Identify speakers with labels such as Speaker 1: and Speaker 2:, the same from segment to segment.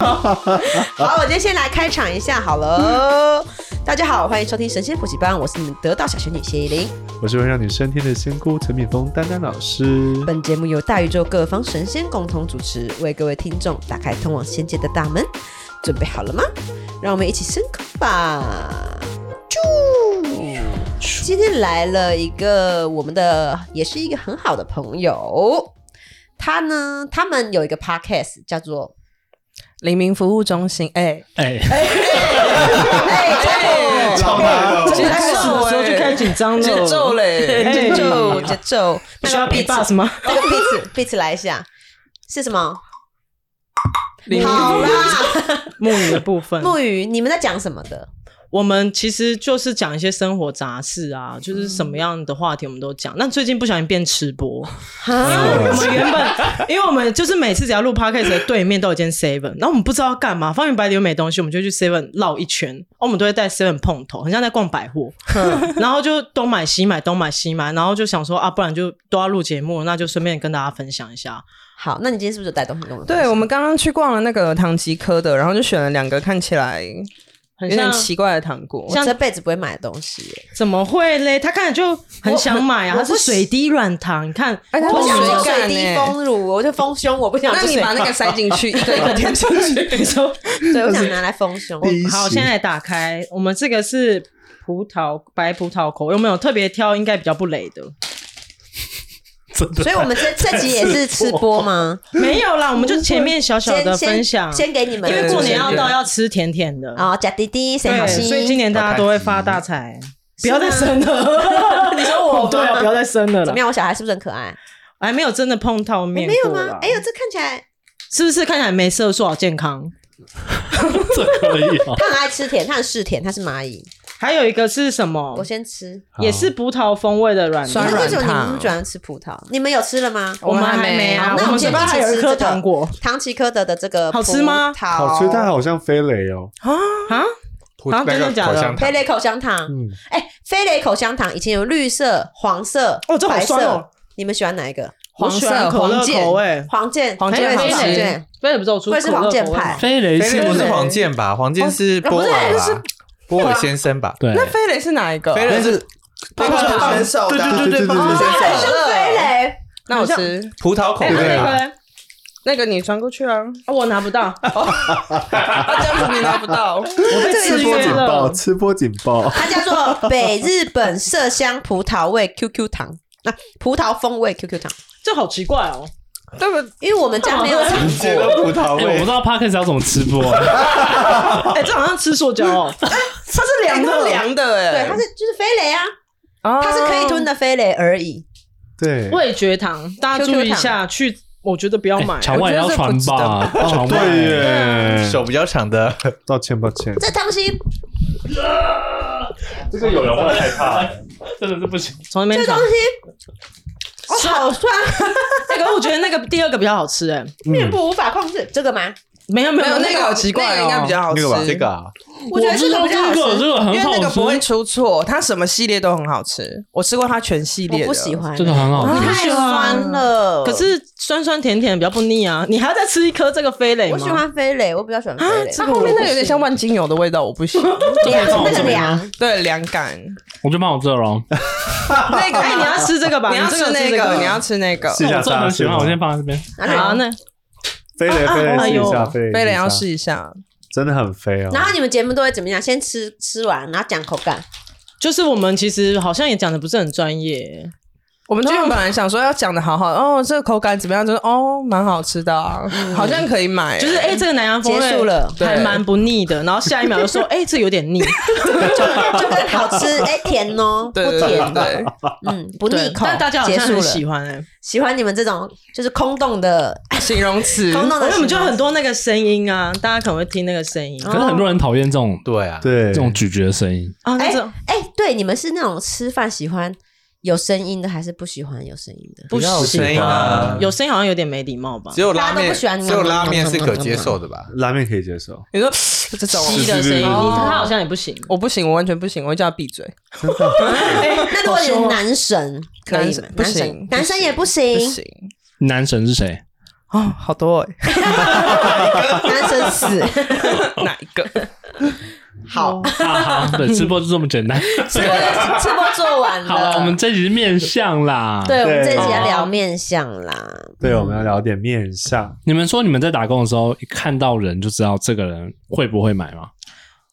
Speaker 1: 好，嗯我就先来开场一下好了。大家好，欢迎收听神仙补习班，我是你们得道小仙女谢依霖。
Speaker 2: 我是会让你升天的仙姑陈敏峰丹丹老师。
Speaker 1: 本节目由大宇宙各方神仙共同主持，为各位听众打开通往仙界的大门。准备好了吗？让我们一起升空吧！啾！今天来了一个我们的，也是一个很好的朋友。他呢，他们有一个 podcast 叫做
Speaker 3: 黎明服务中心，哎、
Speaker 4: 哎，
Speaker 1: “哎
Speaker 2: 超难
Speaker 3: 节
Speaker 1: 节奏
Speaker 3: 奏的时候就开始紧张了，节奏嘞，
Speaker 1: 节奏哎节奏”，
Speaker 3: 不需要 B
Speaker 1: 彼
Speaker 3: b o
Speaker 1: 此
Speaker 3: s 吗？
Speaker 1: 那个彼 此彼此来一下，是什么？
Speaker 3: 黎明
Speaker 1: 好啦，
Speaker 3: 啊木鱼的部分，
Speaker 1: 木鱼，你们在讲什么的？
Speaker 3: 我们其实就是讲一些生活杂事啊，就是什么样的话题我们都讲。那最近不小心变吃播，
Speaker 1: 啊，
Speaker 3: 我们原本，因为我们就是每次只要录 podcast 的对面都有一间 seven，然后我们不知道要干嘛，方圆百里有美东西，我们就去 seven 绕一圈，我们都会带 seven 碰头，很像在逛百货，
Speaker 5: 嗯
Speaker 3: 然后就东买西买，东买西买，然后就想说啊，不然就都要录节目，那就顺便跟大家分享一下。
Speaker 1: 好，那你今天是不是有带东西跟我们分享？
Speaker 5: 对，我们刚刚去逛了那个唐吉诃德，然后就选了两个看起来有
Speaker 3: 很像
Speaker 5: 点奇怪的糖果。
Speaker 1: 我这辈子不会买的东西耶，
Speaker 3: 怎么会嘞？他看着就很想买啊，
Speaker 1: 我
Speaker 3: 它是水滴软糖，你看，
Speaker 5: 哎它
Speaker 1: 我
Speaker 5: 不
Speaker 1: 想
Speaker 5: 想
Speaker 1: 做
Speaker 5: 做
Speaker 1: 水
Speaker 5: 水
Speaker 1: 滴
Speaker 3: 欸
Speaker 5: 滴
Speaker 1: 丰
Speaker 5: 丰
Speaker 1: 乳，我就丰胸，我不想。
Speaker 5: 那你把那个塞进 去，一个一个填进去。
Speaker 3: 你说
Speaker 1: 对，我想拿来丰胸。
Speaker 2: 第一
Speaker 3: 好，
Speaker 2: 期
Speaker 3: 现在打开，我们这个是葡萄白葡萄口味，有没有特别挑？应该比较不雷的，
Speaker 4: 真的
Speaker 1: 所以我 们这这集也是吃播吗？
Speaker 3: 没有啦，我们就前面 小小的
Speaker 1: 先
Speaker 3: 分
Speaker 1: 先
Speaker 3: 享，
Speaker 1: 先给你们，
Speaker 3: 因为过年要
Speaker 5: 对对
Speaker 3: 到，
Speaker 5: 对
Speaker 3: 要吃甜甜的
Speaker 1: 啊，贾弟弟谁好
Speaker 3: 对，
Speaker 1: 心？
Speaker 3: 所以今年大家都会发大财，不要再生了。 你说我对啊，不要再生了
Speaker 1: 怎
Speaker 3: 啦
Speaker 1: 么，样？我小孩是不是很可爱？
Speaker 3: 还没有真的碰到
Speaker 1: 你
Speaker 3: 面，啊
Speaker 1: 没有吗？哎呦，，这看起来
Speaker 3: 是不是看起来没色素，好健康？
Speaker 4: 这可以
Speaker 3: 哦
Speaker 4: 啊，
Speaker 1: 他很爱吃甜，他很嗜甜，他是蚂蚁。
Speaker 3: 还有一个是什么
Speaker 1: 我？哦先吃，
Speaker 3: 也是葡萄风味的软
Speaker 5: 酸
Speaker 3: 糖
Speaker 1: 那
Speaker 5: 软。
Speaker 1: 为什么你
Speaker 5: 糖
Speaker 1: 们不喜欢吃葡萄？你们有吃了吗？
Speaker 3: 我们还没啊，
Speaker 1: 那我们
Speaker 3: 我们
Speaker 1: 今
Speaker 3: 嘴
Speaker 1: 天
Speaker 3: 巴还有一颗糖果
Speaker 1: 唐吉诃德的这个
Speaker 3: 好吃吗
Speaker 1: 葡萄
Speaker 2: 好吃，但好像飞雷哦。
Speaker 3: 啊，
Speaker 4: 葡
Speaker 3: 啊真的假的
Speaker 1: 飞雷口香糖，
Speaker 2: 嗯，
Speaker 1: 哎，飞雷口香糖以前有绿色、黄色、
Speaker 3: 哦这好
Speaker 1: 白
Speaker 3: 酸哦
Speaker 1: 色，你们喜欢哪一个？
Speaker 3: 我喜欢可乐口味，
Speaker 1: 黄健，
Speaker 3: 黄
Speaker 1: 哎
Speaker 3: 健好
Speaker 1: 飞
Speaker 3: 吃
Speaker 1: 雷对，，
Speaker 3: 飞也不是有出
Speaker 1: 或者是黄健派，
Speaker 4: 飞雷
Speaker 6: 菲
Speaker 4: 是
Speaker 6: 利不是黄健吧？黄健是波尔吧？波尔先生吧？
Speaker 4: 对，
Speaker 5: 那飞雷是哪一个？
Speaker 6: 菲利是
Speaker 5: 棒球选手
Speaker 2: 对
Speaker 5: 的。
Speaker 2: 对对对
Speaker 1: 哦
Speaker 2: 对对，
Speaker 1: 那个是飞雷，
Speaker 5: 那我吃
Speaker 6: 葡萄口
Speaker 3: 哎，
Speaker 6: 味啊
Speaker 3: 那
Speaker 2: 对
Speaker 3: 那
Speaker 6: 吧？
Speaker 3: 个嘞
Speaker 5: 那个，你传过去啊。
Speaker 3: 哦我拿不到，
Speaker 5: 啊，这样子你拿不到。
Speaker 3: 我被
Speaker 2: 吃
Speaker 3: 制
Speaker 2: 播
Speaker 3: 约
Speaker 2: 警
Speaker 3: 了
Speaker 2: 报，。吃播警报。
Speaker 1: 它叫做北日本麝香葡萄味 QQ 糖，那、葡萄风味 QQ 糖，
Speaker 3: 这好奇怪哦，
Speaker 5: 对不？
Speaker 1: 因为我们家没有尝过，
Speaker 6: 这个葡萄
Speaker 4: 哎我不
Speaker 6: 味
Speaker 4: 知，道 Parkes 要怎么吃播啊，
Speaker 3: 哎，这好像吃塑胶哦，
Speaker 5: 它是凉的，凉的哎。
Speaker 3: 嗯
Speaker 1: 对，它是就是飞雷啊，
Speaker 5: 哦
Speaker 1: 它是可以吞。的飞雷而已。
Speaker 2: 对，
Speaker 3: 味觉糖，大家注意一下，去我觉得不要买
Speaker 4: 哎，场外也要传吧，场
Speaker 2: 哦
Speaker 4: 外
Speaker 2: 对耶，
Speaker 6: 手比较长的，
Speaker 2: 哎抱歉抱歉，
Speaker 1: 这东
Speaker 3: 嗯
Speaker 1: 西，
Speaker 4: 这个有人会害怕，真的是不行，
Speaker 3: 从那边
Speaker 1: 这
Speaker 3: 找
Speaker 1: 东。西，我好酸，
Speaker 3: 那个我觉得那个第二个比较好吃，哎，
Speaker 1: 面部无法控
Speaker 3: 嗯
Speaker 1: 制，这个吗？
Speaker 3: 没有没
Speaker 5: 没有那个好奇
Speaker 3: 那
Speaker 5: 怪
Speaker 3: 个
Speaker 5: 哦，
Speaker 3: 应该比较
Speaker 5: 好
Speaker 6: 那个吧，这个啊，
Speaker 1: 我觉得这
Speaker 4: 知
Speaker 1: 个
Speaker 4: 道
Speaker 1: 比较好
Speaker 4: 这个
Speaker 1: 吃，
Speaker 4: 这个
Speaker 5: 因
Speaker 4: 很
Speaker 5: 为
Speaker 4: 好
Speaker 5: 那个不会
Speaker 4: 吃，
Speaker 5: 出错，它什么系列都很好吃。我吃过它全系
Speaker 1: 我
Speaker 5: 列的，
Speaker 1: 不喜。欢，
Speaker 3: 欸
Speaker 4: 这个很好吃，
Speaker 1: 太酸了。
Speaker 3: 可是酸酸甜甜比较不腻啊，你还要再吃一颗这个飞蕾吗？
Speaker 1: 我喜欢飞雷，我比较喜欢
Speaker 3: 啊
Speaker 1: 飞雷。
Speaker 5: 它后面那个有点像万金油的味道，我不喜欢。
Speaker 1: 凉
Speaker 4: 这个
Speaker 1: 那
Speaker 4: 这
Speaker 1: 个
Speaker 4: 个
Speaker 1: 凉，
Speaker 5: 对，凉感。
Speaker 4: 我就放我这了，
Speaker 5: 那个
Speaker 3: 哎，你要吃这个吧？
Speaker 5: 你要
Speaker 3: 这
Speaker 5: 吃
Speaker 3: 吃
Speaker 5: 那
Speaker 3: 这
Speaker 5: 个，你要吃那个。
Speaker 2: 试一下
Speaker 4: 我这
Speaker 2: 大家
Speaker 4: 很喜
Speaker 2: 试
Speaker 4: 欢，我先
Speaker 2: 下，
Speaker 4: 放在这边，
Speaker 3: 好，那
Speaker 2: 飞雷飞雷
Speaker 3: 哎
Speaker 2: 试
Speaker 3: 呦
Speaker 2: 一下，飞雷
Speaker 5: 飞雷要
Speaker 2: 下
Speaker 5: 试，一下，
Speaker 2: 真的很飞哦。
Speaker 1: 然后你们节目都会怎么样？先吃吃完，然后讲口 感。
Speaker 3: 就是我们其实好像也讲的不是很专业，
Speaker 5: 我们今天本来想说要讲的好好，哦，这个口感怎么样？就是哦，蛮好吃的啊，好像可以买。
Speaker 3: 就是哎、这个南洋风味
Speaker 1: 结束了
Speaker 3: 还蛮不腻的。然后下一秒就说，哎、这有点腻，
Speaker 1: 就跟好吃哎、甜哦，不
Speaker 5: 对对
Speaker 1: 甜
Speaker 5: 对
Speaker 1: 的，
Speaker 5: 对，
Speaker 1: 嗯，不
Speaker 3: 对
Speaker 1: 腻，口。
Speaker 3: 但大家好
Speaker 1: 结
Speaker 3: 像
Speaker 1: 束
Speaker 3: 很
Speaker 1: 了，
Speaker 3: 喜欢哎、
Speaker 1: 喜欢你们这种就是空洞的，
Speaker 5: 形容词。
Speaker 1: 空洞的
Speaker 3: 因哎
Speaker 1: 形容
Speaker 3: 为我们就很多那个声音啊，大家可能会听那个声音
Speaker 1: 哦
Speaker 4: 可是很多人讨厌这种
Speaker 6: 对啊，
Speaker 2: 对，
Speaker 4: 这种咀嚼的声音，
Speaker 3: 啊，
Speaker 1: 哎
Speaker 3: 那种、
Speaker 1: 哎、对，你们是那种吃饭喜欢有声音的，还是不喜欢有声音的？
Speaker 3: 不
Speaker 6: 有
Speaker 3: 行
Speaker 6: 声音啊，
Speaker 3: 有声音好像有点没礼貌吧
Speaker 6: 只？有拉
Speaker 1: 大家都
Speaker 6: 面，
Speaker 1: 不喜欢
Speaker 6: 只有拉面是可接受的吧？
Speaker 2: 拉面可以接受，
Speaker 5: 你说这种
Speaker 3: 吸
Speaker 2: 是
Speaker 3: 的声音，
Speaker 2: 是是
Speaker 1: 哦
Speaker 3: 他好像也不行。
Speaker 5: 我不行，我完全不行，我会叫他闭嘴。
Speaker 1: 那如果你是男神可以吗？
Speaker 5: 男
Speaker 1: 男
Speaker 5: 神不
Speaker 1: 神
Speaker 5: 行
Speaker 1: 男生也不
Speaker 5: 不
Speaker 1: 行，
Speaker 5: 行
Speaker 4: 男神是谁？
Speaker 5: 哦，好多哎，
Speaker 1: 男神 死。
Speaker 5: 哪一个？
Speaker 1: 好，
Speaker 4: 啊，好，对，吃播就这么简单。
Speaker 1: 吃播吃播做完了。
Speaker 4: 好了，我们这集是面相啦。
Speaker 1: 对，我们这集
Speaker 3: 哦
Speaker 1: 要
Speaker 4: 对
Speaker 1: 聊面相啦。
Speaker 2: 对，我们要聊点面相。
Speaker 4: 你们说你们在打工的时候，一看到人就知道这个人会不会买吗？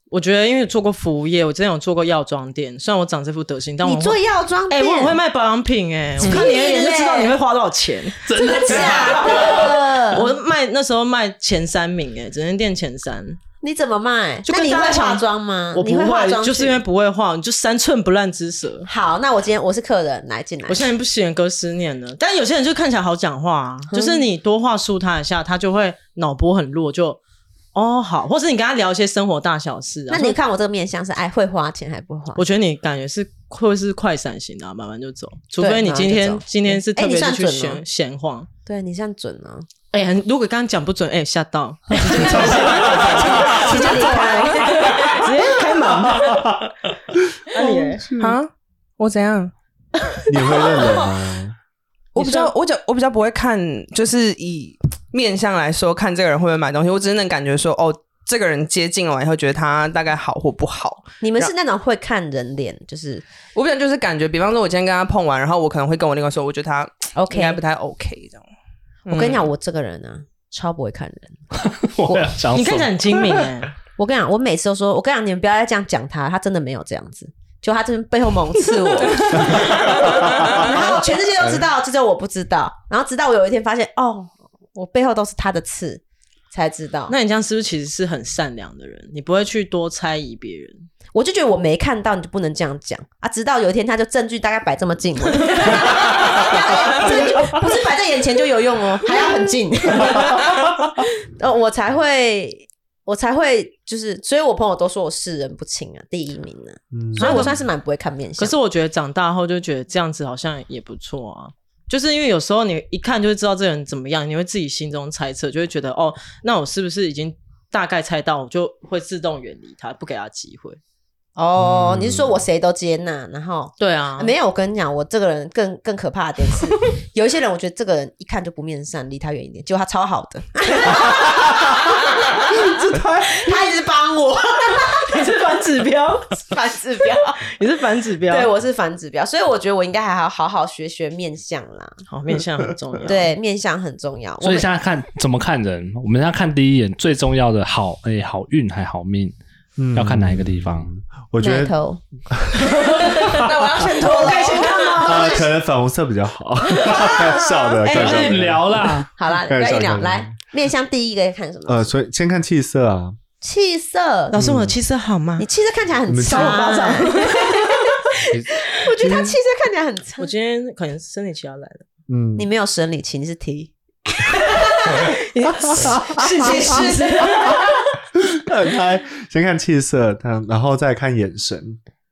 Speaker 3: 我觉得因为做过服务业，我之前有做过药妆店，虽然我长这副德行，但我
Speaker 1: 你做药妆
Speaker 3: 哎、
Speaker 1: 店，
Speaker 3: 我很会卖保养品哎、我看你的脸就知道你会花多少钱。
Speaker 1: 真的假的？
Speaker 3: 我卖那时候卖前三名哎、整间店前三。
Speaker 1: 你怎么卖？
Speaker 3: 就
Speaker 1: 那
Speaker 3: 跟
Speaker 1: 你
Speaker 3: 大
Speaker 1: 会
Speaker 3: 家讲
Speaker 1: 化妆吗？
Speaker 3: 我
Speaker 1: 嗯你
Speaker 3: 不
Speaker 1: 化妆
Speaker 3: 会，
Speaker 1: 去，
Speaker 3: 就是因为不会画，你就三寸不烂之舌。
Speaker 1: 好。那我今天我是客人，来进来。
Speaker 3: 我现在不行，隔十年了。但有些人就看起来好讲话、啊，就是
Speaker 1: 嗯
Speaker 3: 你多话术他一下，他就会脑波很弱，就哦好，或是你跟他聊一些生活大小事
Speaker 1: 那
Speaker 3: 啊。
Speaker 1: 你看我这个面相是爱会花钱还不花？
Speaker 3: 我觉得你感觉是会是快闪型的、啊，慢慢就走，除
Speaker 1: 对
Speaker 3: 非你
Speaker 1: 慢慢
Speaker 3: 今
Speaker 1: 就
Speaker 3: 天
Speaker 1: 走
Speaker 3: 今天是
Speaker 1: 哎
Speaker 3: 特
Speaker 1: 你
Speaker 3: 别
Speaker 1: 算
Speaker 3: 去
Speaker 1: 准了
Speaker 3: 闲闲晃。
Speaker 1: 对你这样准哦，
Speaker 3: 哎、很如果刚刚讲不准，哎、吓 到，
Speaker 1: 直接离开。
Speaker 3: 直接开门。那你嘞
Speaker 5: 啊？我怎样？
Speaker 2: 你会认人吗？
Speaker 5: 我比较我较我比较不会看，就是以面相来说，看这个人会不会买东西。我只是能感觉说，哦，这个人接近了完以后，觉得他大概好或不好。
Speaker 1: 你们是那种会看人脸，就是
Speaker 5: 我比较就是感觉，比方说我今天跟他碰完，然后我可能会跟我另外说，我觉得他
Speaker 1: OK
Speaker 5: 应该不太 OK 这样。
Speaker 1: 我跟你讲，我这个人啊，超不会看人。
Speaker 4: 我要想
Speaker 3: 你看起来
Speaker 4: 什么
Speaker 3: 很精明哎、
Speaker 1: 我跟你讲，我每次都说，我跟你讲，你们不要再这样讲他，他真的没有这样子。就他这边背后猛刺我， 然后全世界都知道，就只有我不知道。 然后直到我有一天发现，哦，我背后都是他的刺，才知道。
Speaker 3: 那你这样是不是其实是很善良的人？你不会去多猜疑别人。
Speaker 1: 我就觉得我没看到，你就不能这样讲啊！直到有一天，他就证据大概摆这么 近，证据不是摆在眼前就有用哦，还要很 近，呃，我才会，我才会，就是，所以我朋友都说我世人不清啊，第一名啊，
Speaker 2: 嗯，
Speaker 1: 所以我算是蛮不会看面相。
Speaker 3: 可是我觉得长大后就觉得这样子好像也不错啊。就是因为有时候你一看就会知道这个人怎么样，你会自己心中猜测，就会觉得哦，那我是不是已经大概猜到，我就会自动远离他，不给他机会。
Speaker 1: 哦，你是说我谁都接纳，然后。
Speaker 3: 对 啊，
Speaker 1: 没有，我跟你讲，我这个人更更可怕的点 是，有一些人，我觉得这个人一看就不面善，离他远一点，结果他超好的，他一直帮我，
Speaker 3: 你是反指标，
Speaker 1: 反指标。
Speaker 3: 你是反指标。
Speaker 1: 对，我是反指标，所以我觉得我应该还好好好学学面相啦。
Speaker 3: 好面相很重要。，
Speaker 1: 对，面相很重要。我
Speaker 4: 所以
Speaker 1: 每
Speaker 4: 现在看怎么看人，我们现在看第一眼最重要的好哎、好运还好命，
Speaker 2: 嗯
Speaker 4: 要看哪一个地方？
Speaker 2: 我觉
Speaker 1: 奶
Speaker 2: 得
Speaker 1: 头，
Speaker 5: 那我要先脱了，先看吗？
Speaker 2: 啊，可能粉红色比较好。 开玩笑的，
Speaker 4: 哎、
Speaker 2: 开玩笑的
Speaker 4: 你聊啦，
Speaker 1: 好啦，不
Speaker 2: 开玩
Speaker 1: 要
Speaker 2: 笑
Speaker 1: 硬聊。
Speaker 2: 开玩笑
Speaker 1: 来，面相第一个要看什么？
Speaker 2: 呃，所以先看气色啊，
Speaker 1: 气色。
Speaker 3: 老师，我气色好吗
Speaker 1: 你？气色看起来很差，
Speaker 2: 你们
Speaker 1: 我 觉得他气色看起来很差
Speaker 3: 我。今天可能生理期要来了，
Speaker 2: 嗯
Speaker 1: 你，没有生理期，你是 T。
Speaker 2: 他
Speaker 3: 是是是，
Speaker 5: 嗯
Speaker 2: 先看气色，他然后再看眼神，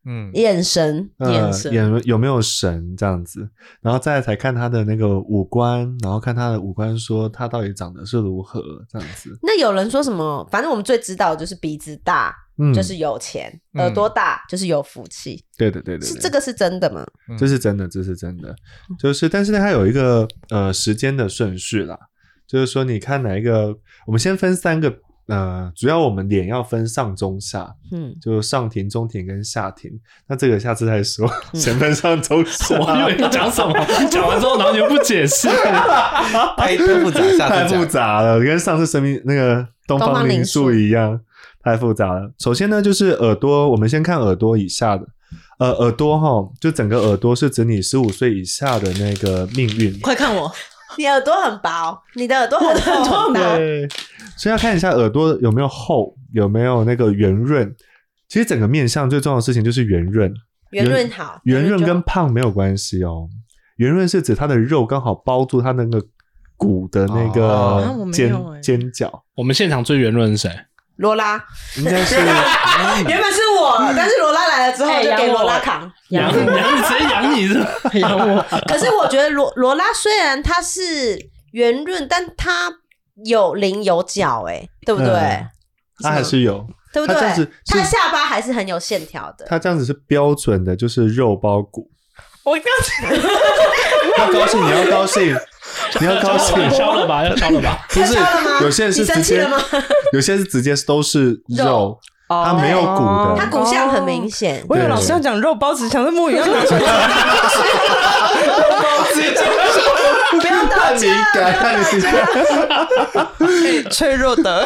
Speaker 6: 嗯，
Speaker 1: 眼神，
Speaker 2: 呃
Speaker 3: 眼神
Speaker 2: 眼有没有神这样子，然后再来才看他的那个五官，然后看他的五官说他到底长得是如何这样子，
Speaker 1: 那有人说什么？反正我们最知道的就是鼻子大，
Speaker 2: 嗯，
Speaker 1: 就是有钱；
Speaker 6: 嗯
Speaker 1: 耳朵大，就是有福气。
Speaker 2: 对的对的，
Speaker 1: 是
Speaker 2: 对
Speaker 1: 这个是真的吗？
Speaker 2: 这是真的，这是真的，就是，但是它有一个呃时间的顺序啦，就是说你看哪一个，我们先分三个，呃，主要我们脸要分上中下，
Speaker 1: 嗯，
Speaker 2: 就上庭、中庭跟下庭，那这个下次再说，先分上中下，
Speaker 4: 我以为你讲什么，讲完之后然后你又不解释，
Speaker 6: 太太复杂，下
Speaker 2: 太
Speaker 6: 次讲
Speaker 2: 复杂了，跟上次生命那个东
Speaker 1: 东
Speaker 2: 方
Speaker 1: 方
Speaker 2: 灵
Speaker 1: 灵数
Speaker 2: 数一样，太复杂了。首先呢，就是耳朵，我们先看耳朵以下的。呃，耳朵哈，就整个耳朵是指你十五岁以下的那个命运，
Speaker 3: 快看我，
Speaker 1: 你耳朵很薄，你的耳朵很厚很大。
Speaker 2: 对，所以要看一下耳朵有没有厚，有没有那个圆润。其实整个面相最重要的事情就是圆润，
Speaker 1: 圆润好，
Speaker 2: 圆润
Speaker 1: 就
Speaker 2: 跟胖没有关系哦。圆润是指它的肉刚好包住它那个骨的那
Speaker 6: 哦
Speaker 3: 啊我
Speaker 2: 个
Speaker 3: 没
Speaker 2: 尖、
Speaker 3: 有欸
Speaker 2: 尖角，
Speaker 4: 我们现场最圆润是谁？
Speaker 1: 罗拉，
Speaker 2: 应 该是
Speaker 1: 原本是我，
Speaker 2: 嗯
Speaker 1: 但是罗拉来了之后
Speaker 3: 哎
Speaker 1: 就给
Speaker 3: 养我
Speaker 1: 罗拉扛。
Speaker 4: 养养谁养你是吧？
Speaker 3: 养我，
Speaker 2: 哎
Speaker 1: 可是我觉得罗罗拉虽然她是圆润，但她有棱有角，哎，对不对
Speaker 2: 嗯？它还是有，
Speaker 1: 对不
Speaker 2: 她这样子
Speaker 1: 对？她
Speaker 2: 是
Speaker 1: 下巴还是很有线条的。
Speaker 2: 它这样子是标准的，就是肉包骨。
Speaker 5: 我刚才
Speaker 2: 要高兴，你要高兴，你要高兴。
Speaker 4: 敲了吧，要敲 了吧。
Speaker 2: 不是
Speaker 1: 太糟了吗，
Speaker 2: 有些人是
Speaker 1: 你
Speaker 2: 直
Speaker 1: 生气
Speaker 2: 接哦
Speaker 1: 了吗，
Speaker 2: 有些是直接都是肉，它没有骨
Speaker 5: 哦
Speaker 1: 它
Speaker 2: 的。
Speaker 1: 骨相很明显。
Speaker 5: 我以为
Speaker 2: 对
Speaker 5: 老师要讲肉包子，想说木鱼要拿出来。
Speaker 1: 不 要
Speaker 2: 太敏感，太敏感，
Speaker 5: 脆弱的，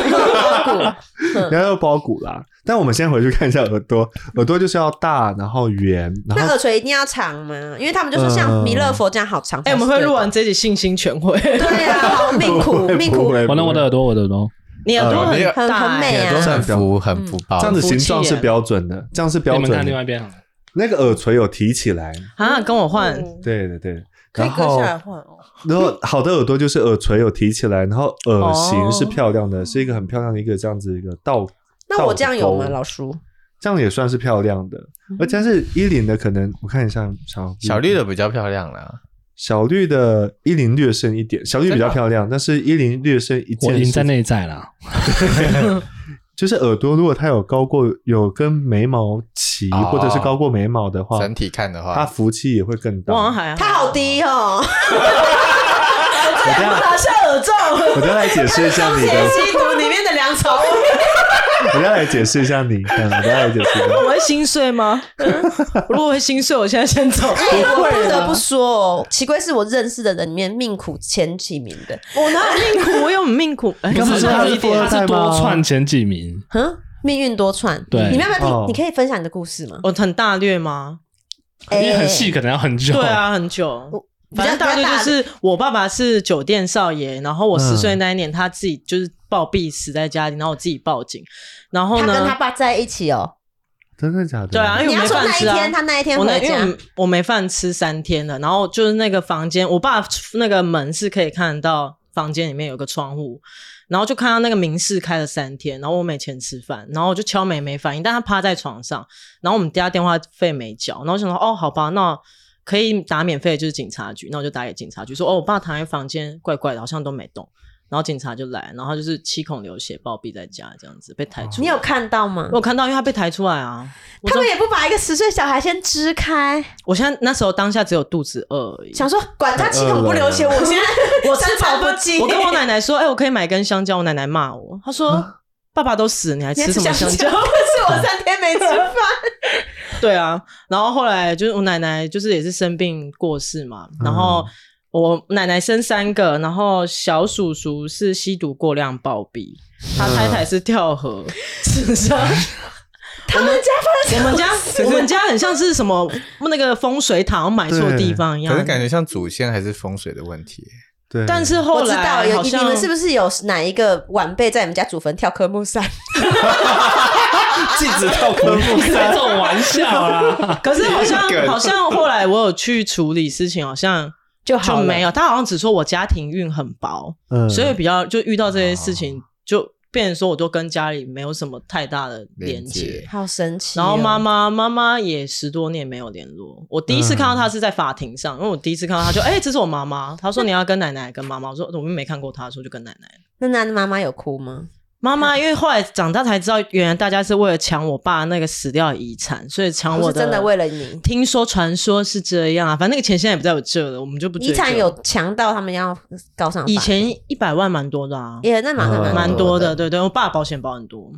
Speaker 2: 然后又包骨啦。但我们先回去看一下耳朵，耳朵就是要大，然后圆，
Speaker 1: 那
Speaker 2: 然后
Speaker 1: 耳垂一定要长吗？因为他们就说
Speaker 2: 嗯
Speaker 1: 像弥勒佛这样好长。
Speaker 3: 哎、我们会录完。这集信心全 会，
Speaker 1: 对啊，好命苦命
Speaker 2: 不
Speaker 1: 苦，
Speaker 2: 会
Speaker 4: 哦我的我的，耳朵，我的耳朵。
Speaker 3: 你耳朵很
Speaker 1: 很
Speaker 3: 大、
Speaker 1: 很美
Speaker 3: 欸
Speaker 1: 啊。
Speaker 6: 很浮很浮包
Speaker 2: 不会这样子形状
Speaker 3: 服气
Speaker 2: 是
Speaker 3: 耶
Speaker 2: 标准的，这样是标
Speaker 4: 哦你们看
Speaker 2: 准
Speaker 4: 另外
Speaker 2: 的。
Speaker 4: 一边好了。
Speaker 2: 那个耳垂有提起来，
Speaker 3: 啊，跟我换，
Speaker 2: 对对对。
Speaker 5: 可以
Speaker 2: 然
Speaker 5: 割
Speaker 2: 后
Speaker 5: 下，来换哦。
Speaker 2: 然后好的耳朵就是耳垂有提起来，然后耳型是
Speaker 3: 哦
Speaker 2: 漂亮的，是一个很漂亮的一个这样子一个倒。
Speaker 1: 那我这样有吗，
Speaker 2: 倒钩
Speaker 1: 老叔？
Speaker 2: 这样也算是漂亮的。
Speaker 3: 嗯
Speaker 2: 而但是依林的可能，我看一下小
Speaker 6: 小绿的比较漂亮啦，
Speaker 2: 小绿的依林略胜一点，小绿比较漂亮，但是依林略胜一
Speaker 4: 我
Speaker 2: 件
Speaker 4: 赢
Speaker 2: 事
Speaker 4: 在内在啦。
Speaker 2: 就是耳朵，如果它有高过有跟眉毛齐，
Speaker 6: 哦
Speaker 2: 或者是高过眉毛的话，
Speaker 6: 整体看的
Speaker 2: 它
Speaker 6: 话，
Speaker 2: 福气也会更大。
Speaker 3: 我好像还
Speaker 1: 他好低哦，
Speaker 2: 我等一下
Speaker 3: 拿下耳 罩，
Speaker 2: 我等一下来解释一下你的，
Speaker 3: 吸毒里面的粮草，
Speaker 2: 我等一下来解释一下你，嗯我等一下来解释一下。
Speaker 3: 我会心碎吗？如果会心碎，我现在先走。
Speaker 1: 我不得不说哦，奇怪是我认识的人里面命苦前几名的。
Speaker 3: 我哪有命苦？我有命苦。哎
Speaker 2: 不
Speaker 4: 不
Speaker 2: 是
Speaker 4: 是
Speaker 2: 说他
Speaker 4: 他
Speaker 2: 是
Speaker 4: 是
Speaker 2: 富二
Speaker 4: 他
Speaker 2: 代吗
Speaker 4: 是多串前几名，
Speaker 1: 哼，命运多舛。
Speaker 4: 对
Speaker 1: 你们要不要
Speaker 2: 哦
Speaker 1: 听？你可以分享你的故事吗？
Speaker 3: 我很大略吗？
Speaker 1: 哎
Speaker 4: 因为很细，可能要很久。
Speaker 3: 对， 啊，很久
Speaker 1: 我。比较
Speaker 3: 反正大略就是我爸爸是酒店少爷，然后我十岁那一年他自己就是暴毙死在家里，然后我自己报警，然后
Speaker 1: 他跟他
Speaker 3: 呢，
Speaker 1: 爸在一起哦。
Speaker 2: 真的假的？
Speaker 3: 对啊，因
Speaker 1: 你
Speaker 3: 为我
Speaker 1: 要
Speaker 3: 没
Speaker 1: 说
Speaker 3: 饭
Speaker 1: 那一
Speaker 3: 吃啊。
Speaker 1: 天，他那一天
Speaker 3: 我那
Speaker 1: 回
Speaker 3: 因为我
Speaker 1: 家
Speaker 3: 们我没饭吃三天了，然后就是那个房间，我爸那个门是可以看到房间里面有个窗户，然后就看到那个明室开了三天，然后我没钱吃饭，然后我就敲门没反应，但他趴在床上，然后我们家电话费没缴，然后我想说哦好吧，那可以打免费就是警察局，那我就打给警察局说哦我爸躺在房间怪怪的，好像都没动，然后警察就来，然后他就是七孔流血暴毙在家这样子被抬出
Speaker 1: 哦你
Speaker 3: 来，
Speaker 1: 有看到吗
Speaker 3: 我？有看到，因为他被抬出来啊，我
Speaker 1: 他
Speaker 3: 说
Speaker 1: 们也不把一个十岁小孩先支开，
Speaker 3: 我现在那时候当下只有肚子饿而已。
Speaker 1: 想说管他七孔不流血，我现在
Speaker 3: 我吃
Speaker 1: 三
Speaker 3: 饱
Speaker 1: 餐
Speaker 3: 不
Speaker 1: 不
Speaker 3: 我跟我奶奶说，哎、我可以买根香蕉。我奶奶骂我，她说：“爸爸都死，你还
Speaker 1: 你
Speaker 3: 吃什么
Speaker 1: 香
Speaker 3: 香
Speaker 1: 蕉？
Speaker 3: 蕉
Speaker 1: 不是我三天没吃饭，？”
Speaker 3: 对啊，然后后来就是我奶奶就是也是生病过世嘛，然后我奶奶生三个，然后小叔叔是吸毒过量暴毙，他太太是跳河自杀。
Speaker 1: 他们家发
Speaker 3: 我
Speaker 1: 生
Speaker 3: 们家我们家很像是什么那个风水塔买错
Speaker 2: 对
Speaker 3: 地方一样
Speaker 6: 可是，感觉像祖先还是风水的问题。
Speaker 2: 对，
Speaker 3: 但是后
Speaker 1: 我知道
Speaker 3: 来
Speaker 1: 有
Speaker 3: 好
Speaker 1: 你
Speaker 3: 像
Speaker 1: 你们是不是有哪一个晚辈在你们家祖坟跳科目三？
Speaker 2: 禁止跳科目
Speaker 4: 开
Speaker 2: 三
Speaker 4: 这，种玩笑啊！
Speaker 3: 可是好像
Speaker 6: 梗
Speaker 3: 好像后来我有去处理事情，好像
Speaker 1: 就好
Speaker 3: 就
Speaker 1: 了
Speaker 3: 没有。他好像只说我家庭运很薄，
Speaker 2: 嗯
Speaker 3: 所以比较就遇到这些事情，就变成说我都跟家里没有什么太大的连
Speaker 6: 连接
Speaker 3: 接。
Speaker 1: 好神奇哦。
Speaker 3: 然后妈妈妈妈也十多年没有联络。我第一次看到她是在法庭上，因为我第一次看到她就哎、这是我 妈妈。她说你要跟奶奶跟妈妈，我说我们没看过她，说就跟奶奶。
Speaker 1: 那那妈妈有哭吗？
Speaker 3: 妈妈，因为后来长大才知道，原来大家是为了抢我爸那个死掉的遗产，所以抢
Speaker 1: 不
Speaker 3: 我
Speaker 1: 哦是真的为了你，
Speaker 3: 听说传说是这样啊，反正那个钱现在也不在我这了，我们就不追
Speaker 1: 遗
Speaker 3: 究
Speaker 1: 产有强到他们要告上法
Speaker 3: 以前一百万蛮多的啊，
Speaker 1: 也那蛮
Speaker 2: 嗯
Speaker 3: 蛮
Speaker 1: 多
Speaker 3: 多
Speaker 1: 的。
Speaker 3: 的，对对，我爸保险保很多，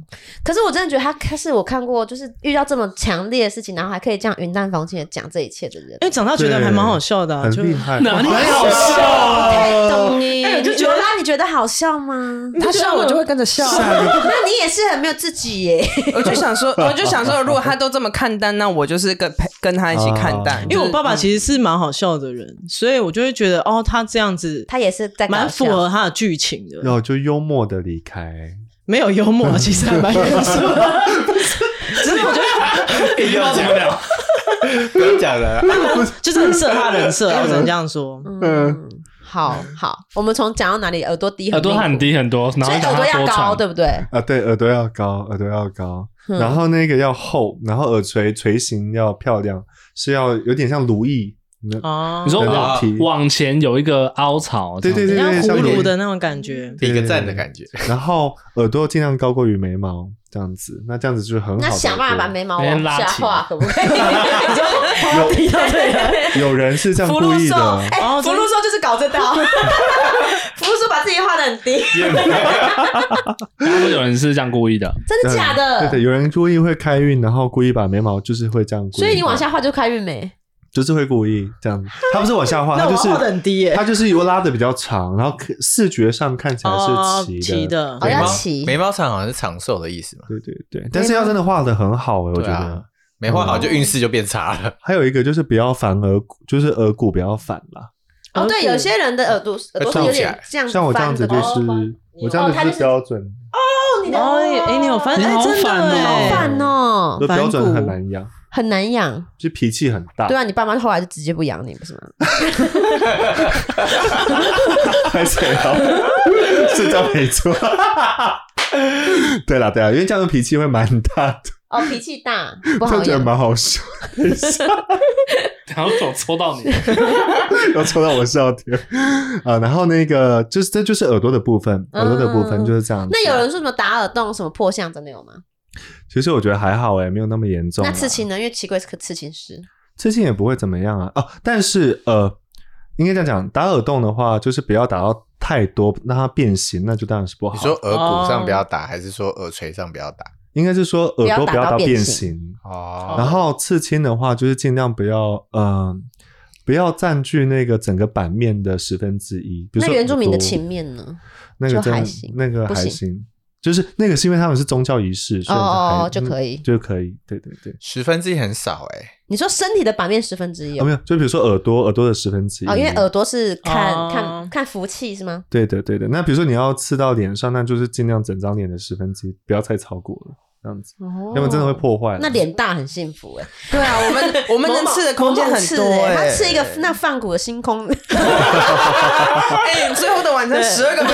Speaker 1: 可是我真的觉得他，他是我看过就是遇到这么强烈的事情，然后还可以这样云淡风轻的讲这一切的人
Speaker 3: 因。为哎长大觉得还蛮好笑的、啊，
Speaker 2: 很
Speaker 3: 就
Speaker 2: 厉害，
Speaker 4: 哪里好啊
Speaker 1: 太懂
Speaker 4: 笑？
Speaker 1: 你，
Speaker 3: 哎我就觉得
Speaker 1: 罗拉，你觉得好笑吗？
Speaker 5: 他笑啊我就会跟着笑。
Speaker 1: 那你也是很没有自己耶，
Speaker 5: 我就想说，我就想说，如果他都这么看淡，那我就是跟陪跟他一起看淡。
Speaker 2: 哦
Speaker 3: 因为我爸
Speaker 1: 嗯
Speaker 3: 爸
Speaker 5: 实
Speaker 3: 其实是蛮好笑的人，所以我就会觉得哦，他这样子
Speaker 1: 他也是在搞
Speaker 3: 蛮符
Speaker 1: 笑
Speaker 3: 合他的剧情的，
Speaker 2: 然后就幽默的离开，
Speaker 3: 没有幽默，其实还蛮严肃 的。只是我觉得
Speaker 4: 你要怎么聊？
Speaker 6: 不要讲了，
Speaker 3: 就是很适合他的人设啊，我只能这样说。
Speaker 1: 嗯，好好，我们从讲到哪里？耳朵低，
Speaker 4: 耳朵很，低很多，然
Speaker 1: 所
Speaker 4: 后
Speaker 1: 以耳朵
Speaker 4: 讲他
Speaker 1: 要
Speaker 4: 多
Speaker 1: 高，
Speaker 4: 串
Speaker 1: 对不对？
Speaker 2: 啊，对，耳朵要高，耳朵要高，
Speaker 1: 嗯
Speaker 2: 然后那个要厚，然后耳垂垂形要漂亮，是要有点像如意，那
Speaker 1: 嗯
Speaker 3: 哦，
Speaker 4: 你说
Speaker 2: 有点
Speaker 4: 往
Speaker 2: 提
Speaker 4: 往前有一个凹槽，
Speaker 2: 对对
Speaker 4: 这
Speaker 2: 啊对
Speaker 4: 样
Speaker 3: 像
Speaker 2: 对，像
Speaker 3: 葫芦
Speaker 2: 如 意
Speaker 3: 的那种感觉，
Speaker 6: 一个赞的感觉。
Speaker 2: 然后耳朵尽量高过于眉毛，这样子，那这样子就是很好的
Speaker 1: 那
Speaker 2: 一个。
Speaker 1: 想办法把眉毛
Speaker 4: 那
Speaker 1: 往
Speaker 4: 边哎拉哦
Speaker 1: 下
Speaker 4: 提
Speaker 1: 画，可不可 以？
Speaker 3: 有提到这
Speaker 4: 啊
Speaker 3: 个，
Speaker 2: 有人是 这样
Speaker 3: 福
Speaker 2: 故
Speaker 3: 禄
Speaker 2: 意
Speaker 3: 寿，
Speaker 2: 的，
Speaker 3: 哎
Speaker 1: 福禄寿就是搞这道，
Speaker 4: 哦
Speaker 1: 福禄寿把自己画的很低，
Speaker 4: 大家有人是这样故意的，
Speaker 1: 真的假
Speaker 2: 对
Speaker 1: 的？
Speaker 2: 对，有人故意会开运，然后故意把眉毛就是会这样故意，
Speaker 1: 所以你往下画就开运眉，
Speaker 2: 就是会故意这样，他不是往下画，他
Speaker 3: 那我
Speaker 2: 就是
Speaker 3: 画的很低耶
Speaker 2: 他就是有拉的比较长，然后可视觉上看起来
Speaker 3: 哦
Speaker 2: 是齐
Speaker 3: 齐
Speaker 2: 的，
Speaker 3: 的
Speaker 1: 好
Speaker 6: 眉
Speaker 1: 像
Speaker 6: 毛
Speaker 1: 齐
Speaker 6: 眉毛长好像是长寿的意思嘛？
Speaker 2: 对对对，但是要真的画的很好哎，我觉
Speaker 6: 对
Speaker 2: 得
Speaker 6: 啊。，没画好就运势就变差了。
Speaker 2: 还有一个就是不要反额骨，就是额骨不要反啦。
Speaker 1: 哦，
Speaker 4: 呃
Speaker 1: 对，有些人的耳朵耳朵是有点这样，
Speaker 2: 呃像我这样子就是，我这样子是标准，
Speaker 1: 哦，你的
Speaker 3: 哦，哎，你有发现？
Speaker 4: 你
Speaker 3: 哎，
Speaker 4: 好
Speaker 3: 真的
Speaker 4: 烦哦
Speaker 3: 哎，
Speaker 4: 好
Speaker 1: 饭哦，
Speaker 2: 就标
Speaker 3: 反
Speaker 2: 准
Speaker 3: 骨
Speaker 2: 很难养，
Speaker 1: 很难养。
Speaker 2: 就脾气很大
Speaker 1: 对，啊，你爸妈后来就直接不养你，不是吗？
Speaker 2: 太谁了？ 是这样没错。 对啦对啦，因为这样的脾气会蛮大的，
Speaker 1: 哦，脾气 大，不好
Speaker 2: 就觉得
Speaker 1: 养。
Speaker 2: 蛮好笑。
Speaker 4: 然后手抽到你，
Speaker 2: 要抽到我笑点啊！然后那个就是这就是耳朵的部分，耳朵的部分就是这样
Speaker 1: 嗯
Speaker 2: 子。啊
Speaker 1: 那有人说什么打耳洞、什么破相，真的有吗？
Speaker 2: 其实我觉得还好哎，没有那么严重啦。
Speaker 1: 那刺青呢？因为奇怪是个刺青师，
Speaker 2: 刺青也不会怎么样啊。哦，但是呃，应该这样讲，打耳洞的话，就是不要打到太多，让它变形，那就当然是不好。
Speaker 6: 你说额骨上不要打，还是说耳垂上不要打？
Speaker 2: 应该是说耳朵
Speaker 1: 不
Speaker 2: 不
Speaker 1: 要
Speaker 2: 要
Speaker 1: 打到
Speaker 2: 到
Speaker 1: 变
Speaker 2: 变
Speaker 1: 形
Speaker 2: 形，
Speaker 6: 哦，
Speaker 2: 然后刺青的话，就是尽量不要嗯、呃不要占据那个整个版面的十分之一。比如
Speaker 1: 那
Speaker 2: 说
Speaker 1: 原住民的
Speaker 2: 耳朵
Speaker 1: 情面呢？
Speaker 2: 那个
Speaker 1: 就
Speaker 2: 真
Speaker 1: 还
Speaker 2: 的
Speaker 1: 行
Speaker 2: 那个
Speaker 1: 不
Speaker 2: 还
Speaker 1: 行
Speaker 2: 行，就是那个是因为他们是宗教仪式，所以
Speaker 1: 哦哦
Speaker 2: 还
Speaker 1: 就可以
Speaker 2: 嗯就可以，对对对。
Speaker 6: 十分之一很少哎，
Speaker 1: 你说身体的版面十分之一哦
Speaker 2: 啊，没有，嗯就比如说耳朵，耳朵的十分之一。
Speaker 1: 哦，因为耳朵是看、
Speaker 3: 哦
Speaker 1: 看看福气是吗？
Speaker 2: 对的，对的。那比如说你要刺到脸上，那就是尽量整张脸的十分之一，不要太超过了，这样子，
Speaker 1: 哦
Speaker 2: 要不然真的会。破坏了。
Speaker 1: 那 脸大很幸福哎、
Speaker 5: 对啊，我们 我们能吃的空间很多
Speaker 1: 猛猛刺欸
Speaker 5: 哎
Speaker 1: 他。吃一个那泛谷的星空，
Speaker 2: 嗯
Speaker 5: 哎，最后的晚餐十二个门，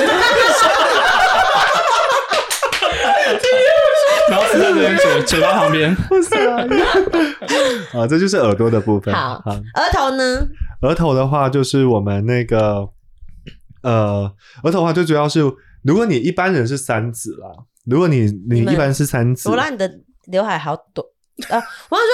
Speaker 4: 然后死在别人嘴嘴巴旁边，
Speaker 2: 啊，这就是耳朵的部分。
Speaker 1: 好额头呢？
Speaker 2: 额头的话就是我们那个，呃，额头的话最主要是，如果你一般人是三指啦，如果你你
Speaker 1: 你们
Speaker 2: 一般是三指
Speaker 1: 罗，拉，你的刘海好短啊！我想说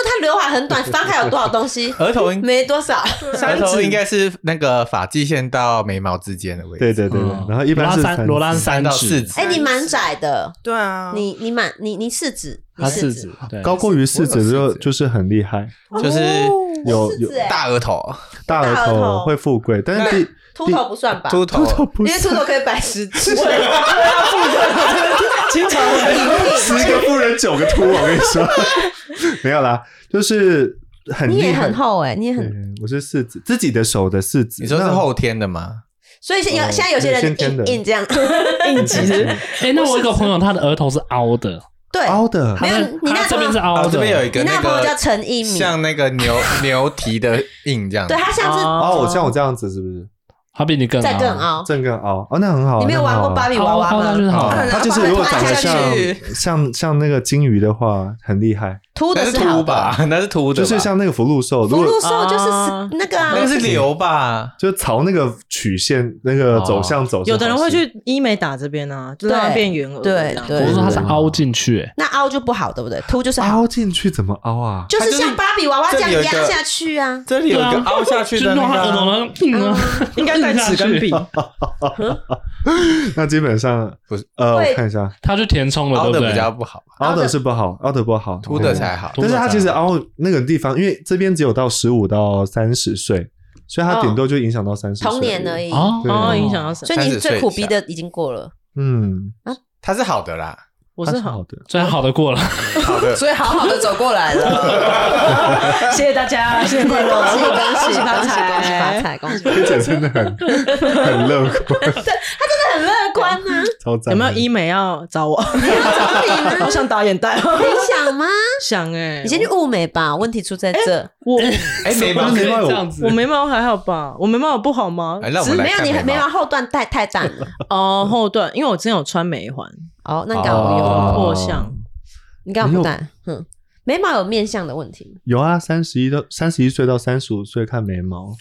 Speaker 1: 他刘海 很短，翻开有多少东西？
Speaker 2: 嗯
Speaker 6: 额头应
Speaker 1: 没多少，
Speaker 6: 额头应该是那个发际线到眉毛之间的位置。
Speaker 2: 对对对对
Speaker 4: 嗯。
Speaker 2: 然后一般是
Speaker 4: 罗拉
Speaker 2: 指
Speaker 6: 三
Speaker 4: 三罗拉
Speaker 6: 到四
Speaker 4: 指，
Speaker 6: 指
Speaker 1: 哎、你蛮窄的，
Speaker 5: 对
Speaker 2: 嗯
Speaker 5: 啊，
Speaker 1: 你你蛮你你四指，你
Speaker 4: 他
Speaker 1: 四
Speaker 4: 四
Speaker 1: 指
Speaker 4: 指，，对，
Speaker 2: 高过于四指
Speaker 6: 我
Speaker 2: 就
Speaker 6: 有四指欸
Speaker 2: 就是很厉害，
Speaker 6: 就是
Speaker 2: 有
Speaker 1: 四
Speaker 2: 有
Speaker 1: 指哎、
Speaker 6: 大额头、
Speaker 2: 大
Speaker 1: 大
Speaker 2: 额
Speaker 1: 额
Speaker 2: 头
Speaker 1: 头
Speaker 2: 会富贵，但是第
Speaker 1: 秃头不算吧？
Speaker 6: 秃头，
Speaker 2: 不
Speaker 1: 因为秃头可以摆十 指。
Speaker 3: 经常
Speaker 2: 十个富人九个秃，我跟你说，没有啦，就是很
Speaker 1: 你
Speaker 2: 厉
Speaker 1: 也
Speaker 2: 害
Speaker 1: 很。厚哎、你也
Speaker 2: 对
Speaker 1: 很，，
Speaker 2: 我是四指，自己的手的四指。
Speaker 6: 你说是
Speaker 2: 那
Speaker 6: 后天的吗？
Speaker 1: 所以现有
Speaker 2: 哦
Speaker 1: 现在有些人
Speaker 2: 先天
Speaker 1: 硬
Speaker 2: 的
Speaker 1: 硬这样，
Speaker 3: 应急是
Speaker 4: 哎，那我有一个朋友，他的额头是凹的，
Speaker 1: 对，
Speaker 2: 凹的
Speaker 4: 他
Speaker 1: 没有
Speaker 4: 的
Speaker 1: 你那
Speaker 4: 他这边是
Speaker 6: 然
Speaker 4: 凹
Speaker 6: 后
Speaker 4: 的，
Speaker 6: 啊哦这边有一个
Speaker 1: 你那个朋友
Speaker 6: 个
Speaker 1: 叫陈一鸣
Speaker 6: 像那个牛牛蹄的印这样。
Speaker 1: 对他像是
Speaker 3: 啊
Speaker 2: 哦，我像我这样子是不是？
Speaker 4: 他比你更
Speaker 1: 在更凹。
Speaker 2: 正更凹哦，那很好啊。
Speaker 1: 你没有玩过芭
Speaker 2: 比？
Speaker 1: 比娃娃
Speaker 4: 凹下去
Speaker 1: 吗？
Speaker 4: 是好
Speaker 2: 哦
Speaker 4: 的，
Speaker 2: 他就是如果长得像
Speaker 5: 把它按下
Speaker 2: 像像那个金鱼的话，很厉害，
Speaker 1: 秃
Speaker 6: 那
Speaker 1: 的
Speaker 6: 是
Speaker 1: 好
Speaker 6: 秃吧
Speaker 1: 的，？
Speaker 6: 那是秃的
Speaker 2: 就
Speaker 6: 吧，
Speaker 2: 是像那个福禄寿，
Speaker 1: 福
Speaker 2: 如果
Speaker 1: 禄寿就是
Speaker 3: 啊
Speaker 1: 死那个啊
Speaker 6: 那，个是瘤吧？
Speaker 1: 啊
Speaker 2: 就朝那个曲线那个走向走是好事，
Speaker 3: 哦有的人会去医美打这边啊，就让它变圆额，
Speaker 1: 对
Speaker 3: 这
Speaker 1: 对
Speaker 3: 样
Speaker 4: 我是，说他是凹进去，哎
Speaker 1: 那凹就不好，对不对？秃就是好，
Speaker 2: 凹进去，怎么凹啊？
Speaker 1: 就是像芭比娃娃这样
Speaker 6: 它就是
Speaker 1: 压
Speaker 6: 这里有一个
Speaker 1: 下去啊。
Speaker 6: 这里有一
Speaker 4: 对
Speaker 6: 个
Speaker 4: 啊
Speaker 6: 凹下去
Speaker 4: 就
Speaker 6: 的
Speaker 4: 弄他额
Speaker 6: 那
Speaker 4: 头
Speaker 6: 个，
Speaker 4: 呢，嗯啊，
Speaker 3: 应该带纸跟笔，
Speaker 2: 那基本上
Speaker 6: 不是
Speaker 2: 呃，
Speaker 1: 会
Speaker 2: 我看一下，
Speaker 4: 他就填充了，
Speaker 6: 凹
Speaker 4: 对
Speaker 6: 的
Speaker 4: 不对
Speaker 6: 比？较不好，
Speaker 2: 凹的是不好，凹的不好，
Speaker 6: 秃的
Speaker 2: 对
Speaker 6: 才好。
Speaker 4: 对
Speaker 2: 但是它其实凹那个地方，因为这边只有到十五到三十岁，所以它顶多就影响到三十
Speaker 1: 童年而
Speaker 2: 已。
Speaker 1: 已。
Speaker 4: 哦
Speaker 2: 对
Speaker 3: 哦，影响到谁？
Speaker 1: 所以你
Speaker 6: 30岁
Speaker 1: 最苦逼
Speaker 6: 以
Speaker 1: 的已经过 了，
Speaker 2: 嗯，
Speaker 6: 它是好的啦，
Speaker 3: 我
Speaker 2: 它
Speaker 3: 是
Speaker 2: 是
Speaker 3: 好
Speaker 2: 好，的。
Speaker 4: 最好 的过了，
Speaker 6: 好的。
Speaker 5: 所以好好的走过来了。
Speaker 3: 谢谢大家，谢谢快乐，
Speaker 1: 恭喜恭
Speaker 3: 恭
Speaker 1: 喜
Speaker 3: 喜
Speaker 1: 恭
Speaker 3: 发
Speaker 1: 喜
Speaker 3: 财，
Speaker 1: 恭喜发，财，恭喜 发财！
Speaker 2: 而且真的很很乐观，
Speaker 1: 很乐观呢，
Speaker 2: 超赞。
Speaker 3: 有没有医美要找我？ 好想打眼袋，哦
Speaker 1: 你想吗？
Speaker 3: 想哎，
Speaker 1: 你先去雾眉吧，问题出在这。
Speaker 3: 我
Speaker 6: 哎，眉毛
Speaker 2: 不是
Speaker 6: 是
Speaker 2: 眉毛有
Speaker 4: 这样子
Speaker 3: 我，眉毛还好吧？我眉毛有不好吗
Speaker 6: 哎，？让我
Speaker 1: 只是
Speaker 6: 们来
Speaker 1: 没有
Speaker 6: 看
Speaker 1: 你
Speaker 6: 眉
Speaker 1: 眉毛后段太太淡了。
Speaker 3: 哦，后段，因为我之前有穿眉环，
Speaker 1: 哦，那你刚好
Speaker 6: 哦
Speaker 1: 有，
Speaker 3: 破相。
Speaker 1: 你刚好不淡，哼。眉毛有面相的问 题吗？
Speaker 2: 有啊，三十一到三十一岁到三十五岁看眉毛，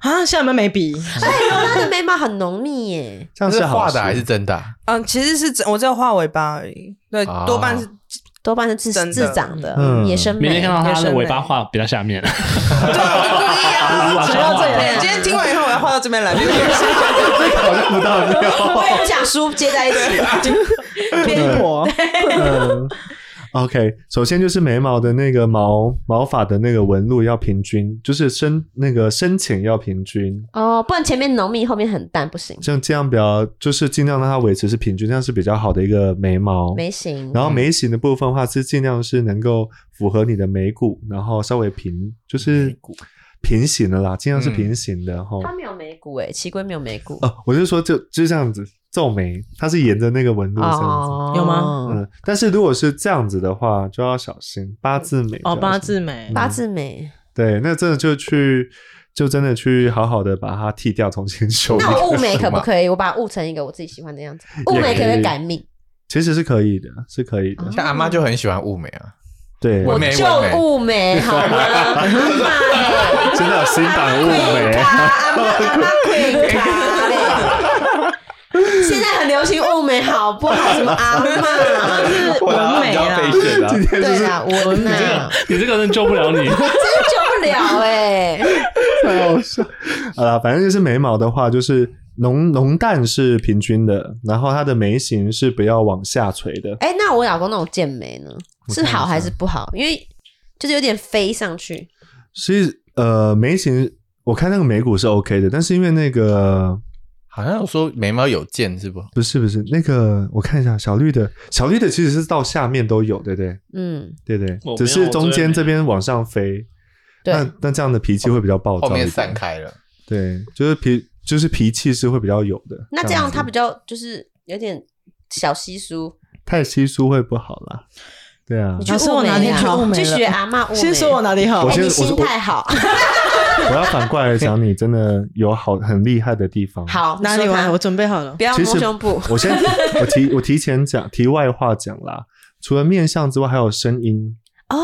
Speaker 3: 啊，现在有没有眉笔？
Speaker 1: 哎，罗拉的眉毛很浓密耶，
Speaker 2: 这样
Speaker 6: 是
Speaker 2: 是好
Speaker 6: 画
Speaker 2: 事
Speaker 6: 的还是真的啊？
Speaker 5: 嗯，其实是只我只有画尾巴而已，对，
Speaker 6: 哦
Speaker 5: 多半是
Speaker 1: 多半是自
Speaker 5: 真的
Speaker 1: 自长的
Speaker 2: 嗯
Speaker 1: 野生
Speaker 4: 明
Speaker 1: 眉
Speaker 4: 天看。到他
Speaker 5: 也
Speaker 4: 的
Speaker 5: 是
Speaker 4: 尾巴
Speaker 5: 美
Speaker 4: 画比较下面，
Speaker 5: 对，我就故意啊，
Speaker 4: 只要这里
Speaker 5: 对今天听完以后，我要画到这边来，没有人信
Speaker 2: 好像 不到料。
Speaker 1: 我也不想书接在一起，
Speaker 3: 偏颇，
Speaker 2: 嗯 OK，首先就是眉毛的那个毛毛发的那个纹路要平均，就是深那个深浅要平均，
Speaker 1: 哦，不然前面浓密，后面很淡，不行，
Speaker 2: 像这样比较就是尽量让它维持是平均，这样是比较好的一个眉毛。
Speaker 1: 没行。
Speaker 2: 然后眉形的部分的话是尽量是能够符合你的眉骨，然后稍微平，就是平行的啦，尽量是平行的哈。
Speaker 1: 他没有眉骨哎，奇龟没有眉骨
Speaker 2: 哦，我就说就就这样子皱眉，它是沿着那个纹路这样子。
Speaker 1: 哦
Speaker 3: 有
Speaker 1: 吗？
Speaker 2: 嗯，但是如果是这样子的话，就要小心八字眉就要 小心。
Speaker 3: 哦，八 字眉，
Speaker 1: 八字眉，
Speaker 2: 对，那真的就去，就真的去好好的把它剃掉，重新修理
Speaker 1: 那，我雾眉可不
Speaker 6: 嘛
Speaker 1: 可以？我把它雾成一个我自己喜欢的样子。雾
Speaker 2: 也
Speaker 1: 眉可
Speaker 2: 可
Speaker 1: 不可以
Speaker 2: 以
Speaker 1: 改命？
Speaker 2: 其实是可以的，是可以的。
Speaker 1: 嗯
Speaker 6: 像阿妈就很喜欢雾眉啊，
Speaker 2: 对，
Speaker 1: 我
Speaker 6: 眉
Speaker 1: 就
Speaker 6: 纹眉
Speaker 1: 雾眉好吗？阿妈
Speaker 2: 真的有新版雾眉，
Speaker 1: 阿妈阿妈葵卡嘞。现在很流行雾眉，好不好？什么阿妈？
Speaker 3: 是纹眉啊，
Speaker 6: 险啊，
Speaker 1: 对啦，我呐，
Speaker 4: 你这个人救不了 你。哦
Speaker 1: 真救不了哎、
Speaker 2: 太好笑。好啦，呃反正就是眉毛的话，就是浓浓淡是平均的，然后它的眉形是不要往下垂的。
Speaker 1: 哎、那我老公那种剑眉呢，
Speaker 2: 我
Speaker 1: 是
Speaker 2: 看一
Speaker 1: 好还
Speaker 2: 下
Speaker 1: 是不好？因为就是有点飞上去，
Speaker 2: 所以呃，眉形我看那个眉骨是 OK 的，但是因为那个
Speaker 6: 好像有说眉毛有剑是不？
Speaker 2: 不是不是那个，我看一下小绿的，小绿的其实是到下面都有，对不对？
Speaker 1: 嗯，
Speaker 2: 对对
Speaker 4: 我，
Speaker 2: 只
Speaker 4: 没有
Speaker 2: 是
Speaker 4: 我
Speaker 2: 中
Speaker 4: 这边
Speaker 2: 间
Speaker 4: 没
Speaker 2: 这边往上飞，
Speaker 1: 对
Speaker 2: 那那这样的脾气会比较暴躁，
Speaker 6: 哦后面散。开了，
Speaker 2: 对，就是脾就是脾气是会比较有的。
Speaker 1: 那这样
Speaker 2: 子
Speaker 1: 他比较就是有点小稀疏。
Speaker 2: 太稀疏会不好啦。对啊，
Speaker 1: 你去
Speaker 3: 老师
Speaker 1: 雾
Speaker 3: 我
Speaker 1: 眉
Speaker 3: 哪里
Speaker 1: 啊
Speaker 3: 好
Speaker 1: 你去
Speaker 3: 没了哦
Speaker 1: 学阿妈雾眉。
Speaker 3: 先说我哪里好
Speaker 2: 我
Speaker 1: 哎、
Speaker 2: 先
Speaker 1: 你
Speaker 2: 我
Speaker 1: 心态好，
Speaker 2: 我要反过来讲，你真的有好很厉害的地方。，
Speaker 1: 好
Speaker 3: 哪里玩，我准备好了
Speaker 1: 不。要
Speaker 2: 其
Speaker 1: 摸
Speaker 2: 实
Speaker 1: 胸部。
Speaker 2: 我先我提我提前讲题外话讲啦，除了面相之外，还有声音、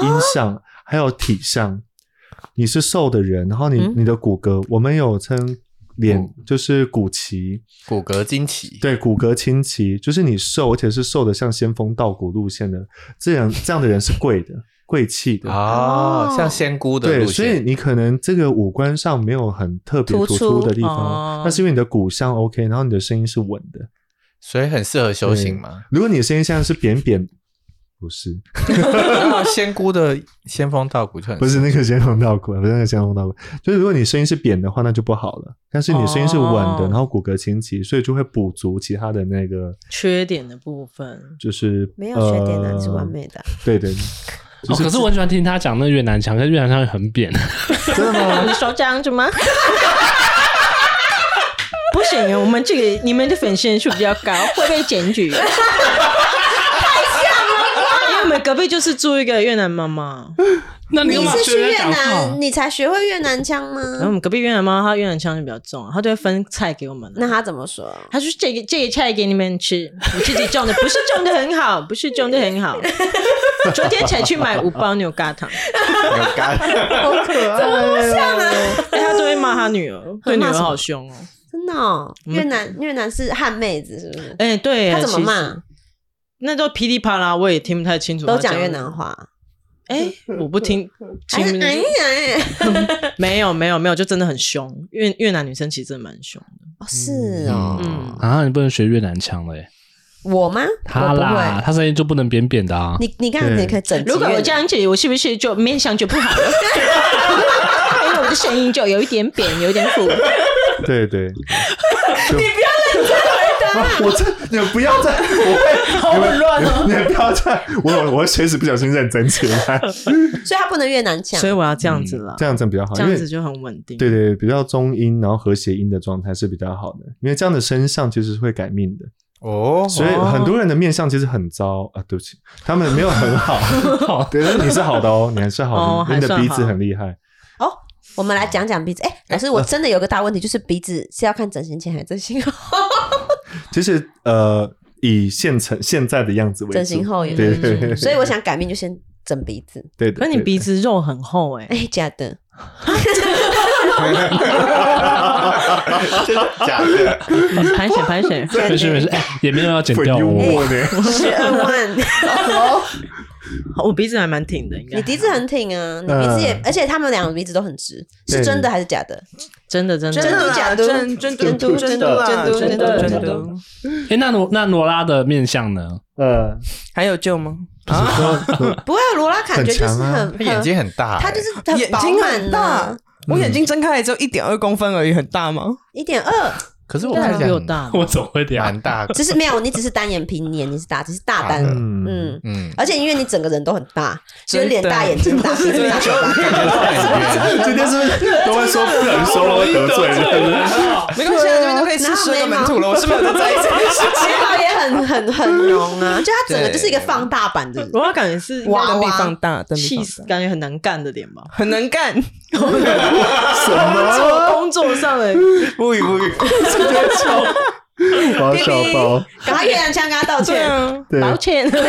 Speaker 2: 音相，还有体相。你是瘦的人，然后你、你的骨骼，我们有称脸就是骨奇，
Speaker 6: 骨骼惊奇，
Speaker 2: 对，骨骼清奇，就是你瘦，而且是瘦的像仙风道骨路线的，这样这样的人是贵的，贵气的。
Speaker 6: 哦，像仙姑的
Speaker 2: 对，
Speaker 6: 路
Speaker 2: 所以
Speaker 6: 线，
Speaker 2: 你可能这个五官上没有很特别
Speaker 1: 突
Speaker 2: 突
Speaker 1: 出
Speaker 2: 出的地
Speaker 3: 哦
Speaker 2: 方，那是因为你的骨相 OK，然后你的声音是稳的。
Speaker 6: 所以很适合修行嘛。
Speaker 2: 如果你的声音像是扁扁，不
Speaker 6: 嗯
Speaker 2: 是
Speaker 6: 那 仙姑的仙风道骨就很
Speaker 2: 不是那个仙风道骨，不是那个仙风道骨，就是如果你声音是扁的话，那就不好了。但是你的声音是稳的，
Speaker 3: 哦
Speaker 2: 然后骨骼清奇，所以就会补足其他的那个
Speaker 3: 缺点的部分，
Speaker 2: 就是
Speaker 1: 没有缺点啊，
Speaker 2: 呃
Speaker 1: 你是完美的啊。
Speaker 2: 对对，
Speaker 4: 哦，可是我很喜欢听他讲那越南腔，可是越南腔很扁。
Speaker 2: 真的
Speaker 3: 嗯
Speaker 2: 吗？
Speaker 1: 你说这样子吗？
Speaker 3: 不行，我们这个你们的粉丝人数比较高，会被检举。太像了，因嗯为我们隔壁就是住一个越南妈妈，
Speaker 4: 那你
Speaker 1: 你
Speaker 4: 干嘛
Speaker 1: 是去
Speaker 4: 学人
Speaker 1: 越
Speaker 4: 家讲话
Speaker 1: 南，？你才学会越南腔
Speaker 3: 然后我
Speaker 1: 吗？
Speaker 3: 们隔壁越南妈妈她越南腔就比较重，啊她就会分菜给我们。啊
Speaker 1: 那他怎么说？
Speaker 3: 她说这个这个菜给你们吃，你自己种的，不是种的很好，不是种的很好。昨天才去买五包牛轧糖，
Speaker 6: 有干，
Speaker 3: 哎，她都会骂她 女儿，对女儿好凶哦。
Speaker 1: 真的哦，越南越南是汉妹子是不是？
Speaker 3: 哎，对，
Speaker 1: 他怎么
Speaker 3: 其实
Speaker 1: 骂？
Speaker 3: 那都噼里啪啦，我也听不太清楚。
Speaker 1: 都讲越南。话，
Speaker 3: 哎，我不听，
Speaker 1: 哎
Speaker 3: 清
Speaker 1: 呀
Speaker 3: 明
Speaker 1: 哎呀，哎
Speaker 3: 没有没有没有，就真的很凶。越越南女生其实真的蛮凶。
Speaker 1: 哦是哦，
Speaker 3: 嗯，
Speaker 4: 啊，你不能学越南腔嘞。
Speaker 1: 我吗？
Speaker 4: 他
Speaker 1: 我不
Speaker 4: 啦，
Speaker 1: 会。
Speaker 4: 他声音就不能扁扁的啊。
Speaker 1: 你你看，
Speaker 2: 对
Speaker 1: 你可以整集
Speaker 3: 如果
Speaker 1: 越
Speaker 3: 我
Speaker 1: 南
Speaker 3: 这样子，我是不是就面相就不好了？因为我的声音就有一点扁，有一点苦。
Speaker 2: 对对，你不 要认真回答，我这你们不要再，我会好混乱哦，你们不要再，我我我随时不小心认真起来，
Speaker 1: 所以他不能越南腔
Speaker 3: 所。以我要这样子啦，
Speaker 2: 这样子比较好，
Speaker 3: 这
Speaker 2: 因
Speaker 3: 样
Speaker 2: 为
Speaker 3: 子就很稳定。
Speaker 2: 嗯对对，比较中音，然后和谐音的状态是比较好的，因为这样的声相其实是会改命的，
Speaker 6: 哦，
Speaker 2: 所以很多人的面相其实很糟啊，对不起，他们没有很好，对，但是你是好的哦，你还是好
Speaker 3: 哦
Speaker 2: 的，你的
Speaker 3: 还算
Speaker 2: 鼻子
Speaker 3: 好
Speaker 2: 很厉害，
Speaker 1: 哦我们来讲讲鼻子。哎，老
Speaker 3: 呃
Speaker 1: 师，我真的有个大问题，就是鼻子是要看整形前还是整 形后？
Speaker 2: 其实呃，以现成现在的样子为主，
Speaker 1: 整形后也
Speaker 2: 对
Speaker 1: 是
Speaker 2: 对对，
Speaker 1: 所以我想改命就先整鼻子。
Speaker 2: 对的。
Speaker 3: 可是你
Speaker 2: 对的
Speaker 3: 鼻子肉很厚 哎、
Speaker 1: 哎，假的，
Speaker 6: 真的假的？
Speaker 3: 嗯拍谁拍谁？
Speaker 4: 没事没事，哎，也没有要剪掉
Speaker 6: 很幽
Speaker 4: 我。
Speaker 6: 默呢。
Speaker 1: 十二 万。
Speaker 3: 哦我鼻子还蛮挺的，应该
Speaker 1: 你鼻子很挺啊，你鼻子也，
Speaker 2: 嗯
Speaker 1: 而且他们两个鼻子都很直，是
Speaker 2: 对
Speaker 1: 真的还是假的？
Speaker 3: 真的真的
Speaker 1: 真的啊假的
Speaker 5: 真真真
Speaker 1: 真的
Speaker 5: 真的啦
Speaker 1: 真的
Speaker 5: 真的真
Speaker 1: 真的
Speaker 5: 的，
Speaker 4: 哎，那罗那罗拉的面相呢？
Speaker 2: 呃，
Speaker 5: 还有救吗？
Speaker 1: 不会，罗拉感觉就是
Speaker 2: 很强啊
Speaker 1: 很
Speaker 6: 他眼睛很大欸，
Speaker 1: 他就是很
Speaker 5: 眼
Speaker 1: 饱
Speaker 5: 睛
Speaker 1: 满
Speaker 5: 很大
Speaker 1: 呐，，
Speaker 5: 我眼睛睁开来只有一点二公分而已，很大吗？
Speaker 1: 一点二，
Speaker 6: 可是我
Speaker 3: 对
Speaker 6: 看
Speaker 3: 啊
Speaker 6: 起
Speaker 3: 比我
Speaker 6: 来
Speaker 3: 大，
Speaker 4: 我怎么会这样？
Speaker 6: 蛮大的。
Speaker 1: 只是没有，你只是单眼皮眼，你是大，只是大单，
Speaker 2: 嗯
Speaker 1: 嗯。
Speaker 6: 嗯，
Speaker 1: 而且因为你整个人都很大，就是脸
Speaker 5: 真的
Speaker 1: 大、眼睛 大、鼻子大、嘴巴大，
Speaker 2: 今天是不是都会说不能说了，会得罪人？
Speaker 5: 没关系，啊，这边都可以吃十二个门徒了，我是没有在在意这件事 情。
Speaker 1: 睫毛也很很很浓啊，就它整个就是一个放大版的人。
Speaker 3: 我感觉是
Speaker 1: 哇
Speaker 5: 灯比放大，灯比
Speaker 3: 气
Speaker 5: 放
Speaker 3: 死，
Speaker 5: 大，
Speaker 3: 感觉很难干的脸吧？
Speaker 5: 很能干。
Speaker 2: 什 么？
Speaker 3: 做工作上哎 的
Speaker 6: 无语无语。
Speaker 2: 我要笑爆！
Speaker 1: 赶快月亮枪跟他道
Speaker 5: 对
Speaker 1: 歉，
Speaker 5: 啊，
Speaker 2: 对，
Speaker 3: 抱歉，变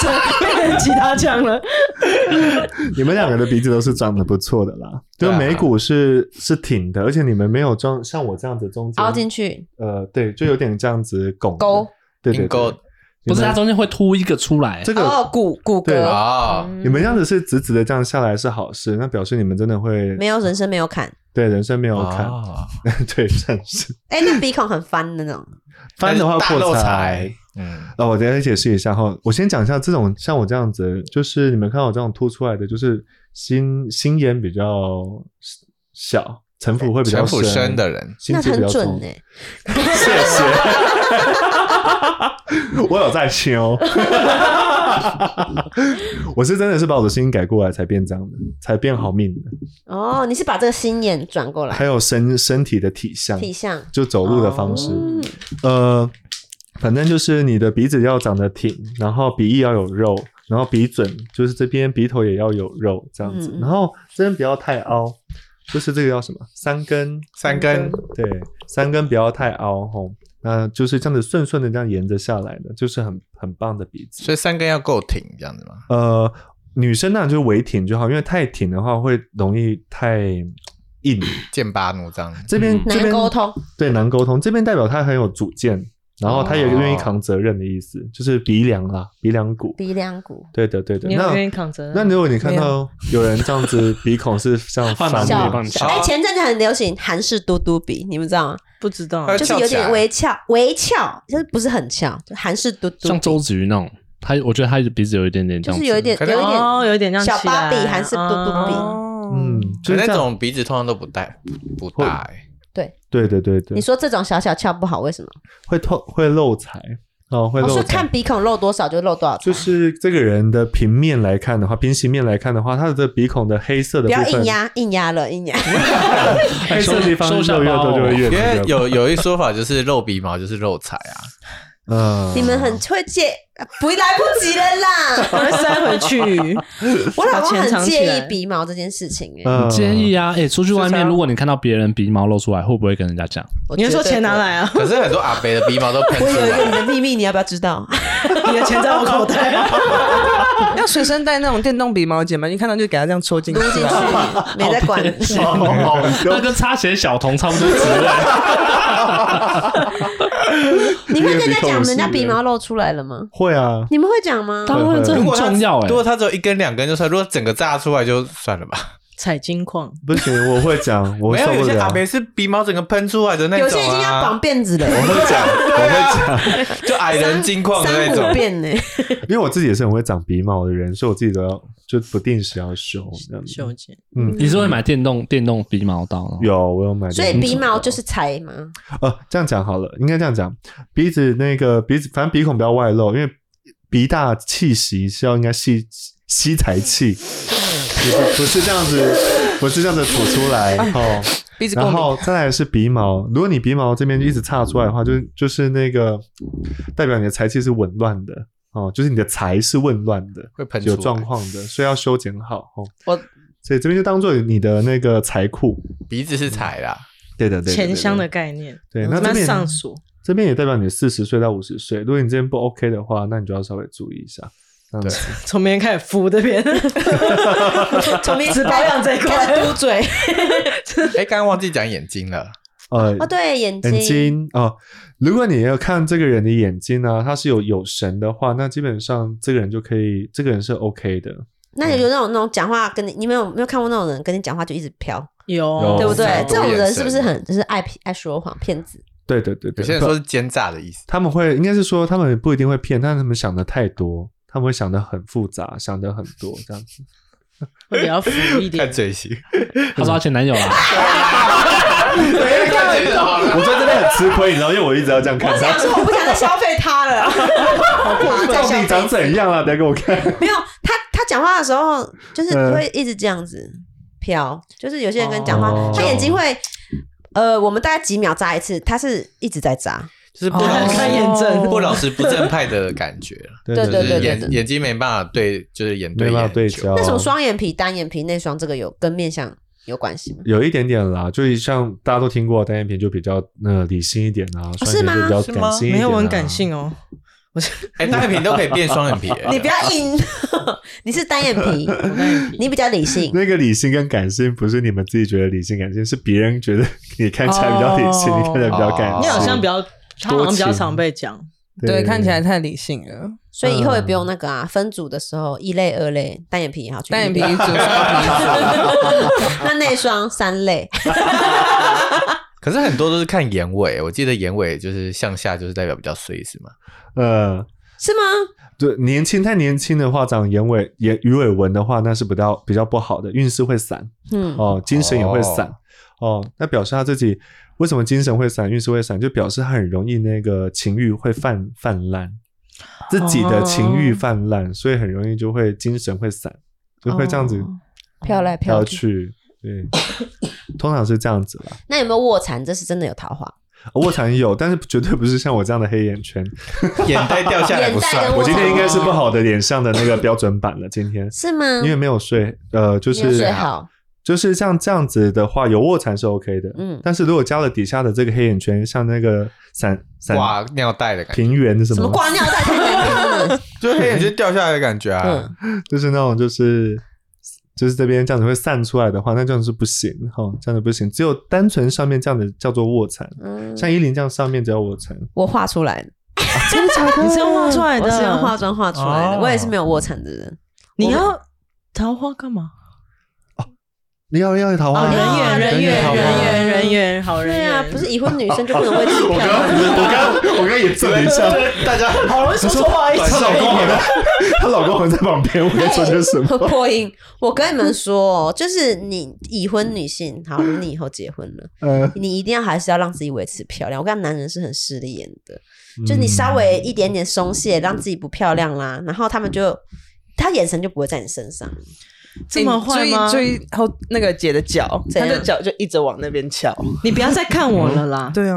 Speaker 3: 成变成吉他枪了。
Speaker 2: 你们两个的鼻子都是长得不错的啦，
Speaker 6: 对
Speaker 2: 就
Speaker 6: 啊
Speaker 2: 眉骨是是挺的，而且你们没有装像我这样子中间
Speaker 1: 凹
Speaker 5: 哦
Speaker 1: 进去
Speaker 2: 呃，对，就有点这样子拱的
Speaker 1: 勾，
Speaker 2: 对对
Speaker 6: 阴沟
Speaker 2: 对，
Speaker 4: 不是，它
Speaker 2: 他
Speaker 4: 中间会凸一个出来。
Speaker 2: 这个
Speaker 1: 哦，骨骨
Speaker 2: 对
Speaker 1: 骼
Speaker 2: 嗯
Speaker 6: 哦，
Speaker 2: 你们这样子是直直的这样下来是好事，那表示你们真的会
Speaker 1: 没有人生没有砍。
Speaker 2: 对人生没有看，
Speaker 6: 哦
Speaker 2: 对，算是
Speaker 1: 哎， 那鼻孔很翻的那种，
Speaker 2: 翻的话
Speaker 6: 大
Speaker 2: 破
Speaker 6: 漏
Speaker 2: 财
Speaker 6: 财。。嗯，
Speaker 2: 哦，我等一下解释一下哈。我先讲一下这种像我这样子，就是你们看到我这种凸出来的，就是心心眼比较小，城府会比较
Speaker 6: 城府深的人
Speaker 2: 心
Speaker 1: 那
Speaker 2: 机比
Speaker 1: 很
Speaker 2: 较
Speaker 1: 准
Speaker 2: 重。
Speaker 1: 哎。
Speaker 2: 谢谢，我有在修。我是真的是把我的心改过来才变这样的，才变好命的。
Speaker 1: 哦，你是把这个心眼转过来，
Speaker 2: 还有身身体的体相，
Speaker 1: 体相。哦
Speaker 2: 就走路的方式。呃，反正就是你的鼻子要长得挺，然后鼻翼要有肉，然后鼻准就是这边鼻头也要有肉这样子，
Speaker 1: 嗯嗯
Speaker 2: 然后这边不要太凹，就是这个叫什么三根，
Speaker 6: 三根
Speaker 2: 对，三根不要太凹吼。那就是这样子顺顺的这样沿着下来的，就是很很棒的鼻子。
Speaker 6: 所以三根要够挺这样子吗？
Speaker 2: 呃，女生那就是微挺就好，因为太挺的话会容易太硬。
Speaker 6: 剑拔弩张，
Speaker 2: 这边
Speaker 1: 嗯难
Speaker 2: 这边
Speaker 1: 沟通，
Speaker 2: 对，难沟通。这边代表他很有主见，然后他也愿意
Speaker 6: 哦
Speaker 2: 扛责任的意思，就是鼻梁啦，鼻梁骨。
Speaker 1: 鼻梁骨，
Speaker 2: 对的，对的。
Speaker 3: 你有愿意
Speaker 2: 那
Speaker 3: 扛责
Speaker 1: 啊
Speaker 3: 任？
Speaker 2: 那如果你看到有人这样子鼻孔是这 样
Speaker 4: 换
Speaker 2: 翻
Speaker 4: 哪里
Speaker 2: 的，
Speaker 4: 帮你
Speaker 1: 小
Speaker 4: 翘
Speaker 1: 哎，前阵子很流行韩式嘟嘟鼻，你们知道吗？
Speaker 3: 不知道
Speaker 6: 呃
Speaker 1: 就是
Speaker 6: 翘
Speaker 1: 有
Speaker 6: 起来
Speaker 1: 点微翘，微翘，就是不是很翘，就韩式嘟嘟
Speaker 4: 像
Speaker 1: 鼻，
Speaker 4: 周子瑜那种，他我觉得他的鼻子有一点点这
Speaker 1: 就是
Speaker 4: 样子，
Speaker 1: 有一点
Speaker 6: 可
Speaker 1: 有
Speaker 6: 能
Speaker 1: 一
Speaker 3: 哦，
Speaker 1: 点
Speaker 3: 有一点这样
Speaker 1: 小
Speaker 3: 起来
Speaker 1: 芭比还是嘟嘟鼻
Speaker 3: 哦
Speaker 2: 嗯，
Speaker 6: 可
Speaker 2: 就是
Speaker 6: 那
Speaker 2: 这样。
Speaker 6: 种鼻子通常都不大不不大欸
Speaker 2: 对对对对
Speaker 1: 你，说这种小小翘不好，为什么？
Speaker 2: 会透会漏财哦，会
Speaker 1: 我
Speaker 2: 漏
Speaker 1: 说
Speaker 2: 财
Speaker 1: 看。鼻孔露多少就露多少，
Speaker 2: 就是这个人的平面来看的话，平行面来看的话，他的鼻孔的黑色的
Speaker 1: 不
Speaker 2: 部
Speaker 1: 要硬
Speaker 2: 分，
Speaker 1: 压，硬压了，硬压。
Speaker 2: 黑色的地方
Speaker 4: 收下
Speaker 2: 肉越
Speaker 4: 包
Speaker 2: 多就会越
Speaker 6: 因为
Speaker 2: 多。
Speaker 6: 有有一说法就是露鼻毛就是漏财啊，
Speaker 2: 嗯，
Speaker 1: 你们很会借，不来不及了啦！
Speaker 3: 我会塞回去。
Speaker 1: 我老公
Speaker 3: 把钱
Speaker 1: 很
Speaker 3: 藏起
Speaker 1: 介
Speaker 3: 来
Speaker 1: 意鼻毛这件事情哎，
Speaker 2: 嗯
Speaker 4: 建议啊，哎，出去外面如果你看到别人鼻毛露出来，会不会跟人家讲？
Speaker 1: 我
Speaker 3: 你是说
Speaker 1: 绝对
Speaker 3: 钱拿
Speaker 1: 不
Speaker 3: 来啊？
Speaker 6: 可是很多阿伯的鼻毛都喷
Speaker 1: 我
Speaker 6: 出
Speaker 1: 有一个你
Speaker 6: 来，
Speaker 1: 的秘密，你要不要知道？
Speaker 3: 你的钱在我口袋。
Speaker 5: 要随身带那种电动鼻毛剪吗？一看到就给它这样戳进去
Speaker 1: 撸进
Speaker 5: 啊。
Speaker 1: 去，没在管。
Speaker 4: 哦 那跟擦鞋小童差不多职位。
Speaker 1: 你会跟人
Speaker 2: 因为
Speaker 1: 家
Speaker 2: 鼻孔
Speaker 1: 讲
Speaker 2: 有
Speaker 1: 人家
Speaker 2: 细
Speaker 1: 鼻
Speaker 2: 的
Speaker 1: 毛露出来了吗？
Speaker 2: 会啊，
Speaker 1: 你们会讲吗？
Speaker 4: 当然，这很重要
Speaker 3: 欸
Speaker 2: 欸
Speaker 4: 哎
Speaker 6: 如。果他只有一根两根就算，如果整个炸出来就算了吧。
Speaker 3: 采金矿，
Speaker 2: 不行，我会讲，我
Speaker 6: 没
Speaker 2: 受
Speaker 6: 有有
Speaker 2: 不
Speaker 6: 些阿
Speaker 2: 了。
Speaker 6: 伯是鼻毛整个喷出来的那种
Speaker 1: 有
Speaker 6: 啊，
Speaker 1: 些已经要绑辫子了，
Speaker 6: 我会讲，我会讲，就矮人金矿的
Speaker 1: 三
Speaker 6: 那
Speaker 1: 五
Speaker 6: 种。
Speaker 1: 辫呢？
Speaker 2: 因为我自己也是很会长鼻毛的人，所以我自己都要就不定时要修。这样子
Speaker 3: 秀姐，
Speaker 2: 嗯，
Speaker 4: 你是会买电动电动鼻毛刀呢？
Speaker 2: 有我有买这
Speaker 1: 所
Speaker 2: 个，
Speaker 1: 以鼻毛就是裁吗？
Speaker 2: 呃，这样讲好了，应该这样讲，鼻子那个鼻子，反正鼻孔不要外露，因为鼻大气息是要应该吸吸财气，不是不是这样子，不是这样子吐出来哦。
Speaker 5: 哎鼻子过
Speaker 2: 然
Speaker 5: 敏，
Speaker 2: 后再来是鼻毛，如果你鼻毛这边一直岔出来的话，就是就是那个代表你的财气是紊乱的哦，就是你的财是紊乱的，
Speaker 6: 会喷出来
Speaker 2: 有状况的，所以要修剪好哦。
Speaker 1: 我
Speaker 2: 所以这边就当做你的那个财库，
Speaker 6: 鼻子是彩啦，
Speaker 2: 对的对的
Speaker 3: 钱箱的概念，
Speaker 2: 对，那
Speaker 3: 慢
Speaker 2: 这
Speaker 3: 慢
Speaker 2: 边
Speaker 3: 上锁。
Speaker 2: 这边也代表你四十岁到五十岁，如果你这边不 OK 的话，那你就要稍微注意一下。这样子。
Speaker 3: 从明天开始敷这边，
Speaker 1: 从明
Speaker 3: 只保养这一块
Speaker 1: 开始嘟嘴。
Speaker 6: 哎，刚刚忘记讲眼睛了，
Speaker 2: 呃
Speaker 1: 哦，，对，眼睛，
Speaker 2: 眼睛啊、哦如果你要看这个人的眼睛呢、他是有有神的话，那基本上这个人就可以，这个人是 OK 的。
Speaker 1: 那有那种那种讲话跟你，你没有没有看过那种人跟你讲话就一直飘，
Speaker 3: 有
Speaker 2: 有
Speaker 1: 对不对
Speaker 3: 啊
Speaker 6: 哦？
Speaker 1: 这种人是不是
Speaker 6: 眼神
Speaker 1: 很就是爱爱说谎、骗子？
Speaker 2: 对对对对，
Speaker 6: 有些人说是奸诈的 意思。
Speaker 2: 他们会应该是说他们不一定会骗，但他们想的太多，他们会想的很复杂，想的很多这样子。
Speaker 3: 我比较敷一
Speaker 6: 看
Speaker 3: 点。
Speaker 6: 嘴型，
Speaker 4: 他说他前男友啊啦，
Speaker 6: 对，看嘴型好了。
Speaker 2: 我觉得真的很吃亏，你知道，因为我一直要这样看他，
Speaker 1: 说我不想再消费他 了，好再
Speaker 2: 到底
Speaker 1: 消
Speaker 2: 长
Speaker 1: 费。
Speaker 2: 怎样啊？等一下给我看。
Speaker 1: 没有他，他讲话的时候就是
Speaker 2: 嗯
Speaker 1: 会一直这样子飘，就是有些人跟你讲话
Speaker 2: 哦，
Speaker 1: 他眼睛会。呃，我们大概几秒眨一次，他是一直在眨，
Speaker 6: 就是不
Speaker 5: 哦
Speaker 6: 老实
Speaker 5: 看
Speaker 3: 眼症
Speaker 6: 不老实不正派的感觉，啊
Speaker 2: 对
Speaker 1: 对
Speaker 6: 就是
Speaker 1: 对对
Speaker 6: 眼眼睛没办法对，就是眼对
Speaker 2: 没办
Speaker 6: 眼
Speaker 2: 法对
Speaker 6: 球
Speaker 2: 焦。
Speaker 1: 那种双眼皮、单眼皮、内双，这个有跟面相有关系吗？
Speaker 2: 有一点点啦，就是像大家都听过单眼皮就比较呃理性一点啊，双
Speaker 1: 是
Speaker 2: 眼皮
Speaker 1: 吗
Speaker 2: 就比较
Speaker 6: 是
Speaker 2: 感
Speaker 6: 吗
Speaker 2: 性一点、啊。
Speaker 3: 没有，我很感。性哦。
Speaker 6: 哎，单眼皮都可以变双 眼皮，哎
Speaker 1: 你不要硬，你是单眼皮，你比较理性。
Speaker 2: 那个理性跟感性不是你们自己觉得理性感性，是别人觉得你看起来比较理性，
Speaker 3: 哦
Speaker 2: 你看起来比较感性。
Speaker 3: 你好像比
Speaker 2: 较
Speaker 3: 较，他好像比较
Speaker 2: 情
Speaker 3: 常被讲。
Speaker 5: 对，看起来太理性了。
Speaker 1: 所以以后也不用那个啊，分组的时候一类、二类，单眼皮也好，去
Speaker 5: 单眼皮
Speaker 1: 一类
Speaker 5: 组双皮
Speaker 1: 那内双三类，
Speaker 6: 可是很多都是看眼尾，我记得眼尾就是向下，就是代表比较碎，是吗？
Speaker 2: 呃，
Speaker 1: 是吗？
Speaker 2: 对，年轻太年轻的话，长眼尾眼鱼尾纹的话，那是比较比较不好的，运势会散
Speaker 1: 嗯，
Speaker 2: 哦，精神也会散哦那表示他自己为什么精神会散，运势会散，就表示他很容易那个情欲会泛泛滥，自己的情欲泛滥，所以很容易就会精神会散，就会这样子
Speaker 1: 飘来飘
Speaker 2: 飘
Speaker 1: 去。
Speaker 2: 去。对， 通常是这样子啦。
Speaker 1: 那有没有卧蚕？这是真的有桃花，
Speaker 2: 卧蚕有，但是绝对不是像我这样的黑眼圈。
Speaker 6: 眼袋掉下来不
Speaker 1: 眼袋
Speaker 6: 算
Speaker 1: 跟，
Speaker 2: 我今天应该是
Speaker 1: 卧蚕
Speaker 2: 不好的脸上的那个标准版了。今天
Speaker 1: 是吗？
Speaker 2: 因为没有睡，呃，就
Speaker 1: 没有
Speaker 2: 是
Speaker 1: 睡好，
Speaker 2: 就是像这样子的话，有卧蚕是 OK 的。
Speaker 1: 嗯
Speaker 2: 但是如果加了底下的这个黑眼圈，像那个散散
Speaker 6: 挂尿袋的感觉，
Speaker 2: 平原什
Speaker 1: 什么
Speaker 2: 么，
Speaker 1: 挂尿袋太难听 了。
Speaker 6: 就是黑眼圈掉下来的感觉啊。
Speaker 1: 嗯
Speaker 2: 就是那种就是就是这边这样子会散出来的话，那这样是不行哈、这样子不行。只有单纯上面这样子叫做卧蚕，
Speaker 1: 嗯，
Speaker 2: 像依林这样上面只要卧蚕。
Speaker 1: 我画出啊来的，
Speaker 3: 你是用画出来
Speaker 1: 我
Speaker 3: 的？
Speaker 1: 是用化妆画出来的，
Speaker 6: 哦
Speaker 1: 我也是没有卧蚕的人。
Speaker 3: 你要桃花干嘛？
Speaker 2: 要要桃花
Speaker 3: 人
Speaker 4: 哦
Speaker 3: 缘，哦
Speaker 2: 缘
Speaker 3: 人缘，
Speaker 2: 桃花
Speaker 3: 人缘，人缘，好人
Speaker 1: 对啊
Speaker 3: 缘，，
Speaker 1: 不是已婚女生就不能为自己漂亮吗？
Speaker 2: 哦我刚我刚也震了一下，
Speaker 6: 大家
Speaker 3: 好容易说错话，一
Speaker 2: 她老公 好像她老公好像在旁边，我在说些 什么？
Speaker 1: 破音！我跟你们说哦，就是你已婚女性，好，你以后结婚了，
Speaker 2: 呃，
Speaker 1: 你一定要还是要让自己维持漂亮。我跟你讲男人是很势利眼的，
Speaker 2: 嗯
Speaker 1: 就是你稍微一点点松懈，让自己不漂亮啦，然后他们就他眼神就不会在你身上。
Speaker 3: 这么坏吗？
Speaker 5: 注意注意后那个姐的脚，
Speaker 1: 怎
Speaker 5: 她
Speaker 1: 样
Speaker 5: 的脚就一直往那边翘。
Speaker 3: 你不要再看我了啦！
Speaker 5: 对啊，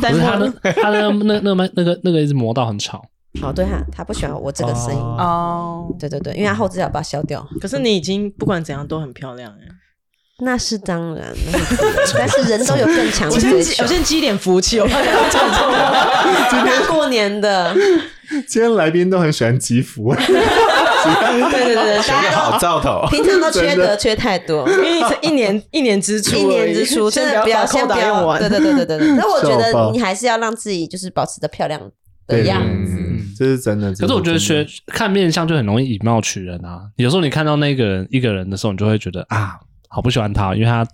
Speaker 3: 但
Speaker 4: 不是他的他的那那那那个那个一直磨到 很吵，
Speaker 1: 哦，对哈、他不喜欢我这个声音。
Speaker 2: 哦
Speaker 5: 哦，
Speaker 1: 对对对，因为他后置要把它消掉，
Speaker 3: 可是你已经不管怎样都很漂亮哎。
Speaker 1: 那是当然，那是当 然但是人都有更强的
Speaker 3: 我先
Speaker 1: 追
Speaker 3: 积
Speaker 1: 求
Speaker 3: 我。先积一点福气，我 怕讲错
Speaker 1: 大过年的，
Speaker 2: 今天来宾都很喜欢吉福，
Speaker 1: 对对对，
Speaker 6: 选
Speaker 1: 大
Speaker 6: 一个
Speaker 1: 家
Speaker 6: 好兆头
Speaker 1: 都。平常都缺
Speaker 2: 真
Speaker 1: 德缺太多，
Speaker 3: 因为是一年一年支出而已，
Speaker 1: 一年之初真的不要
Speaker 3: 先
Speaker 1: 先不
Speaker 3: 把扣打用
Speaker 1: 要，
Speaker 3: 完
Speaker 1: 对 对对对对对。 那我觉
Speaker 2: 笑爆
Speaker 1: 得你还是要让自己就是保持的漂亮的
Speaker 2: 对
Speaker 1: 样子。
Speaker 6: 嗯
Speaker 2: 这是真的。
Speaker 4: 可是我觉
Speaker 2: 这
Speaker 4: 得
Speaker 2: 真
Speaker 4: 学
Speaker 2: 的
Speaker 4: 看面相就很容易以貌取人啊。有时候你看到那个人一个人的时候，你就会觉得啊，好不喜欢他，因为他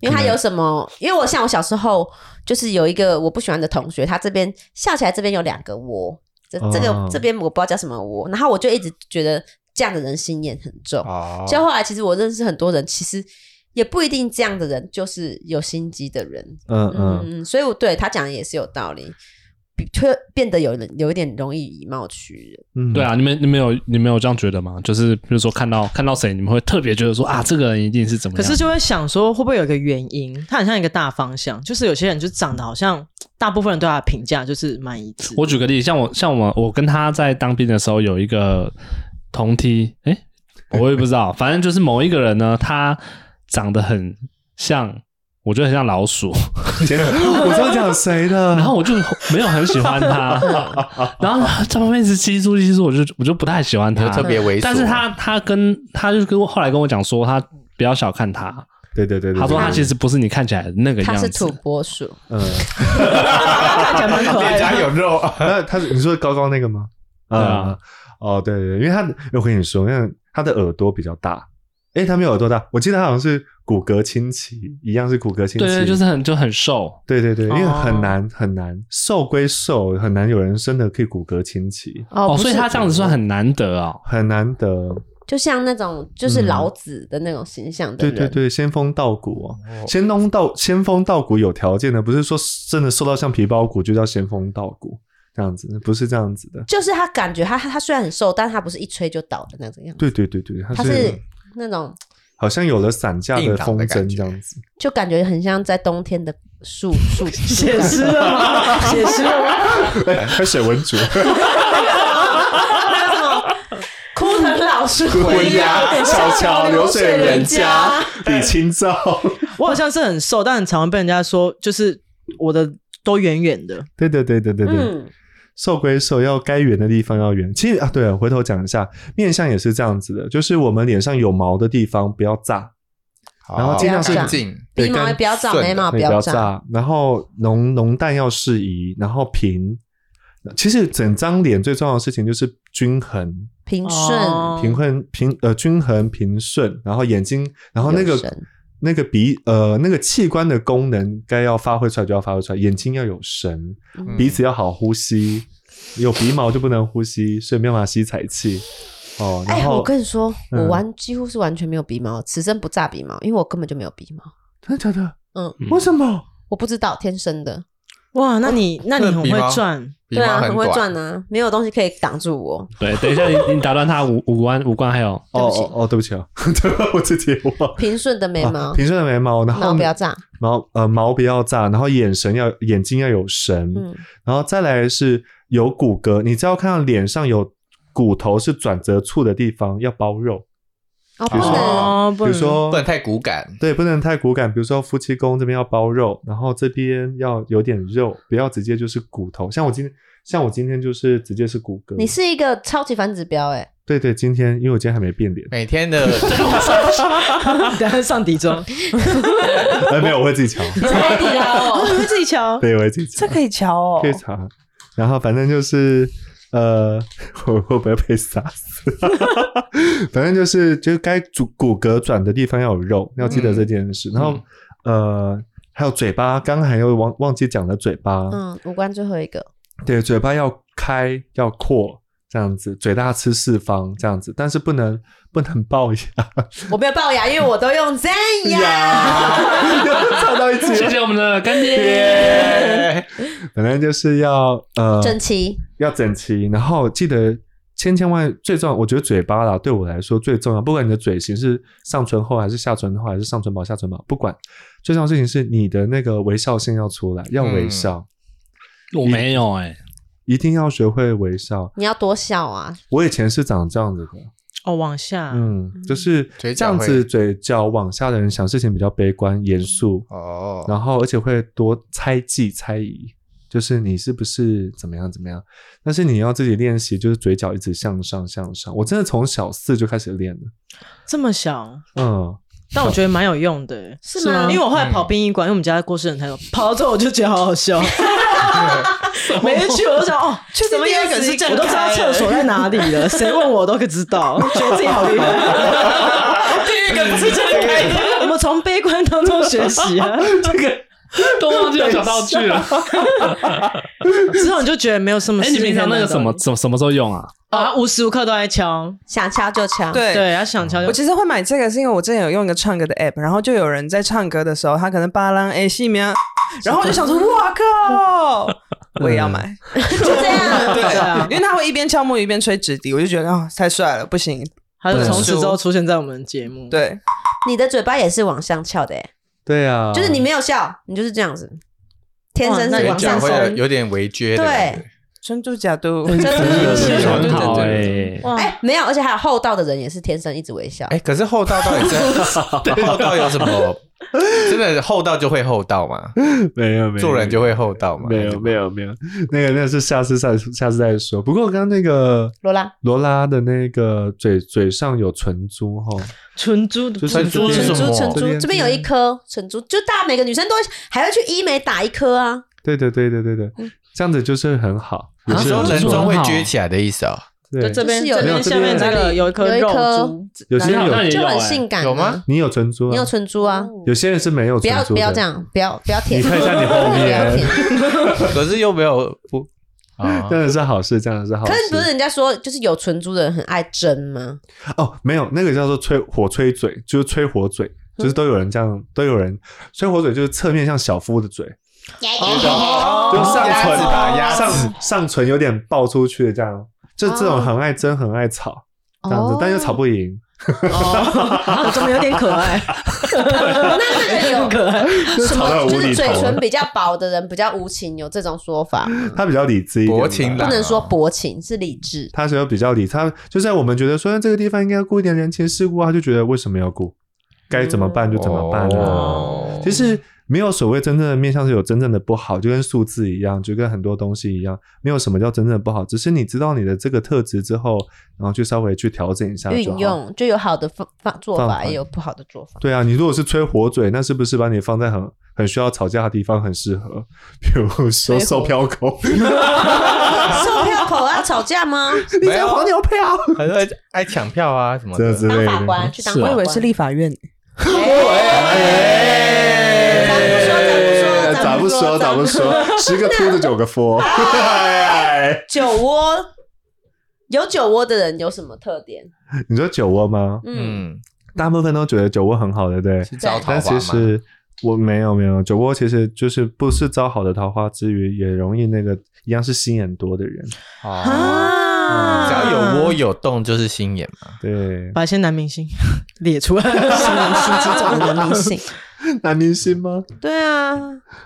Speaker 1: 因为他有什么？因为我像我小时候，就是有一个我不喜欢的同学，他这边笑起来这边有两个窝，这这个、
Speaker 2: 哦
Speaker 1: 这边我不知道叫什么窝，然后我就一直觉得这样的人心眼很重。
Speaker 6: 哦
Speaker 1: 就后来其实我认识很多人，其实也不一定这样的人就是有心机的人。
Speaker 2: 嗯嗯，
Speaker 1: 嗯，所以我对他讲的也是有道理，比会变得有人有一点容易以貌取人。
Speaker 2: 嗯
Speaker 4: 对，啊，你们你们有你们有这样觉得吗？就是比如说看到看到谁，你们会特别觉得说啊，这个人一定是怎么
Speaker 3: 可
Speaker 4: 样？
Speaker 3: 是就会想说，会不会有一个原因？它很像一个大方向，就是有些人就长得好像，大部分人对他的评价就是蛮一致。
Speaker 4: 我举个例子，像我像我我跟他在当兵的时候有一个同梯，诶、我也不知道，反正就是某一个人呢，他长得很像我就很像老 鼠，
Speaker 2: 我知道讲谁
Speaker 6: 嗯
Speaker 2: 的，
Speaker 4: 然后我就没有很喜 欢他，然后他在旁边一直叽叽叽叽，我就我就不太喜欢
Speaker 6: 你
Speaker 4: 他
Speaker 6: 就，特别猥琐。啊
Speaker 4: 但是他他跟他就跟我后来跟我讲说，他不要小看他，
Speaker 2: 对对对对，
Speaker 4: 他说
Speaker 2: 对
Speaker 4: 他其，实不是你看起来的那个
Speaker 1: 它
Speaker 4: 样
Speaker 1: 是
Speaker 4: 子，
Speaker 1: 土拨鼠，
Speaker 2: 嗯，
Speaker 3: 看起来蛮可爱
Speaker 6: 脸颊有
Speaker 3: 的。
Speaker 6: 肉，
Speaker 2: 那他是你说高高那个吗？
Speaker 4: 对啊
Speaker 2: 嗯，哦对对，对因为他我跟你说，因为他的耳朵比较大，诶，他没有耳朵大，我记得他好像是骨骼亲戚，一样是骨骼亲戚，
Speaker 4: 对对，就是很就很瘦，
Speaker 2: 对对对，因为
Speaker 3: 哦
Speaker 2: 很难很难，瘦归瘦，很难有人生的可以骨骼清奇，
Speaker 4: 哦，所以他这样子算很难得哦。
Speaker 2: 很难得。
Speaker 1: 就像那种就是
Speaker 2: 嗯
Speaker 1: 老子的那种形象的
Speaker 2: 对
Speaker 1: 人，
Speaker 2: 对对，仙风道骨哦，仙风道仙风道骨有条件的，不是说真的瘦到像皮包骨就叫仙风道骨这样子，不是这样子的。
Speaker 1: 就是他感觉他他虽然很瘦，但他不是一吹就倒的那种样子，
Speaker 2: 对对对对，他
Speaker 1: 他
Speaker 2: 是
Speaker 1: 是那种
Speaker 2: 好像有了散架
Speaker 6: 硬
Speaker 2: 的
Speaker 6: 朗
Speaker 2: 风
Speaker 6: 的感
Speaker 2: 筝
Speaker 6: 觉
Speaker 2: 这样子。
Speaker 1: 就感觉很像在冬天的 树树
Speaker 3: 写诗了吗？写诗了吗？
Speaker 2: 他写文竹，
Speaker 1: 枯藤 老树
Speaker 2: 滚呀， 小桥流水人家，李清照。
Speaker 3: 我好像是很瘦，但很常被人家说，就是我的都圆圆的。
Speaker 2: 对对对对对对，
Speaker 1: 嗯，
Speaker 2: 瘦归瘦，要该圆的地方要圆。其实啊，对了，回头讲一下，面相也是这样子的，就是我们脸上有毛的地方不要炸， 然后尽量是
Speaker 6: 干净，
Speaker 1: 鼻毛也不要长，眉毛也
Speaker 2: 对
Speaker 1: 啊不要长，
Speaker 2: 炸，然后浓浓淡要适宜，然后平。其实整张脸最重要的事情就是均衡、
Speaker 1: 平
Speaker 3: 哦
Speaker 1: 顺，
Speaker 2: 平衡、平呃均衡、平顺，然后眼睛，然后那
Speaker 1: 有
Speaker 2: 个
Speaker 1: 神
Speaker 2: 那个鼻呃那个器官的功能该要发挥出来就要发挥出来，眼睛要有神，
Speaker 1: 嗯
Speaker 2: 鼻子要好呼吸，有鼻毛就不能呼吸，所以没办法吸财气。哦，
Speaker 1: 哎、
Speaker 2: 然后、
Speaker 1: 我跟你说，我
Speaker 2: 嗯
Speaker 1: 完几乎是完全没有鼻毛，此生不炸鼻毛，因为我根本就没有鼻毛。
Speaker 2: 真的假的？
Speaker 1: 嗯，
Speaker 4: 嗯
Speaker 2: 为什么？
Speaker 1: 我不知道，天生的，
Speaker 3: 哇，那你那你很
Speaker 6: 笔吗
Speaker 3: 会赚，
Speaker 6: 鼻
Speaker 1: 对
Speaker 6: 毛
Speaker 1: 啊，
Speaker 6: 很
Speaker 1: 很会赚
Speaker 6: 的。
Speaker 1: 啊，没有东西可以挡住我。
Speaker 4: 对，等一下你你打断他五五官五官还有
Speaker 2: 哦哦哦，对不起啊， 对，我自己也忘了。
Speaker 1: 平顺的眉毛，
Speaker 2: 啊平顺的眉毛，然
Speaker 1: 然
Speaker 2: 后
Speaker 1: 后不要炸，
Speaker 2: 毛呃毛不要炸，然后眼神要眼睛要有神，
Speaker 1: 嗯，
Speaker 2: 然后再来是有骨骼，你只要看到脸上有骨头是转折处的地方要包肉，
Speaker 1: 哦，不
Speaker 2: 比如说
Speaker 1: 能，
Speaker 3: 哦，
Speaker 2: 比
Speaker 3: 不
Speaker 2: 如
Speaker 3: 能
Speaker 2: 说
Speaker 6: 不能太骨感，，
Speaker 2: 对，不能太骨感，比如说夫妻宫这边要包肉，然后这边要有点肉，不要直接就是骨头。像我今天，像我今天就是直接是骨骼。
Speaker 1: 你是一个超级反指标哎、
Speaker 2: 对对，今天因为我今天还没变脸
Speaker 6: 每天的
Speaker 3: 等下上底妆，
Speaker 2: 哎，没有，我会自己瞧，
Speaker 3: 哦，你会自己瞧，
Speaker 2: 对，我会自己瞧，
Speaker 5: 这可以瞧哦
Speaker 2: 可以查。然后反正就是，呃，我会不会被杀死？ 反正就是，就是该骨骨骼转的地方要有肉，要记得这件事。然后，呃，还有嘴巴，刚刚还有忘忘记讲了嘴巴，
Speaker 1: 嗯，五官最后一个，
Speaker 2: 对，嘴巴要开要阔，这样子，嘴大吃四方这样子，但是不能不能龅
Speaker 1: 我没有龅牙，因为我都 用这
Speaker 2: 啊哦
Speaker 1: 样。
Speaker 2: 牙，唱到一起
Speaker 4: 谢
Speaker 2: 了。
Speaker 4: 谢我们的干爹。
Speaker 2: 反正就是要呃
Speaker 1: 整齐，
Speaker 2: 要整齐，然后记得千千万最重要，我觉得嘴巴啦对我来说最重要，不管你的嘴型是上唇厚还是下唇厚还是上唇薄下唇薄，不管最重要的事情是你的那个微笑线要出来，要微
Speaker 6: 嗯
Speaker 2: 笑，
Speaker 4: 我没有哎、
Speaker 2: 一定要学会微笑。
Speaker 1: 你要多笑啊！
Speaker 6: 嗯
Speaker 2: 我以前是长这样子的，
Speaker 3: 哦，往下，
Speaker 2: 嗯，就是这
Speaker 6: 嘴角
Speaker 2: 样
Speaker 6: 会
Speaker 2: 子，嘴角往下的人想事情比较悲观、严肃，
Speaker 6: 哦，
Speaker 2: 然后而且会多猜忌、猜疑，就是你是不是怎么样怎么样。但是你要自己练习，就是嘴角一直向上向上。我真的从小四就开始练了，
Speaker 3: 这么小，
Speaker 2: 嗯，
Speaker 3: 但我觉得蛮有用的、
Speaker 1: 是吗
Speaker 3: 因为我后来
Speaker 4: 嗯
Speaker 3: 跑殡仪馆，因为我们家的过世人太多，跑到最后我就觉得好好 笑。每次去我都想哦，
Speaker 5: 确定
Speaker 3: 怎么有一
Speaker 5: 第二个是正
Speaker 3: 我都知道
Speaker 5: 开
Speaker 3: 厕
Speaker 5: 的
Speaker 3: 所在哪里 了，谁问我都可知道，觉得自己好 厉害。
Speaker 5: 第一个不是这个
Speaker 3: 我们从悲观当中学习啊，
Speaker 4: 都忘记有小道具了。
Speaker 3: 之后你就觉得没有什么
Speaker 4: 哎、
Speaker 3: 事
Speaker 4: 你
Speaker 3: 情
Speaker 4: 平
Speaker 3: 太难
Speaker 4: 常
Speaker 3: 到。
Speaker 4: 那个什么什么什么时候用啊？
Speaker 3: 啊，无时无刻都在敲，
Speaker 1: 想敲就敲，，
Speaker 5: 对
Speaker 3: 对，要想敲
Speaker 5: 我
Speaker 3: 就。
Speaker 5: 其实会买这个，是因为我之前有用一个唱歌的 app，然后就有人在唱歌的时候，他可能巴郎哎西面，然后我就想说，哇靠，我也要 买，
Speaker 1: 就这 样。
Speaker 3: 对啊
Speaker 5: 因为他会一边敲木鱼一边吹纸笛，我就觉得啊、太帅了，不行，
Speaker 3: 还有从此之后出现在我们的节目，，
Speaker 5: 对，
Speaker 1: 你的嘴巴也是往上翘的、欸，
Speaker 2: 对啊，
Speaker 1: 就是你没有笑，你就是这样子，天生
Speaker 3: 哇那
Speaker 1: 是
Speaker 3: 你
Speaker 6: 嘴
Speaker 1: 往
Speaker 6: 角
Speaker 1: 上
Speaker 6: 会
Speaker 1: 升
Speaker 6: 有。有点微撅的感觉，
Speaker 5: 真度假度，
Speaker 4: 真的
Speaker 5: 真
Speaker 4: 是
Speaker 5: 假
Speaker 4: 很
Speaker 5: 度
Speaker 4: 好
Speaker 5: 真的
Speaker 4: 哎，
Speaker 1: 哎、没有，而且还有厚道的人也是天生一直微笑。
Speaker 6: 哎，可是厚道到 底真厚道有什么？真的厚道就会厚道嘛，
Speaker 2: 没有没有，
Speaker 6: 做人就会厚道嘛。
Speaker 2: 没有没有没有，那个那个是下次再下次再说。不过刚刚那个
Speaker 1: 罗拉，
Speaker 2: 罗拉的那个嘴嘴上有唇珠哈，
Speaker 3: 纯珠的
Speaker 2: 就
Speaker 3: 纯
Speaker 2: 是
Speaker 3: 珠
Speaker 2: 这
Speaker 1: 唇
Speaker 2: 边
Speaker 1: 珠，唇
Speaker 2: 这
Speaker 1: 珠，
Speaker 2: 边
Speaker 1: 这边有一颗唇珠，就大每个女生都会还会去医美打一颗啊。
Speaker 2: 对对对对对对，
Speaker 1: 嗯
Speaker 2: 这样子就是很好。
Speaker 4: 啊
Speaker 6: 你说人中会撅起来的意思哦？
Speaker 2: 对，
Speaker 3: 这边
Speaker 1: 就是有
Speaker 3: 这
Speaker 2: 没有
Speaker 3: 边
Speaker 2: 这
Speaker 3: 下面
Speaker 2: 边
Speaker 3: 这个有一颗
Speaker 1: 有一
Speaker 3: 肉
Speaker 1: 颗
Speaker 3: 珠，
Speaker 2: 有些人
Speaker 4: 好像
Speaker 2: 有
Speaker 4: 也
Speaker 1: 就
Speaker 4: 有
Speaker 1: 很
Speaker 4: 哎
Speaker 1: 性感，啊
Speaker 6: 有吗？？
Speaker 2: 你有唇珠啊
Speaker 1: 你有，唇珠啊？
Speaker 2: 有些人是没有
Speaker 1: 不
Speaker 2: 唇
Speaker 1: 要
Speaker 2: 珠的。
Speaker 1: 不要这样，不要不要舔。
Speaker 2: 你看一下你后面
Speaker 1: 不要舔
Speaker 6: 可是又没有不啊
Speaker 2: 真的是好事，真的是好事。
Speaker 1: 可是不是人家说就是有唇珠的人很爱针吗？
Speaker 2: 哦，没有，那个叫做吹火吹嘴，就是吹火嘴，
Speaker 6: 嗯
Speaker 2: 就是都有人这样，都有人吹火嘴，就是侧面像小夫的嘴，就
Speaker 6: 哦
Speaker 2: 上唇
Speaker 6: 打鸭
Speaker 2: 上
Speaker 6: 子，哦
Speaker 2: 上唇有点爆出去的这样，就这种很爱争，很爱吵这样子，但又吵不赢。
Speaker 3: 哦，怎么有点可 爱？
Speaker 1: 那那个有
Speaker 3: 很可爱，
Speaker 2: 就
Speaker 1: 什
Speaker 2: 吵到
Speaker 1: 么？
Speaker 2: 无厘头
Speaker 1: 就是嘴唇比较薄的人比较无情，有这种说法吗？
Speaker 2: 他比较理智一点吧，
Speaker 6: 薄情
Speaker 1: 不
Speaker 6: 啦
Speaker 1: 能说薄情，是理智。
Speaker 2: 他是有比较理，他就在我们觉得说哎这个地方应该要顾一点人情世故啊，他就觉得为什么要顾，该怎么办就怎么办啊。
Speaker 6: 哦
Speaker 2: 其实没有所谓真正的面相是有真正的不好，就跟数字一样，就跟很多东西一样，没有什么叫真正的不好，只是你知道你的这个特质之后，然后去稍微去调整一下就
Speaker 1: 运
Speaker 2: 好。
Speaker 1: 用就有好的方方做
Speaker 2: 方
Speaker 1: 法，
Speaker 2: 法
Speaker 1: 也有不好的 做法。
Speaker 2: 对啊，你如果是吹火嘴，那是不是把你放在很很需要吵架的地方很适合？比如说售票口，
Speaker 1: 售票口要吵架吗？
Speaker 2: 你这黄牛票，
Speaker 6: 啊很多人爱抢票啊什么
Speaker 2: 这
Speaker 6: 的。
Speaker 2: 之
Speaker 1: 当
Speaker 2: 类
Speaker 1: 法官
Speaker 2: 的。
Speaker 1: 去当
Speaker 4: 是
Speaker 1: 法
Speaker 4: 啊
Speaker 5: 我
Speaker 1: 官，
Speaker 5: 以为 是立法院，
Speaker 1: 哎
Speaker 2: 哎
Speaker 1: 咱
Speaker 2: 咋
Speaker 1: 不
Speaker 2: 不
Speaker 1: 说咱
Speaker 2: 说？咋
Speaker 1: 不
Speaker 2: 不
Speaker 1: 说
Speaker 2: 说？十个秃子九个佛。哎
Speaker 1: 酒窝。有酒窝的人有什么特点？
Speaker 2: 你说酒窝吗？
Speaker 1: 嗯，
Speaker 6: 嗯，
Speaker 2: 大部分都觉得酒窝很好，对不对？
Speaker 6: 是招桃
Speaker 2: 但
Speaker 6: 花嘛
Speaker 2: 其实我没有没有酒窝，其实就是不是招好的桃花之余，也容易那个一样是心眼多的人。
Speaker 6: 哦，
Speaker 4: 嗯
Speaker 3: 啊
Speaker 6: 只要有窝有洞就是心眼嘛。
Speaker 2: 啊 对，
Speaker 3: 把一些男明星列出来，
Speaker 1: 心 机重的男明星，
Speaker 2: 男明星吗？
Speaker 4: 嗯
Speaker 1: 对啊，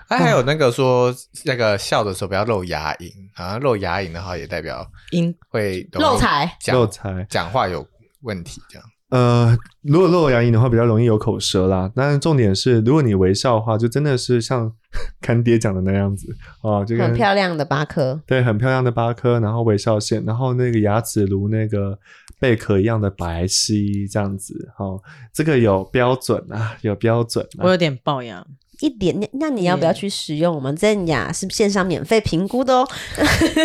Speaker 6: 哎，还有那个说那个笑的时候不要露牙龈，好像露牙龈的话也代表
Speaker 3: 因
Speaker 6: 会容易
Speaker 1: 漏财，
Speaker 6: 讲
Speaker 2: 漏财。
Speaker 6: 讲话有问题这样。
Speaker 2: 呃，如果露牙龈的话，比较容易有口舌啦。但是重点是，如果你微笑的话，就真的是像 干爹讲的那样子哦，就
Speaker 1: 很
Speaker 2: 跟
Speaker 1: 漂亮的八颗，
Speaker 2: 对很漂亮的八颗，然后微笑线，然后那个牙齿如那个贝壳一样的白皙这样子。哦，这个有标准啊，有标准、啊。
Speaker 3: 我有点龅牙，
Speaker 1: 一点点。那你要不要去使用我们正雅是线上免费评估的哦，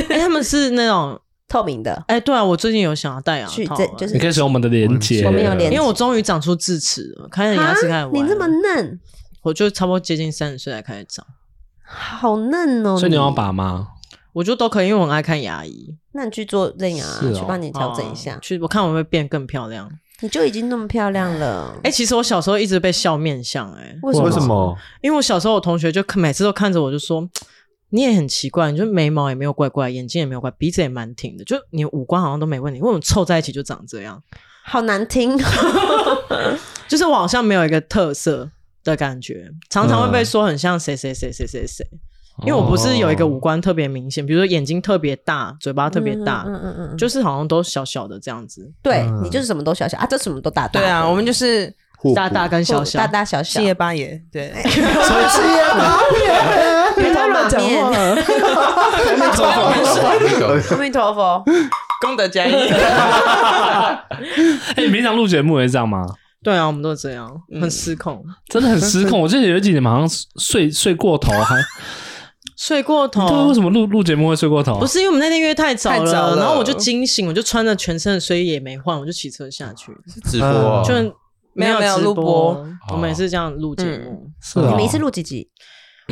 Speaker 3: 哎，他们是那种，
Speaker 1: 透明的。
Speaker 3: 哎，对啊，我最近有想要戴牙
Speaker 1: 去
Speaker 3: 套
Speaker 1: 这
Speaker 3: 啊，
Speaker 1: 就是
Speaker 4: 你可以使用我们的连接，
Speaker 1: 我们有连
Speaker 3: 因为我终于长出智齿了，开始牙齿开始
Speaker 1: 啊
Speaker 3: 歪，
Speaker 1: 你这么嫩，
Speaker 3: 我就差不多接近三十岁才开始长，
Speaker 1: 好嫩哦！
Speaker 4: 所以你要拔吗？
Speaker 3: 我就都可以，因为我很爱看牙医，
Speaker 1: 那你去做认养啊，
Speaker 4: 是哦
Speaker 1: 去帮你调整一下
Speaker 3: 哦。去我看我会不会变更漂亮。
Speaker 1: 你就已经那么漂亮了，
Speaker 3: 哎、其实我小时候一直被笑面相、哎，
Speaker 1: 为
Speaker 2: 为什？么？
Speaker 3: 因为我小时候我同学就看每次都看着我就说，你也很奇怪，你就眉毛也没有怪怪，眼睛也没有怪，鼻子也蛮挺的，就你五官好像都没问题，为什么凑在一起就长这样？
Speaker 1: 好难听，
Speaker 3: 就是我好像没有一个特色的感觉，常常
Speaker 4: 嗯
Speaker 3: 会被说很像谁谁谁谁谁谁。因为我不是有
Speaker 4: 哦
Speaker 3: 一个五官特别明显，比如说眼睛特别大，嘴巴特别大，
Speaker 1: 嗯嗯嗯嗯，就
Speaker 3: 就是好像都小小的这样子，
Speaker 1: 对
Speaker 2: 嗯
Speaker 1: 你就是什么都小小啊，这什么都大大
Speaker 5: 对
Speaker 1: 的，
Speaker 5: 啊，我们就是
Speaker 2: 互
Speaker 3: 大
Speaker 2: 补
Speaker 3: 大跟小小，
Speaker 1: 大大小小
Speaker 5: 七，爷八爷， 对，
Speaker 1: 别太乱讲话 了，
Speaker 6: 那个
Speaker 1: 阿弥陀佛，
Speaker 5: 功德加一。
Speaker 4: 哎，你平常录节目也是这样吗？
Speaker 3: 对啊，我们都这样，很
Speaker 4: 嗯
Speaker 3: 失控，
Speaker 4: 真的很失控。我记得有一集你们好像睡睡过头，还
Speaker 3: 睡过头。
Speaker 4: 对，啊为什么录录节目会睡过头？
Speaker 3: 不是因为我们那天约太早了，
Speaker 5: 哦太早了
Speaker 3: 然后我就惊醒，我就穿着全身的睡衣也没换，我就骑车下去，
Speaker 6: 是直播哦
Speaker 2: 嗯
Speaker 3: 就
Speaker 5: 没有
Speaker 3: 没有
Speaker 5: 没有录
Speaker 3: 直
Speaker 5: 播，
Speaker 3: 我们也是这样录节目。
Speaker 4: 是哦
Speaker 1: 你们一次录几集？
Speaker 5: 嗯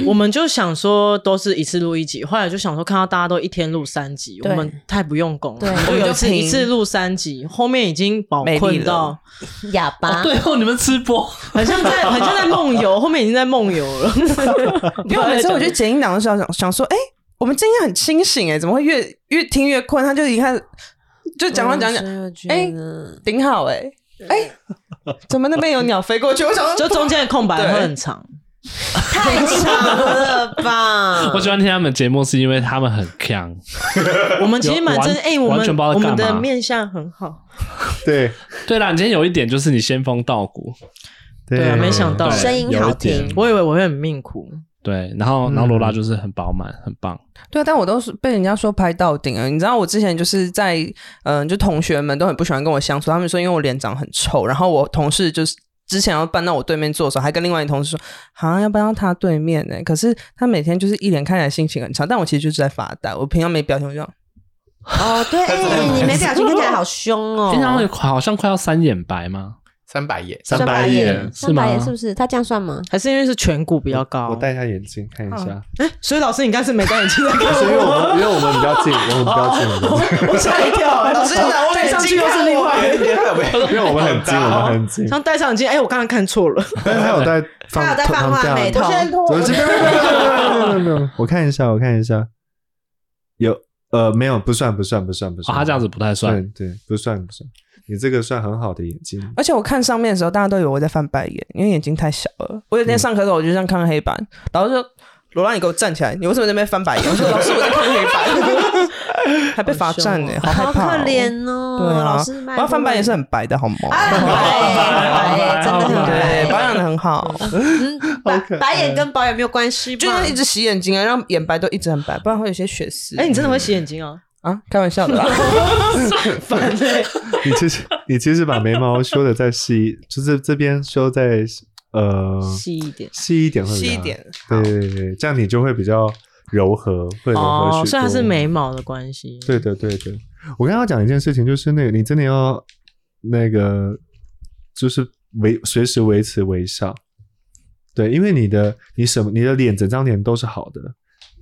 Speaker 3: 我们就想说都是一次录一集，后来就想说看到大家都一天录三集，
Speaker 1: 对
Speaker 3: 我们太不用功了，
Speaker 1: 对
Speaker 3: 我们就
Speaker 5: 我们就
Speaker 3: 有一次
Speaker 5: 拼
Speaker 3: 一次录三集，后面已经饱
Speaker 5: 没力
Speaker 3: 困
Speaker 5: 了
Speaker 3: 到
Speaker 1: 哑巴，
Speaker 4: 对哦，你们吃播
Speaker 3: 很像在很像在梦游，后面已经在梦游 了，
Speaker 5: 因为我每次我去剪音档的时候想想说，哎、我们今天很清醒哎，怎么会越越听越困？他就一开始就讲完讲讲，
Speaker 3: 嗯
Speaker 5: 哎顶好哎哎，怎么那边有鸟飞过去？我想 说
Speaker 3: 就中间的空白
Speaker 5: 对
Speaker 3: 会很长。
Speaker 1: 太长了吧？
Speaker 4: 我喜欢听他们节目是因为他们很强，
Speaker 3: 我们其实蛮真
Speaker 4: 有完
Speaker 3: 哎、我
Speaker 4: 完全
Speaker 3: 们
Speaker 4: 不知道
Speaker 3: 我
Speaker 4: 在干嘛
Speaker 3: 们的面相很好，
Speaker 2: 对
Speaker 4: 对啦，你今天有一点就是你仙风道骨，
Speaker 3: 对啊，没想到
Speaker 4: 对
Speaker 1: 声音好听
Speaker 4: 有一点
Speaker 3: 我以为我会很命苦，
Speaker 4: 对，然后
Speaker 2: 嗯
Speaker 4: 然后罗拉就是很饱满，很棒，
Speaker 5: 对啊，但我都是被人家说拍到顶了。你知道我之前就是在嗯、呃就同学们都很不喜欢跟我相处，他们说因为我脸长很臭，然后我同事就是。之前要搬到我对面坐的时候，还跟另外一同事说，好、啊、像要搬到他对面呢、可是他每天就是一脸看起来心情很差，但我其实就是在发呆。我平常没表情，我就这样
Speaker 1: 哦，对，哎你没表情看起来好凶哦。
Speaker 4: 平常会好像快要三眼白吗？
Speaker 6: 三百眼，
Speaker 2: 三白眼，
Speaker 4: 是
Speaker 1: 三
Speaker 4: 吗
Speaker 1: 白眼是不是？他这样算吗？
Speaker 3: 还是因为是颧骨比较
Speaker 2: 我
Speaker 3: 高。
Speaker 2: 戴一下眼镜看一下，
Speaker 3: 所以老师，你应该是没戴眼镜在看
Speaker 2: 是因为我
Speaker 3: 我
Speaker 2: 们因为我们比较近，我们比较近我们，
Speaker 3: 我吓一跳、 哎老
Speaker 5: 啊师拿我眼
Speaker 3: 戴
Speaker 5: 镜
Speaker 3: 上去又是另外一个，
Speaker 2: 因为我们很近，我们很近。
Speaker 3: 像戴上眼镜，哎、我刚刚看错了，
Speaker 2: 但是他有在放，
Speaker 1: 他有在放话
Speaker 2: 放假
Speaker 1: 美瞳，
Speaker 2: 怎么这边？没有没有没有没有没有没有，我看一下，我看一下，有呃没有不算不算不算不
Speaker 4: 哦，
Speaker 2: 算，
Speaker 4: 他这样子不太算，
Speaker 2: 对对不算不算，你这个算很好的眼睛，
Speaker 5: 而且我看上面的时候，大家都以为我在翻白眼，因为眼睛太小了。我有一天上课的时候，我就这样看黑板，老师说：“罗拉，你给我站起来！你为什么在那边翻白眼？”我说：“老师，我在看黑板。” 还被罚站呢、好害
Speaker 1: 好可
Speaker 5: 怕、哦。
Speaker 1: 怜哦。
Speaker 5: 对啊，
Speaker 1: 老师，
Speaker 5: 我要翻白眼是很白的，好吗？
Speaker 1: 哎，很白耶，真的很白
Speaker 5: 对，保养的很好，
Speaker 1: 嗯白白眼跟保养没有关系吧？
Speaker 5: 就是一直洗眼睛啊，让眼白都一直很白，不然会有些血丝。
Speaker 2: 嗯
Speaker 3: 哎、你真的会洗眼睛啊？
Speaker 5: 啊，开玩笑的啦，
Speaker 3: 反正
Speaker 2: 你其实你其实把眉毛修的再细，就是这边修再呃
Speaker 3: 细一点
Speaker 2: 细一点会比较
Speaker 5: 细
Speaker 2: 好
Speaker 5: 一点。
Speaker 2: 对对对对，这样你就会比较柔和，会柔和许
Speaker 3: 哦
Speaker 2: 多。，
Speaker 3: 所以它是眉毛的关系。
Speaker 2: 对的，对的。我刚刚要讲一件事情，就是那个你真的要那个，就是维随时维持微笑，对，因为你的你什么你的脸整张脸都是好的，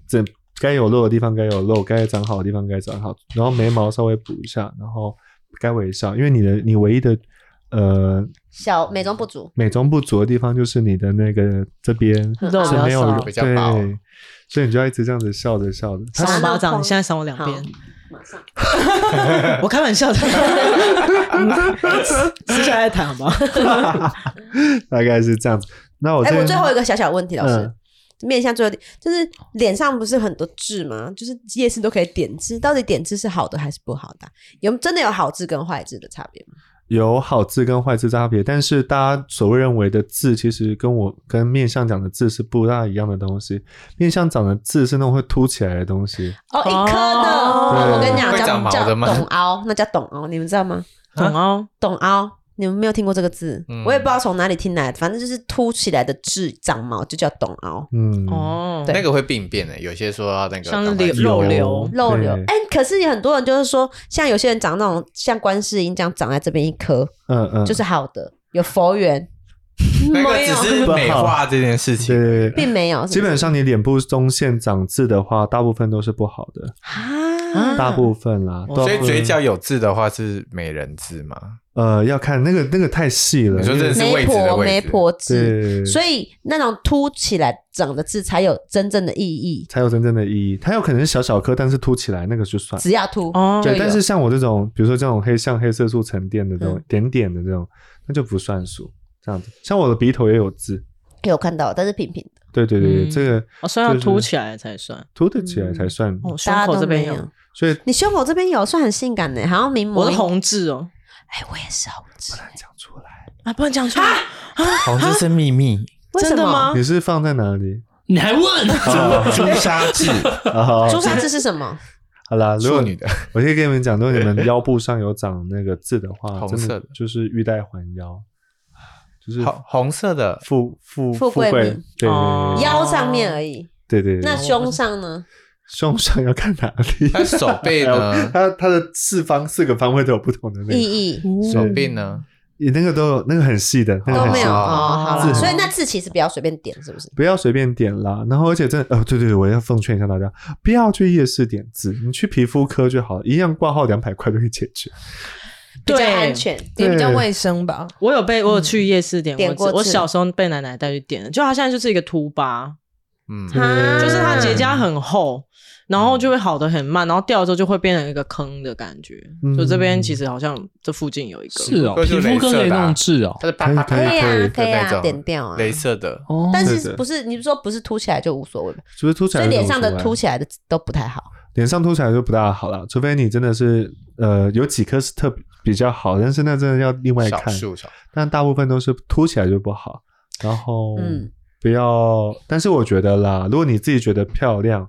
Speaker 2: 整该有肉的地方该有肉，该长好的地方该长好，然后眉毛稍微补一下，然后该微笑，因为你的你唯一的呃
Speaker 1: 小美中不足，
Speaker 2: 美中不足的地方就是你的那个这边
Speaker 3: 肉比
Speaker 2: 是
Speaker 3: 较
Speaker 2: 没有
Speaker 3: 少
Speaker 2: 肉，
Speaker 6: 比较薄
Speaker 2: 对，所以你就要一直这样子笑着笑着， 它
Speaker 3: 赏我巴掌，
Speaker 1: 好
Speaker 3: 你现在赏我两
Speaker 1: 好
Speaker 3: 遍，
Speaker 1: 马上
Speaker 3: 我开玩笑的，私下再谈好吗？
Speaker 2: 大概是这样子。那我
Speaker 1: 哎、
Speaker 2: 这
Speaker 1: 我
Speaker 2: 边
Speaker 1: 最后一个小小问题，老师，
Speaker 2: 嗯
Speaker 1: 面向最后一点就是脸上不是很多痣吗？就是夜市都可以点痣，到底点痣是好的还是不好的啊、有真的有好痣跟坏痣的差别吗？
Speaker 2: 有好字跟坏字差别，但是大家所谓认为的字，其实跟我跟面相讲的字是不大一样的东西。面相讲的字是那种会凸起来的东西，
Speaker 1: 哦，一颗的，
Speaker 3: 哦
Speaker 1: 我跟你讲，
Speaker 6: 会
Speaker 1: 叫
Speaker 6: 长毛
Speaker 1: 叫
Speaker 6: 的吗
Speaker 1: 董凹，那叫董凹，你们知道吗？
Speaker 3: 懂哦，
Speaker 1: 董凹，你们没有听过这个字，
Speaker 6: 嗯
Speaker 1: 我也不知道从哪里听来的，反正就是凸起来的痣长毛就叫董凹。
Speaker 2: 嗯，
Speaker 3: 哦，
Speaker 1: 对
Speaker 6: 那个会病变的，有些说要那个
Speaker 3: 像是
Speaker 6: 赶快
Speaker 3: 柳
Speaker 6: 去
Speaker 3: 肉
Speaker 2: 有
Speaker 3: 瘤
Speaker 1: 肉瘤，
Speaker 2: 对嗯
Speaker 1: 哎、可是有很多人就是说，像有些人长那种像观世音这样长在这边一颗，
Speaker 2: 嗯嗯，
Speaker 1: 哎就是好的，有佛缘，
Speaker 6: 那个
Speaker 1: 没
Speaker 6: 只
Speaker 1: 有，
Speaker 6: 是美化这件事情，
Speaker 2: 对对对。
Speaker 1: 并没有，是不是
Speaker 2: 基本上你脸部中线长痣的话，大部分都是不好的，
Speaker 1: 啊，
Speaker 2: 大部分啦。大
Speaker 3: 哦
Speaker 2: 部
Speaker 6: 所
Speaker 2: 分
Speaker 6: 以嘴角有痣的话是美人痣嘛？
Speaker 2: 呃要看那个那个太细了，
Speaker 6: 你说
Speaker 2: 因为
Speaker 6: 这是
Speaker 1: 媒
Speaker 6: 位置的
Speaker 1: 婆
Speaker 6: 位置
Speaker 1: 媒婆痣，
Speaker 2: 对，
Speaker 1: 所以那种凸起来长的痣才有真正的意义。
Speaker 2: 才有真正的意义。它有可能是小小颗，但是凸起来那个就算。
Speaker 1: 只要凸
Speaker 3: 哦
Speaker 1: 就
Speaker 2: 对，
Speaker 1: 有
Speaker 2: 但是像我这种，比如说这种黑像黑色素沉淀的这种、
Speaker 1: 嗯
Speaker 2: 点点的这种，那就不算数。这样子，像我的鼻头也有痣，
Speaker 1: 有看到，但是平平的，
Speaker 2: 对对对，
Speaker 3: 嗯
Speaker 2: 这个
Speaker 3: 哦，所以要
Speaker 2: 就是
Speaker 3: 凸起来才算。
Speaker 2: 凸得起来才算。
Speaker 3: 哦，胸
Speaker 1: 大家
Speaker 3: 口
Speaker 1: 都
Speaker 3: 这边
Speaker 1: 没
Speaker 3: 有，
Speaker 1: 有。
Speaker 2: 所以
Speaker 1: 你胸口这边有，算很性感的，好像名模。
Speaker 3: 我是，红痣哦，
Speaker 1: 哎，我也是红痣，
Speaker 2: 讲出来，
Speaker 3: 啊，不能讲出来，
Speaker 6: 红痣是秘密，
Speaker 1: 为什
Speaker 3: 真的
Speaker 1: 么？
Speaker 3: 吗？
Speaker 2: 你是放在哪里？
Speaker 4: 你还问？
Speaker 6: 朱砂 痣，
Speaker 2: 啊，
Speaker 1: 朱砂痣是什么？
Speaker 2: 好啦，如
Speaker 6: 处
Speaker 2: 果
Speaker 6: 女 的，
Speaker 2: 我可以跟你们讲，如果你们腰部上有长那个痣的话，
Speaker 6: 红
Speaker 2: 真
Speaker 6: 色的
Speaker 2: 就是玉带环腰，就是
Speaker 6: 红红色的
Speaker 2: 富富
Speaker 1: 富贵
Speaker 2: 贵，
Speaker 1: 命
Speaker 2: 对
Speaker 3: 哦
Speaker 1: 腰上面而已，
Speaker 2: 对对对
Speaker 1: 那
Speaker 2: 对，
Speaker 1: 胸上呢？
Speaker 2: 胸上要看哪里？
Speaker 6: 他手背
Speaker 1: 啊
Speaker 6: 呢？
Speaker 2: 它它的四方四个方位都有不同的那
Speaker 1: 意
Speaker 2: 个，
Speaker 1: 义
Speaker 6: 手背呢？
Speaker 2: 你那个都有那个很细的，那个
Speaker 1: 都
Speaker 2: 很
Speaker 1: 没
Speaker 2: 细
Speaker 1: 有
Speaker 6: 哦
Speaker 1: 哦，好
Speaker 2: 字
Speaker 1: 了，所以那痣其实不要随便点，是不是？
Speaker 2: 不要随便点啦。然后，而且真的，呃，对对对，我要奉劝一下大家，不要去夜市点痣，你去皮肤科就好，一样挂号两百块就可以解决。
Speaker 1: 比较
Speaker 3: 对
Speaker 1: 安全。
Speaker 5: 也比较卫生吧。
Speaker 3: 我有被我有去夜市点
Speaker 1: 点
Speaker 3: 过痣，
Speaker 1: 过
Speaker 3: 我
Speaker 1: 痣
Speaker 3: 小时候被奶奶带去点的，就它现在就是一个凸疤，
Speaker 6: 嗯，
Speaker 1: 啊
Speaker 3: 就是它结痂很厚，然后就会好的很慢，然后掉了之后就会变成一个坑的感觉。
Speaker 2: 嗯
Speaker 3: 就这边其实好像这附近有一个，
Speaker 4: 是哦，
Speaker 6: 皮肤
Speaker 4: 皮
Speaker 6: 科就
Speaker 4: 肤
Speaker 6: 是镭
Speaker 4: 科可以
Speaker 6: 射的啊
Speaker 4: 弄治 哦。
Speaker 6: 它是啪啪
Speaker 2: 可
Speaker 6: 啪
Speaker 2: 以可以可以
Speaker 1: 啊，可以
Speaker 6: 那
Speaker 1: 啊，
Speaker 6: 种
Speaker 1: 点掉啊。
Speaker 6: 镭射的，
Speaker 4: 哦，
Speaker 1: 但
Speaker 2: 对
Speaker 1: 是
Speaker 2: 对
Speaker 1: 不是你说不是凸起来就无所谓吧？
Speaker 2: 除非凸起
Speaker 1: 所
Speaker 2: 来
Speaker 1: 以
Speaker 2: 就
Speaker 1: 脸
Speaker 2: 怎
Speaker 1: 上
Speaker 2: 么
Speaker 1: 的
Speaker 2: 出来
Speaker 1: 凸起来的都不太好。
Speaker 2: 脸上凸起来就不大好了，除非你真的是呃有几颗是特别比较好，但是那真的要另外
Speaker 6: 少
Speaker 2: 看，
Speaker 6: 数少，
Speaker 2: 但大部分都是凸起来就不好。然后
Speaker 1: 嗯
Speaker 2: 不要，但是我觉得啦，如果你自己觉得漂亮，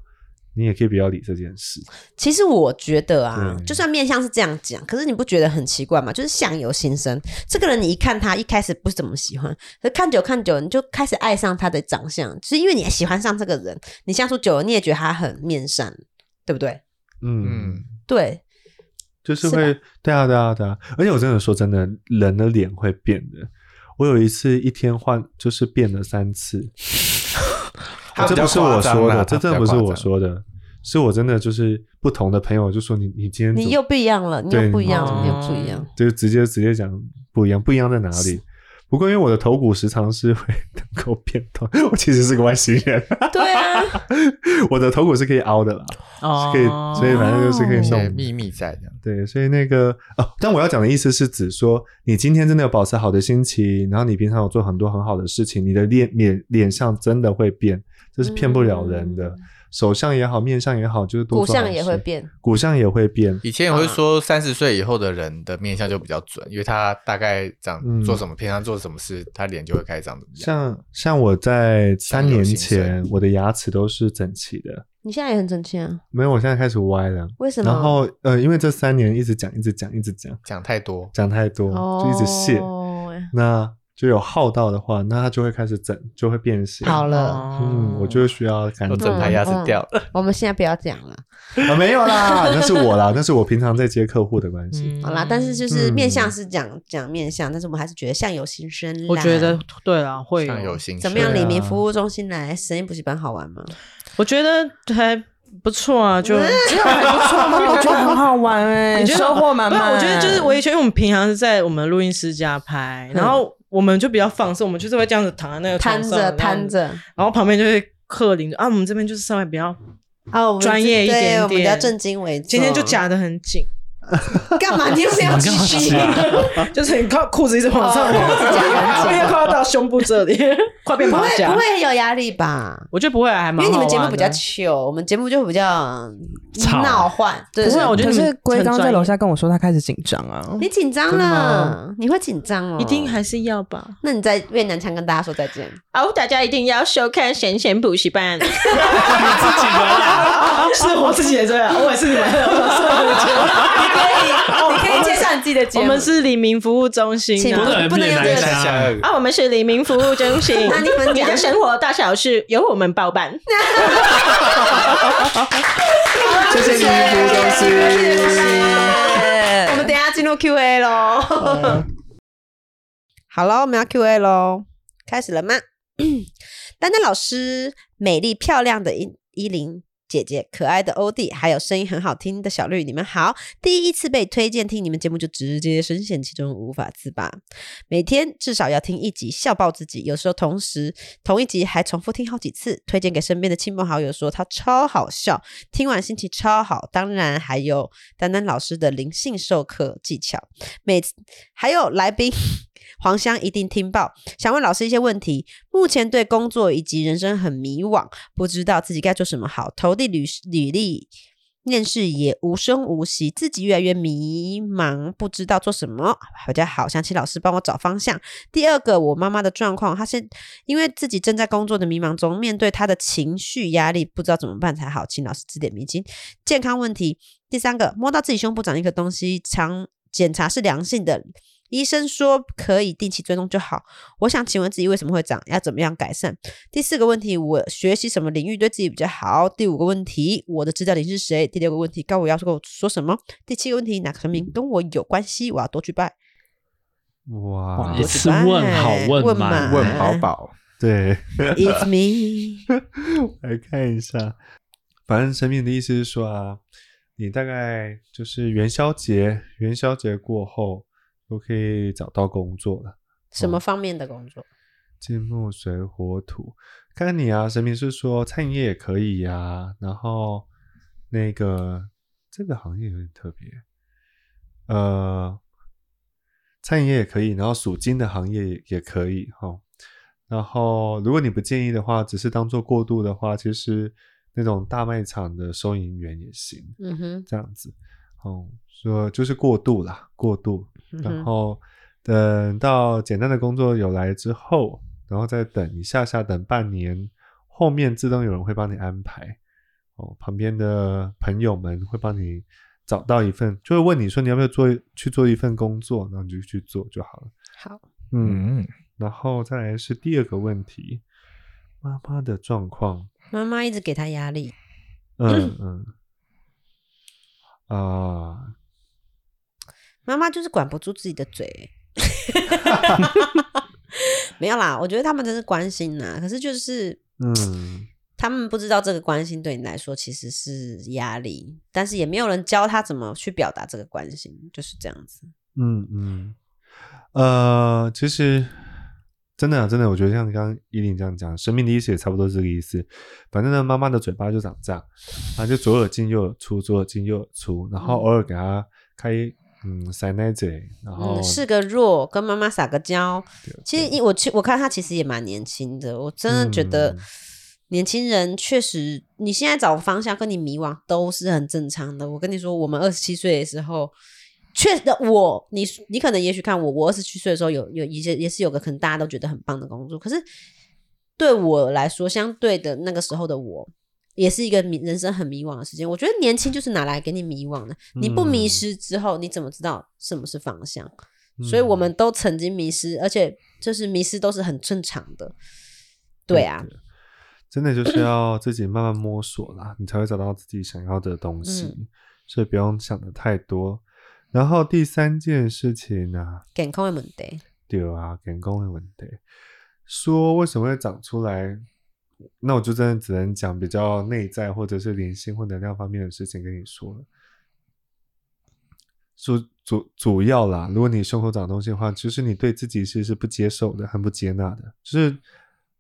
Speaker 2: 你也可以不要理这件事。
Speaker 1: 其实我觉得啊，
Speaker 2: 对
Speaker 1: 就算面相是这样讲，可是你不觉得很奇怪吗？就是相由心生，这个人你一看他一开始不怎么喜欢，可是看久看久你就开始爱上他的长相，就是因为你喜欢上这个人，你相处久了你也觉得他很面善，对不对？
Speaker 2: 嗯，
Speaker 6: 嗯，
Speaker 1: 对，
Speaker 2: 就是会，对啊，对啊，对啊。而且我真的说真的，人的脸会变的。我有一次一天换，就是变了三次。
Speaker 6: 它
Speaker 2: 这
Speaker 6: 比较
Speaker 2: 不是我
Speaker 6: 夸张
Speaker 2: 说
Speaker 6: 啦
Speaker 2: 的，这
Speaker 6: 它比
Speaker 2: 真的
Speaker 6: 较
Speaker 2: 不是
Speaker 6: 夸
Speaker 2: 我
Speaker 6: 张
Speaker 2: 说的，是我真的就是不同的朋友就说你你今天怎
Speaker 1: 你
Speaker 2: 么
Speaker 1: 又不一样了，你
Speaker 2: 对
Speaker 1: 又不一样了，
Speaker 3: 嗯
Speaker 1: 你又不一样。
Speaker 2: 就直接直接讲不一样，不一样在哪里？不过因为我的头骨时常是会 能够变动，我其实是个外星人，
Speaker 1: 对啊，
Speaker 2: 我的头骨是可以凹的啦，
Speaker 3: 哦
Speaker 2: 是可以，所以反正就是可以
Speaker 6: 一些
Speaker 2: 弄。
Speaker 6: 哦秘密在这样，
Speaker 2: 对，所以那个哦，但我要讲的意思是指说，你今天真的有保持好的心情，然后你平常有做很多很好的事情，你的脸脸脸相真的会变，这是骗不了人的。手相也好，面相也好，就是 多
Speaker 1: 骨
Speaker 2: 做好
Speaker 1: 相也
Speaker 2: 事
Speaker 1: 会，变，
Speaker 2: 骨相也会变。
Speaker 6: 以前也会说三十岁以后的人的面相就比较准，因为他大概长
Speaker 2: 嗯
Speaker 6: 做什么，平常做什么事，他脸就会开始长怎么样。
Speaker 2: 像像我在三
Speaker 6: 相由
Speaker 2: 年
Speaker 6: 心生
Speaker 2: 前，我的牙齿都是整齐的，
Speaker 1: 你现在也很整齐啊？
Speaker 2: 没有，我现在开始歪了。
Speaker 1: 为什么？
Speaker 2: 然后呃，因为这三年一直讲，一直讲，一直讲，
Speaker 6: 讲太多，
Speaker 2: 讲太多，
Speaker 1: 哦
Speaker 2: 就一直谢，那就有耗到的话，那它就会开始整，就会变形。
Speaker 1: 好了，
Speaker 3: 哦
Speaker 2: 嗯，我就需要感
Speaker 6: 我
Speaker 2: 觉
Speaker 6: 整排牙齿掉了，
Speaker 1: 我们现在不要讲了。
Speaker 2: 啊，没有啦，那是我啦，那是我平常在接客户的关系。
Speaker 3: 嗯
Speaker 1: 好啦，但是就是面相
Speaker 2: 嗯
Speaker 1: 是讲讲面相，但是我们还是觉得相由心生啦。
Speaker 3: 我觉得对啦，会
Speaker 6: 像有
Speaker 3: 有。
Speaker 6: 心
Speaker 1: 怎么样？
Speaker 2: 对
Speaker 1: 李
Speaker 2: 啊
Speaker 1: 明服务中心来神医补习班好玩吗？
Speaker 3: 我觉得还不错啊，就。
Speaker 5: 只有还不错 吗？我觉得很好玩哎，
Speaker 3: 你觉得
Speaker 5: 收获满
Speaker 3: 没有，
Speaker 5: 满。
Speaker 3: 我觉得就是围一圈，因为我们平常是在我们录音师家拍，然后我们就比较放松，我们就是会这样子嗯躺在那个
Speaker 1: 摊
Speaker 3: 床上
Speaker 1: 着摊，着
Speaker 3: 然后然后旁边就会客领着啊，我们这边就是稍微比较，
Speaker 1: 啊，我们
Speaker 3: 专
Speaker 1: 就
Speaker 3: 业一
Speaker 1: 对
Speaker 3: 点
Speaker 1: 我们比较
Speaker 3: 点
Speaker 1: 正经为主。
Speaker 3: 今天就夹得很紧，
Speaker 1: 干嘛？你又没有
Speaker 4: 你干嘛
Speaker 1: 继续
Speaker 4: 夹？
Speaker 3: 就是你靠裤子一直往上
Speaker 1: 哦裤子
Speaker 3: 拉，
Speaker 1: 夹很紧
Speaker 3: 因为快要到胸部 这里，快变
Speaker 1: 不
Speaker 3: 马
Speaker 1: 会
Speaker 3: 甲
Speaker 1: 不。会很有压力吧？
Speaker 3: 我觉得不会啊，还
Speaker 1: 因
Speaker 3: 蛮
Speaker 1: 为
Speaker 3: 好
Speaker 1: 你们
Speaker 3: 玩的。
Speaker 1: 节目比较 chill，我们节目就比较
Speaker 4: 吵
Speaker 1: 闹换。对，
Speaker 3: 不是
Speaker 1: 对
Speaker 3: 啊我觉得
Speaker 5: 可
Speaker 3: 你们
Speaker 5: 是龟
Speaker 3: 很
Speaker 5: 刚
Speaker 3: 专
Speaker 5: 在
Speaker 3: 业
Speaker 5: 楼下跟我说，他开始紧张啊。
Speaker 1: 你紧张
Speaker 2: 真的
Speaker 1: 了
Speaker 2: 吗，
Speaker 1: 你会紧张哦，
Speaker 3: 一定。还是要吧。
Speaker 1: 那你在越南腔跟大家说再见。
Speaker 3: 哦，大家一定要收看《闲闲补习班》。
Speaker 4: 自己 的，
Speaker 3: 是我自己的这样，我也是你们 的，我是我的节目。哦
Speaker 1: 你可以介绍你自己的节
Speaker 3: 我们是黎明服务中心、
Speaker 1: 请
Speaker 4: 不
Speaker 3: 啊。
Speaker 4: 能
Speaker 1: 不能用这
Speaker 4: 变
Speaker 1: 个
Speaker 4: 男
Speaker 6: 下下
Speaker 4: 相。
Speaker 6: 颚
Speaker 3: 啊，我们是黎明服务中 心
Speaker 1: 那你们讲
Speaker 3: 活大小事由我们包办。
Speaker 2: 谢谢你，服务中心。
Speaker 1: 我们等一下进入 Q&A 喽。 好了，我们要 Q&A 喽，开始了吗？ 丹丹老师，美丽漂亮的依依琳。姐姐，可爱的欧弟，还有声音很好听的小绿，你们好！第一次被推荐听你们节目，就直接深陷其中无法自拔。每天至少要听一集，笑爆自己。有时候同时同一集还重复听好几次，推荐给身边的亲朋好友，说他超好笑，听完心情超好。当然还有丹丹老师的灵性授课技巧，每次还有来宾黄香一定听报。想问老师一些问题：目前对工作以及人生很迷惘，不知道自己该做什么好，投递履履历。面试也无声无息，自己越来越迷茫，不知道做什么比较好。想请老师帮我找方向。第二个，我妈妈的状况，她是因为自己正在工作的迷茫中，面对她的情绪压力，不知道怎么办才好，请老师指点迷津。健康问题，第三个，摸到自己胸部长一颗东西，常检查是良性的，医生说可以定期追踪就好。我想请问自己为什么会长，要怎么样改善？第四个问题，我学习什么领域对自己比较好？第五个问题，我的指导灵是谁？第六个问题，高我要跟我说什么？第七个问题，哪个神明跟我有关系？我要多去拜。
Speaker 2: 哇
Speaker 1: 嗯
Speaker 4: 哇，一，次问好
Speaker 1: 问
Speaker 4: 问
Speaker 1: 满
Speaker 4: 满，
Speaker 6: 问宝宝，
Speaker 2: 对，
Speaker 1: It's me。
Speaker 2: 来看一下。反正神明的意思是说啊，你大概就是元宵节，元宵节过后都可以找到工作了。
Speaker 1: 什么方面的工作？
Speaker 2: 金木水啊火土，看你啊，神明是说餐饮业也可以呀、然后那个这个行业有点特别，呃，餐饮业也可以，然后属金的行业也也可以哈、齁然后如果你不介意的话，只是当做过渡的话，其实那种大卖场的收银员也行。
Speaker 1: 嗯哼，
Speaker 2: 这样子，哦、说就是过渡啦，过渡，然
Speaker 1: 嗯哼
Speaker 2: 后等到简单的工作有来之后，然后再等一下下，等半年，后面自动有人会帮你安排，哦，旁边的朋友们会帮你找到一份，就会问你说你要不要做去做一份工作，然后你就去做就好了。
Speaker 1: 好，
Speaker 2: 嗯，
Speaker 6: 嗯，
Speaker 2: 然后再来是第二个问题，妈妈的状况，
Speaker 1: 妈妈一直给他压力，
Speaker 2: 嗯嗯，啊、
Speaker 1: 妈妈就是管不住自己的嘴。 没有啦，我觉得他们真是关心呐、可是就是
Speaker 2: 嗯。
Speaker 1: 他们不知道这个关心对你来说其实是压力，但是也没有人教他怎么去表达这个关心，就是这样子。
Speaker 2: 嗯嗯，呃，其实真的啊、真的，我觉得像刚刚依琳这样讲，生命的意思也差不多是这个意思。反正呢，妈妈的嘴巴就长这样，啊，就左耳进右耳出，左耳进右耳出，然后偶尔给她开嗯塞奶嘴，然后
Speaker 1: 嗯嗯，是个弱，跟妈妈撒个娇。其实一我其我看他其实也蛮年轻的，我真的觉得
Speaker 2: 嗯
Speaker 1: 年轻人确实，你现在找方向跟你迷惘都是很正常的。我跟你说，我们二十七岁的时候，确实我你你可能也许看我，我二十七岁的时候有有一些也是有个可能大家都觉得很棒的工作，可是对我来说，相对的那个时候的我。也是一个迷人生很迷惘的时间，我觉得年轻就是拿来给你迷惘的。你不迷
Speaker 2: 嗯
Speaker 1: 失之后，你怎么知道什么是方向？所以我
Speaker 2: 嗯
Speaker 1: 们都曾经迷失，而且就是迷失都是很正常的。对啊，
Speaker 2: 真的就是要自己慢慢摸索啦，你才会找到自己想要的东西，
Speaker 1: 嗯
Speaker 2: 所以不用想的太多。然后第三件事情啊呢、
Speaker 1: 健康的问题，
Speaker 2: 对啊，人工的问题。说为什么会长出来？那我就真的只能讲比较内在或者是灵性或能量方面的事情跟你说了。主主主要啦，如果你胸口长东西的话，就是你对自己是是不接受的，很不接纳的，就是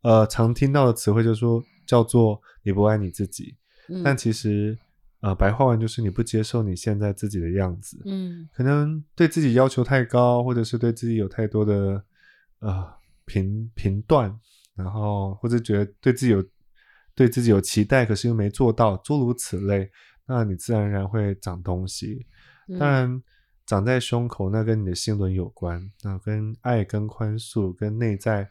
Speaker 2: 呃常听到的词汇，就是说叫做你不爱你自己。
Speaker 1: 嗯
Speaker 2: 但其实呃白话文就是你不接受你现在自己的样子。
Speaker 1: 嗯
Speaker 2: 可能对自己要求太高，或者是对自己有太多的呃评评断，然后或者觉得对自己有对自己有期待，可是又没做到，诸如此类，那你自然而然会长东西。
Speaker 1: 嗯
Speaker 2: 当然，长在胸口那跟你的心轮有关，那跟爱、跟宽恕、跟内在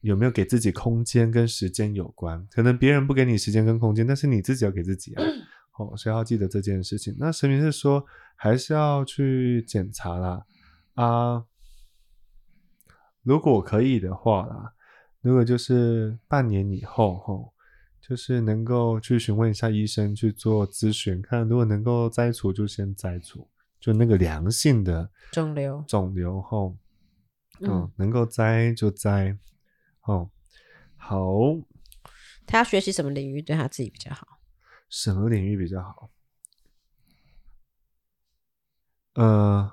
Speaker 2: 有没有给自己空间跟时间有关。可能别人不给你时间跟空间，但是你自己要给自己啊。 哦，所以要记得这件事情。那神明是说，还是要去检查啦。啊，如果可以的话啦，如果就是半年以后吼，就是能够去询问一下医生去做咨询，看如果能够摘除就先摘除，就那个良性的
Speaker 1: 肿瘤
Speaker 2: 肿瘤后，嗯
Speaker 1: 嗯，
Speaker 2: 能够摘就摘，哦，好，
Speaker 1: 他要学习什么领域对他自己比较好？
Speaker 2: 什么领域比较好？呃，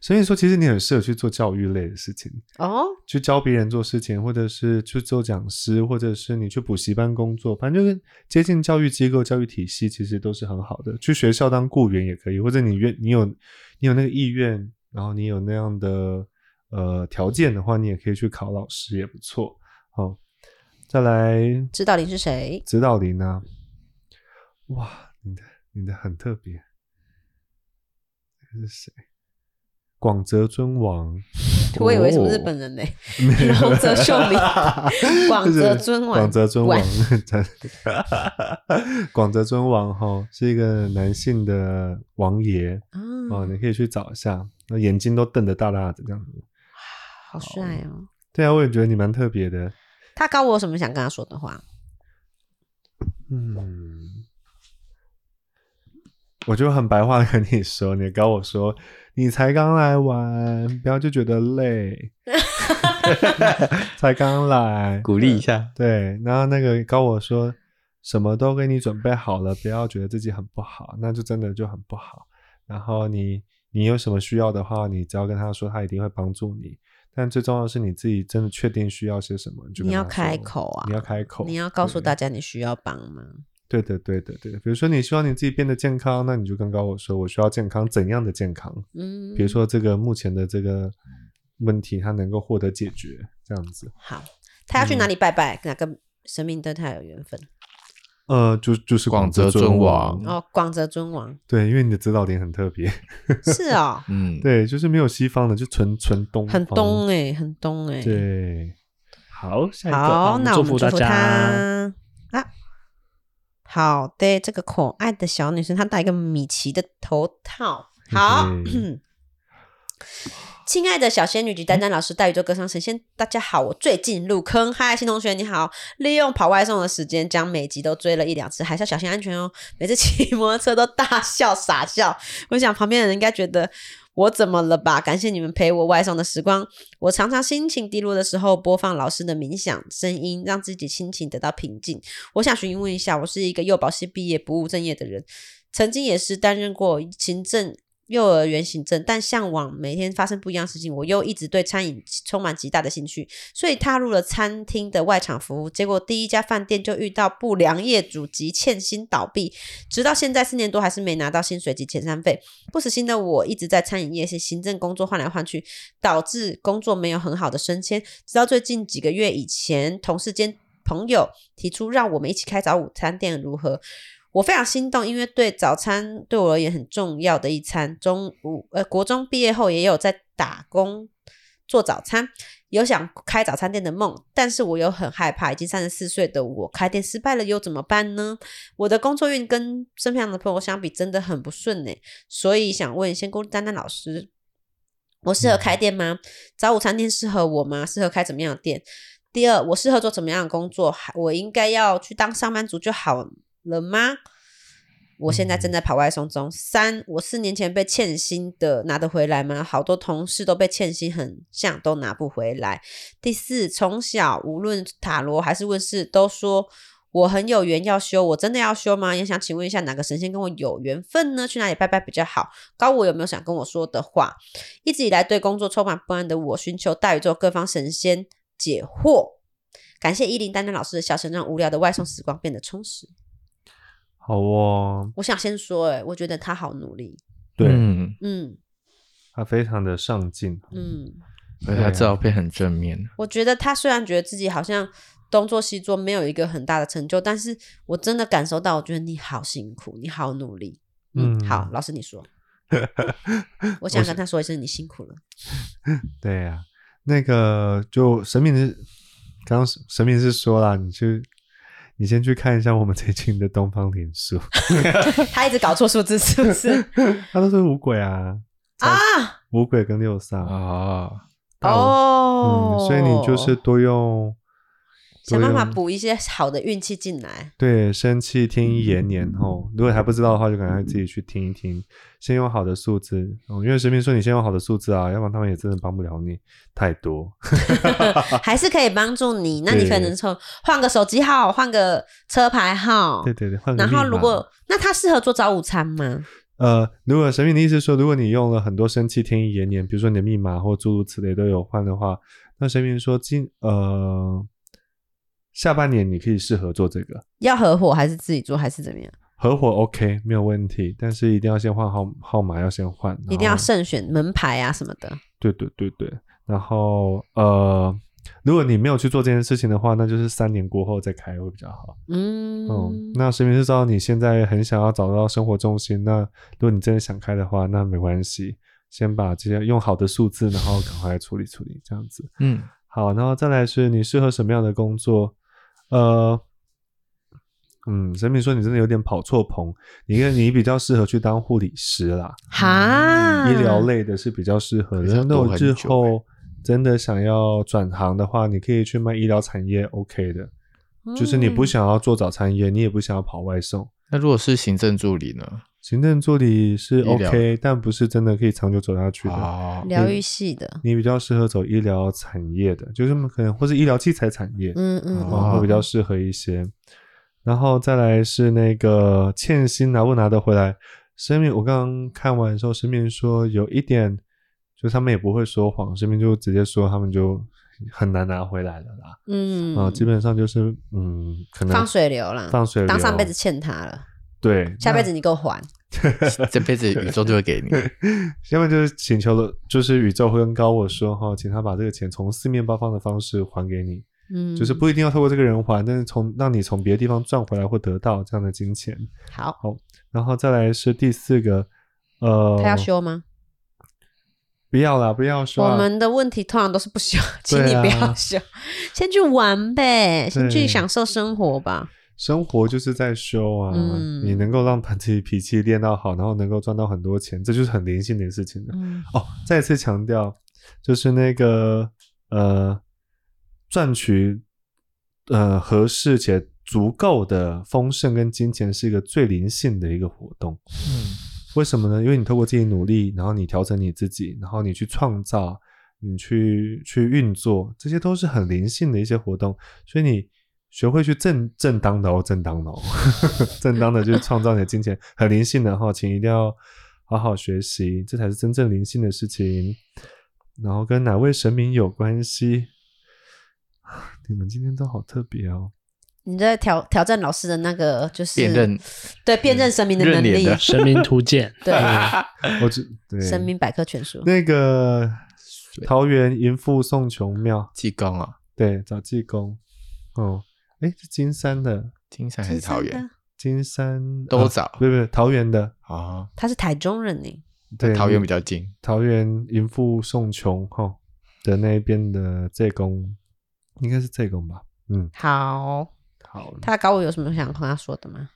Speaker 2: 所以说其实你很适合去做教育类的事情，
Speaker 1: 哦，
Speaker 2: 去教别人做事情，或者是去做讲师，或者是你去补习班工作，反正就是接近教育机构、教育体系，其实都是很好的。去学校当雇员也可以，或者你愿你有你有那个意愿，然后你有那样的呃条件的话，你也可以去考老师，也不错。好，再来
Speaker 1: 指导灵是谁？
Speaker 2: 指导灵呢、哇，你的你的很特别，这是谁？广泽尊王，
Speaker 1: 我以为什么
Speaker 2: 哦
Speaker 1: 日本人呢、 饶泽秀 明广泽尊王
Speaker 2: 广泽尊王
Speaker 1: 晚，
Speaker 2: 真的 广泽尊王哈是一个男性的王爷哦，
Speaker 1: 啊，
Speaker 2: 你可以去找一下，那眼睛都瞪得大大的这样子。
Speaker 1: 好帅哦！
Speaker 2: 对啊，我也觉得你蛮特别的。
Speaker 1: 他高我有什么想跟他说的话？
Speaker 2: 嗯，我就很白话地跟你说，你跟我说，你才刚来玩，不要就觉得累， 才刚来，
Speaker 6: 鼓励一下，
Speaker 2: 对，然后那个跟我说，什么都给你准备好了，不要觉得自己很不好，那就真的就很不好。然后你你有什么需要的话，你只要跟他说，他一定会帮助你。但最重要的是你自己真的确定需要些什么，你就
Speaker 1: 你
Speaker 2: 跟
Speaker 1: 要
Speaker 2: 他
Speaker 1: 开
Speaker 2: 说
Speaker 1: 口啊
Speaker 2: 你要开口，
Speaker 1: 你要告诉
Speaker 2: 哦对
Speaker 1: 大家你需要帮忙。
Speaker 2: 对的，对的，对的。比如说，你希望你自己变得健康，那你就跟高我说，我需要健康，怎样的健康？
Speaker 1: 嗯
Speaker 2: 比如说，这个目前的这个问题，它能够获得解决，这样子。
Speaker 1: 好，他要去
Speaker 2: 嗯
Speaker 1: 哪里拜拜？哪个神明跟他有缘分？
Speaker 2: 呃，就就是
Speaker 6: 广
Speaker 2: 泽
Speaker 6: 泽
Speaker 2: 尊
Speaker 6: 尊王
Speaker 2: 王
Speaker 1: 哦，广泽尊王
Speaker 2: 对，因为你的指导点很特别，
Speaker 1: 是哦，
Speaker 6: 嗯，
Speaker 2: 对，就是没有西方的，就纯纯东，
Speaker 1: 很东。哎、很东哎、
Speaker 2: 对，
Speaker 4: 好，下一个，
Speaker 1: 好，那我
Speaker 4: 祝
Speaker 1: 们
Speaker 4: 福
Speaker 1: 祝
Speaker 4: 大
Speaker 1: 福
Speaker 4: 家。
Speaker 1: 他啊。好的，这个可爱的小女生，她戴一个米奇的头套。好，
Speaker 2: 嗯
Speaker 1: 亲爱的小仙女及丹丹老师、带宇宙歌唱神仙，大家好！我最近入坑，嗨，新同学你好！利用跑外送的时间，将每集都追了一两次，还是要小心安全哦。每次骑摩托车都大笑傻笑，我想旁边的人应该觉得我怎么了吧？感谢你们陪我外送的时光。我常常心情低落的时候，播放老师的冥想声音，让自己心情得到平静。我想询问一下，我是一个幼保系毕业不务正业的人，曾经也是担任过行政幼儿园行政，但向往每天发生不一样的事情，我又一直对餐饮充满极大的兴趣，所以踏入了餐厅的外场服务。结果第一家饭店就遇到不良业主及欠薪倒闭，直到现在四年多还是没拿到薪水及遣散费。不死心的我一直在餐饮业是行政工作换来换去，导致工作没有很好的升迁。直到最近几个月以前，同事间朋友提出让我们一起开早午餐店如何？我非常心动，因为对早餐对我而言很重要的一餐。中午呃，国中毕业后也有在打工做早餐，有想开早餐店的梦，但是我又很害怕，已经三十四岁的我开店失败了又怎么办呢？我的工作运跟身边的朋友相比真的很不顺呢、所以想问仙姑丹丹老师，我适合开店吗？早午餐店适合我吗？适合开怎么样的店？第二，我适合做怎么样的工作？还我应该要去当上班族就好了吗？我现在正在跑外送中。三，我四年前被欠薪的拿得回来吗？好多同事都被欠薪，很像都拿不回来。第四，从小无论塔罗还是问世，都说我很有缘要修，我真的要修吗？也想请问一下，哪个神仙跟我有缘分呢？去哪里拜拜比较好？高我有没有想跟我说的话？一直以来对工作充满不安的我，寻求大宇宙各方神仙解惑。感谢依林丹丹老师的笑声，让无聊的外送时光变得充实。
Speaker 2: 好哦，
Speaker 1: 我想先说、欸，我觉得他好努力。
Speaker 2: 对，
Speaker 6: 嗯，
Speaker 1: 嗯
Speaker 2: 他非常的上进，
Speaker 1: 嗯，
Speaker 2: 啊
Speaker 6: 而且他照片很正面，
Speaker 1: 我觉得他虽然觉得自己好像东做西做，没有一个很大的成就，但是我真的感受到，我觉得你好辛苦，你好努力。嗯，
Speaker 2: 嗯
Speaker 1: 好，老师你 说，我想跟他说一声，你辛苦了。
Speaker 2: 对呀、那个就神明是，刚刚神明是说啦，你去，你先去看一下我们最 近的东方脸书，
Speaker 1: 他一直搞错数字是不是？
Speaker 2: 它都是五鬼啊，
Speaker 1: 啊，
Speaker 2: 五鬼跟六煞，
Speaker 6: 哦，
Speaker 2: 大五
Speaker 1: 哦
Speaker 2: 嗯，，所以你就是多用，
Speaker 1: 想办法
Speaker 2: 多用
Speaker 1: 补一些好的运气进来。
Speaker 2: 对，生气听一言年后，如果还不知道的话，就赶快自己去听一听，先用好的数字，哦、因为神明说你先用好的数字啊，要不然他们也真的帮不了你太多。
Speaker 1: 还是可以帮助你。那你
Speaker 2: 啊对
Speaker 1: 可能从换个手机号，换个车牌号，
Speaker 2: 对对对，换个
Speaker 1: 然后
Speaker 2: 密
Speaker 1: 如
Speaker 2: 码
Speaker 1: 果那他适合做早午餐吗？
Speaker 2: 呃，如果神明的意思是说，如果你用了很多生气天意延年，比如说你的密码或诸如此类都有换的话，那神明说今呃下半年你可以适合做这个
Speaker 1: 要合伙还是自己做还是怎么样？
Speaker 2: 合伙 OK 没有问题，但是一定要先换号号码，要先换，
Speaker 1: 一定要
Speaker 2: 然后
Speaker 1: 慎选门牌啊什么的。
Speaker 2: 对对对对，然后呃，如果你没有去做这件事情的话，那就是三年过后再开会比较好。
Speaker 1: 嗯，
Speaker 2: 嗯，那神明是知道你现在很想要找到生活重心，那如果你真的想开的话，那没关系，先把这些用好的数字，然后赶快处理处理，这样子。
Speaker 6: 嗯，
Speaker 2: 好，然后再来是你适合什么样的工作？呃，嗯，神明说你真的有点跑错棚，你你比较适合去当护理师啦，
Speaker 1: 哈，
Speaker 2: 医
Speaker 3: 啊
Speaker 2: 疗类的是比较适合的。
Speaker 6: 可是要
Speaker 2: 那如
Speaker 6: 多
Speaker 2: 果
Speaker 6: 很
Speaker 2: 日
Speaker 6: 久欸
Speaker 2: 后真的想要转行的话，你可以去卖医疗产业，OK 的。
Speaker 1: 嗯
Speaker 2: 就是你不想要做早餐业，你也不想要跑外送。
Speaker 6: 那如果是行政助理呢？
Speaker 2: 行政助理是
Speaker 6: 医疗
Speaker 2: OK，但不是真的可以长久走下去的。
Speaker 6: 哦，
Speaker 1: 疗愈系的，
Speaker 2: 你比较适合走医疗产业的，就是可能或是医疗器材产业，
Speaker 1: 嗯嗯
Speaker 2: 然 后
Speaker 6: 哦
Speaker 2: 比较适合一些。然后再来是那个欠薪拿不拿得回来？生命我刚刚看完的时候，生命说有一点，就他们也不会说谎，生命就直接说他们就很难拿回来了啦。
Speaker 1: 嗯，
Speaker 2: 啊，基本上就是嗯，可能
Speaker 1: 放水流啦，
Speaker 2: 放水流，
Speaker 1: 当上辈子欠他了，
Speaker 2: 对，
Speaker 1: 下辈
Speaker 2: 那
Speaker 1: 子你给我还。
Speaker 6: 这辈子宇宙就会 给你。
Speaker 2: 要么就是请求了，就是宇宙会跟高我说哈，请他把这个钱从四面八方的方式还给你，
Speaker 1: 嗯，
Speaker 2: 就是不一定要透过这个人还，但是从让你从别的地方赚回来或得到这样的金钱。
Speaker 1: 好，
Speaker 2: 然后再来是第四个，呃，
Speaker 1: 他要修吗？
Speaker 2: 不要啦，不要说
Speaker 1: 我们的问题通常都是不修， 请你
Speaker 2: 啊对啊
Speaker 1: 不要修，先去玩呗，先去
Speaker 2: 对
Speaker 1: 享受生活吧。
Speaker 2: 生活就是在修啊，
Speaker 1: 嗯
Speaker 2: 你能够让把自己脾气练到好，然后能够赚到很多钱，这就是很灵性的事情了。
Speaker 1: 嗯，
Speaker 2: 哦，再次强调，就是那个呃，赚取呃合适且足够的丰盛跟金钱是一个最灵性的一个活动。嗯，为什么呢？因为你透过自己努力，然后你调整你自己，然后你去创造，你去去运作，这些都是很灵性的一些活动。所以你学会去正正当的哦，正当的哦， 正当的去创造你的金钱，很灵性的哈、请一定要好好学习，这才是真正灵性的事情。然后跟哪位神明有关系？ 你们今天都好特别 哦。
Speaker 1: 你在挑挑战老师的那个就是
Speaker 6: 辨认
Speaker 1: 对辨认神明的
Speaker 6: 认
Speaker 1: 能
Speaker 6: 脸
Speaker 1: 力
Speaker 6: 的，
Speaker 4: 神明图鉴，
Speaker 1: 对
Speaker 2: 我只对
Speaker 1: 神明百科全书。
Speaker 2: 那个桃园淫妇宋琼庙，
Speaker 6: 济公啊，
Speaker 2: 对，找济公。哦，哎，是金山的，
Speaker 6: 金山还是桃园
Speaker 2: 金山
Speaker 6: 都
Speaker 2: 啊
Speaker 6: 找
Speaker 2: 不不，桃园的，
Speaker 1: 哦
Speaker 6: 啊？
Speaker 1: 他是台中人呢，
Speaker 2: 对，
Speaker 6: 桃园比
Speaker 2: 较。
Speaker 6: 较近，
Speaker 2: 桃园淫妇宋琼哈、吼的那一边的济公，应该是济公吧？嗯，
Speaker 1: 好，
Speaker 2: 好，
Speaker 1: 他搞我有什么想跟他说的吗？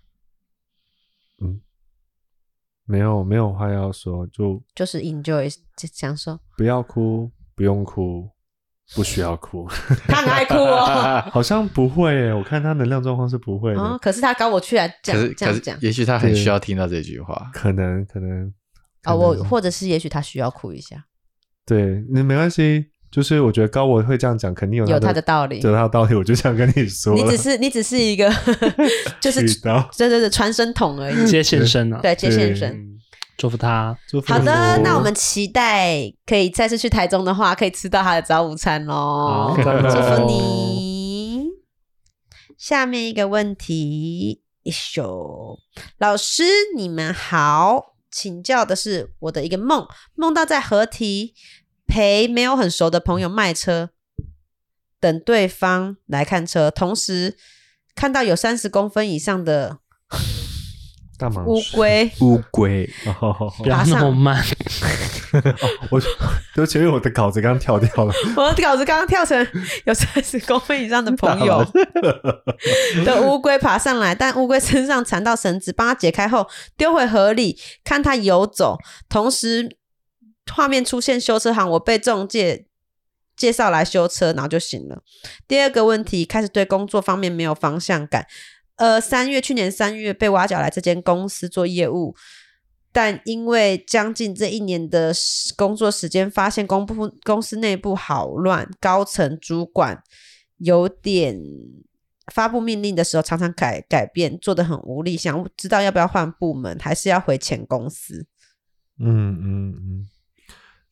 Speaker 2: 没有没有话要说，就
Speaker 1: 就是 enjoy 就享受，
Speaker 2: 不要哭，不用哭，不需要哭。
Speaker 1: 他很爱哭哦。
Speaker 2: 好像不会耶，我看他能量状况是不会的，
Speaker 1: 哦，可是他搞我居然这
Speaker 6: 可是
Speaker 1: 样这
Speaker 6: 可
Speaker 1: 样讲
Speaker 6: 是，也许他很需要听到这句话。
Speaker 2: 可能可能
Speaker 1: 哦，
Speaker 2: 可能
Speaker 1: 我或者是也许他需要哭一下，
Speaker 2: 对，那没关系，就是我觉得高我会这样讲，肯定有
Speaker 1: 有
Speaker 2: 他
Speaker 1: 他的道理。
Speaker 2: 有他的道理，我就想跟你说了，
Speaker 1: 你只是你只是一个就是
Speaker 2: 遇到
Speaker 1: 对对对传声筒而已，
Speaker 4: 接线生
Speaker 1: 嗯
Speaker 4: 啊，
Speaker 1: 对接线生。
Speaker 2: 对
Speaker 4: 祝福他。
Speaker 2: 祝福
Speaker 1: 好的
Speaker 2: 你，
Speaker 1: 那我们期待可以再次去台中的话，可以吃到他的早午餐喽
Speaker 4: 好。
Speaker 1: 祝
Speaker 4: 哦
Speaker 1: 福你。下面一个问题，一首老师，你们好，请教的是我的一个梦，梦到在合体陪没有很熟的朋友卖车，等对方来看车，同时看到有三十公分以上的
Speaker 2: 大忙
Speaker 1: 乌龟
Speaker 6: 乌龟，
Speaker 2: 哦，
Speaker 4: 不要那么慢，
Speaker 2: 我对不起，因为我的稿子刚跳掉了，
Speaker 1: 我的稿子刚刚跳成有三十公分以上的朋友的乌龟爬上来，但乌龟身上缠到绳子，帮它解开后丢回河里，看它游走。同时，画面出现修车行，我被中介介绍来修车，然后就醒了。第二个问题，开始对工作方面没有方向感。呃，三月去年三月被挖角来这间公司做业务，但因为将近这一年的时工作时间，发现公部公司内部好乱，高层主管有点发布命令的时候常常改改变，做的很无力，想知道要不要换部门，还是要回前公司？
Speaker 2: 嗯嗯嗯，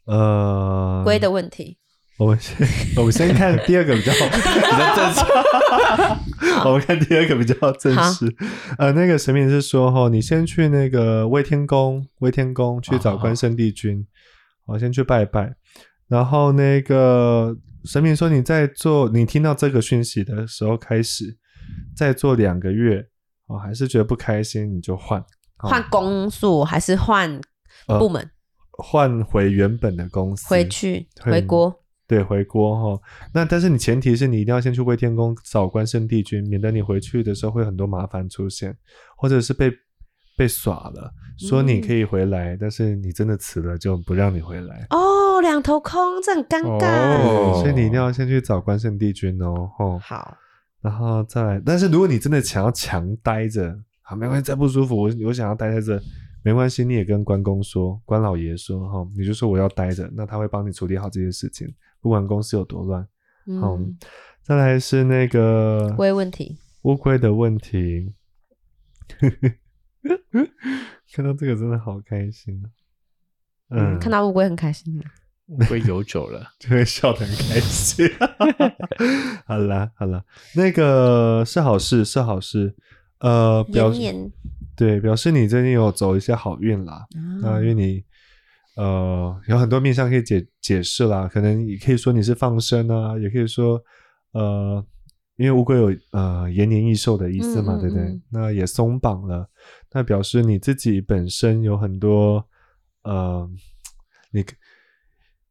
Speaker 2: 呃，
Speaker 1: 归的问题，
Speaker 2: 我们先我们先看第二个比较比较正式，我们看第二个比较正式。呃，那个神明是说哈，你先去那个威天宫，威天宫去
Speaker 1: 哦
Speaker 2: 找关圣帝君，我、先去拜拜。然后那个神明说，你在做，你听到这个讯息的时候开始，再做两个月，哦，还是觉得不开心，你就换哦
Speaker 1: 换工作还是换
Speaker 2: 呃
Speaker 1: 部门？
Speaker 2: 换回原本的公司，
Speaker 1: 回去
Speaker 2: 会
Speaker 1: 回国？
Speaker 2: 对，回锅哈。那但是你前提是你一定要先去归天宫找关圣帝君，免得你回去的时候会有很多麻烦出现，或者是被被耍了，说你可以回来，但是你真的辞了就不让你回来。
Speaker 1: 哦，两头空，这很尴尬。
Speaker 6: 哦
Speaker 2: 所以你一定要先去找关圣帝君哦，吼，
Speaker 1: 好，
Speaker 2: 然后再来。但是如果你真的想要强待着，好，没关系，再不舒服，我我想要待在这，没关系，你也跟关公说，关老爷说，哈，你就说我要待着，那他会帮你处理好这些事情，不管公司有多乱。好嗯
Speaker 1: 嗯，
Speaker 2: 再来是那个
Speaker 1: 归问题，
Speaker 2: 乌龟的问题， 看到这个真的好开心啊！嗯，
Speaker 1: 嗯，看到乌龟很开心啊。
Speaker 6: 会有酒 了。
Speaker 2: 就会笑得很开心。 好啦好啦，那个是好事是好事，呃，表
Speaker 1: 炎炎
Speaker 2: 对表示你最近有走一些好运
Speaker 1: 啊
Speaker 2: 啦。那、因为你呃有很多面向可以解解释啦，可能也可以说你是放生啊，也可以说呃，因为乌龟有呃延年益寿的意思嘛，
Speaker 1: 嗯嗯
Speaker 2: 对不对
Speaker 1: 嗯？
Speaker 2: 那也松绑了，那表示你自己本身有很多呃，你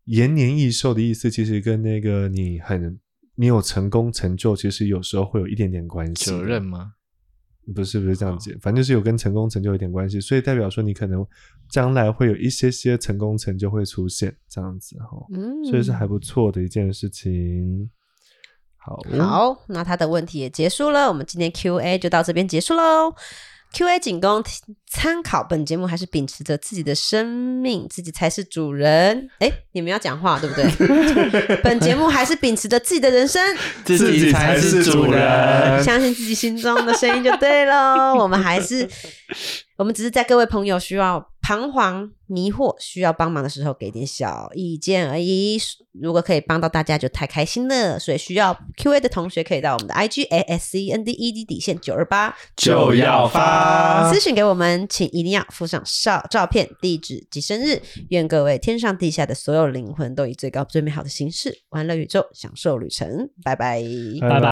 Speaker 2: 延年益寿的意思，其实跟那个你很你有成功成就，其实有时候会有一点点关系的。
Speaker 6: 责任吗？
Speaker 2: 不是不是这样子，反正就是有跟成功成就有点关系，所以代表说你可能将来会有一些些成功成就会出现这样子哈，
Speaker 1: 嗯
Speaker 2: 所以是还不错的一件事情。好，
Speaker 1: 好，那他的问题也结束了，我们今天 Q&A 就到这边结束喽。Q&A 仅供参考，本节目还是秉持着自己的生命，自己才是主人。哎，你们要讲话对不对？本节目还是秉持着自己的人生，
Speaker 6: 自
Speaker 2: 自己才是主人。
Speaker 1: 相信自己心中的声音就对喽。我们还是，我们只是在各位朋友需要彷徨、迷惑、需要帮忙的时候给点小意见而已。如果可以帮到大家，就太开心了。所以需要 Q&A 的同学可以到我们的 IG A S C N D E D 底线九二八
Speaker 2: 就要发
Speaker 1: 私信给我们，请一定要附上照照片、地址及生日。愿各位天上地下的所有灵魂都以最高最美好的形式玩乐宇宙，享受旅程。拜拜。
Speaker 4: 拜拜。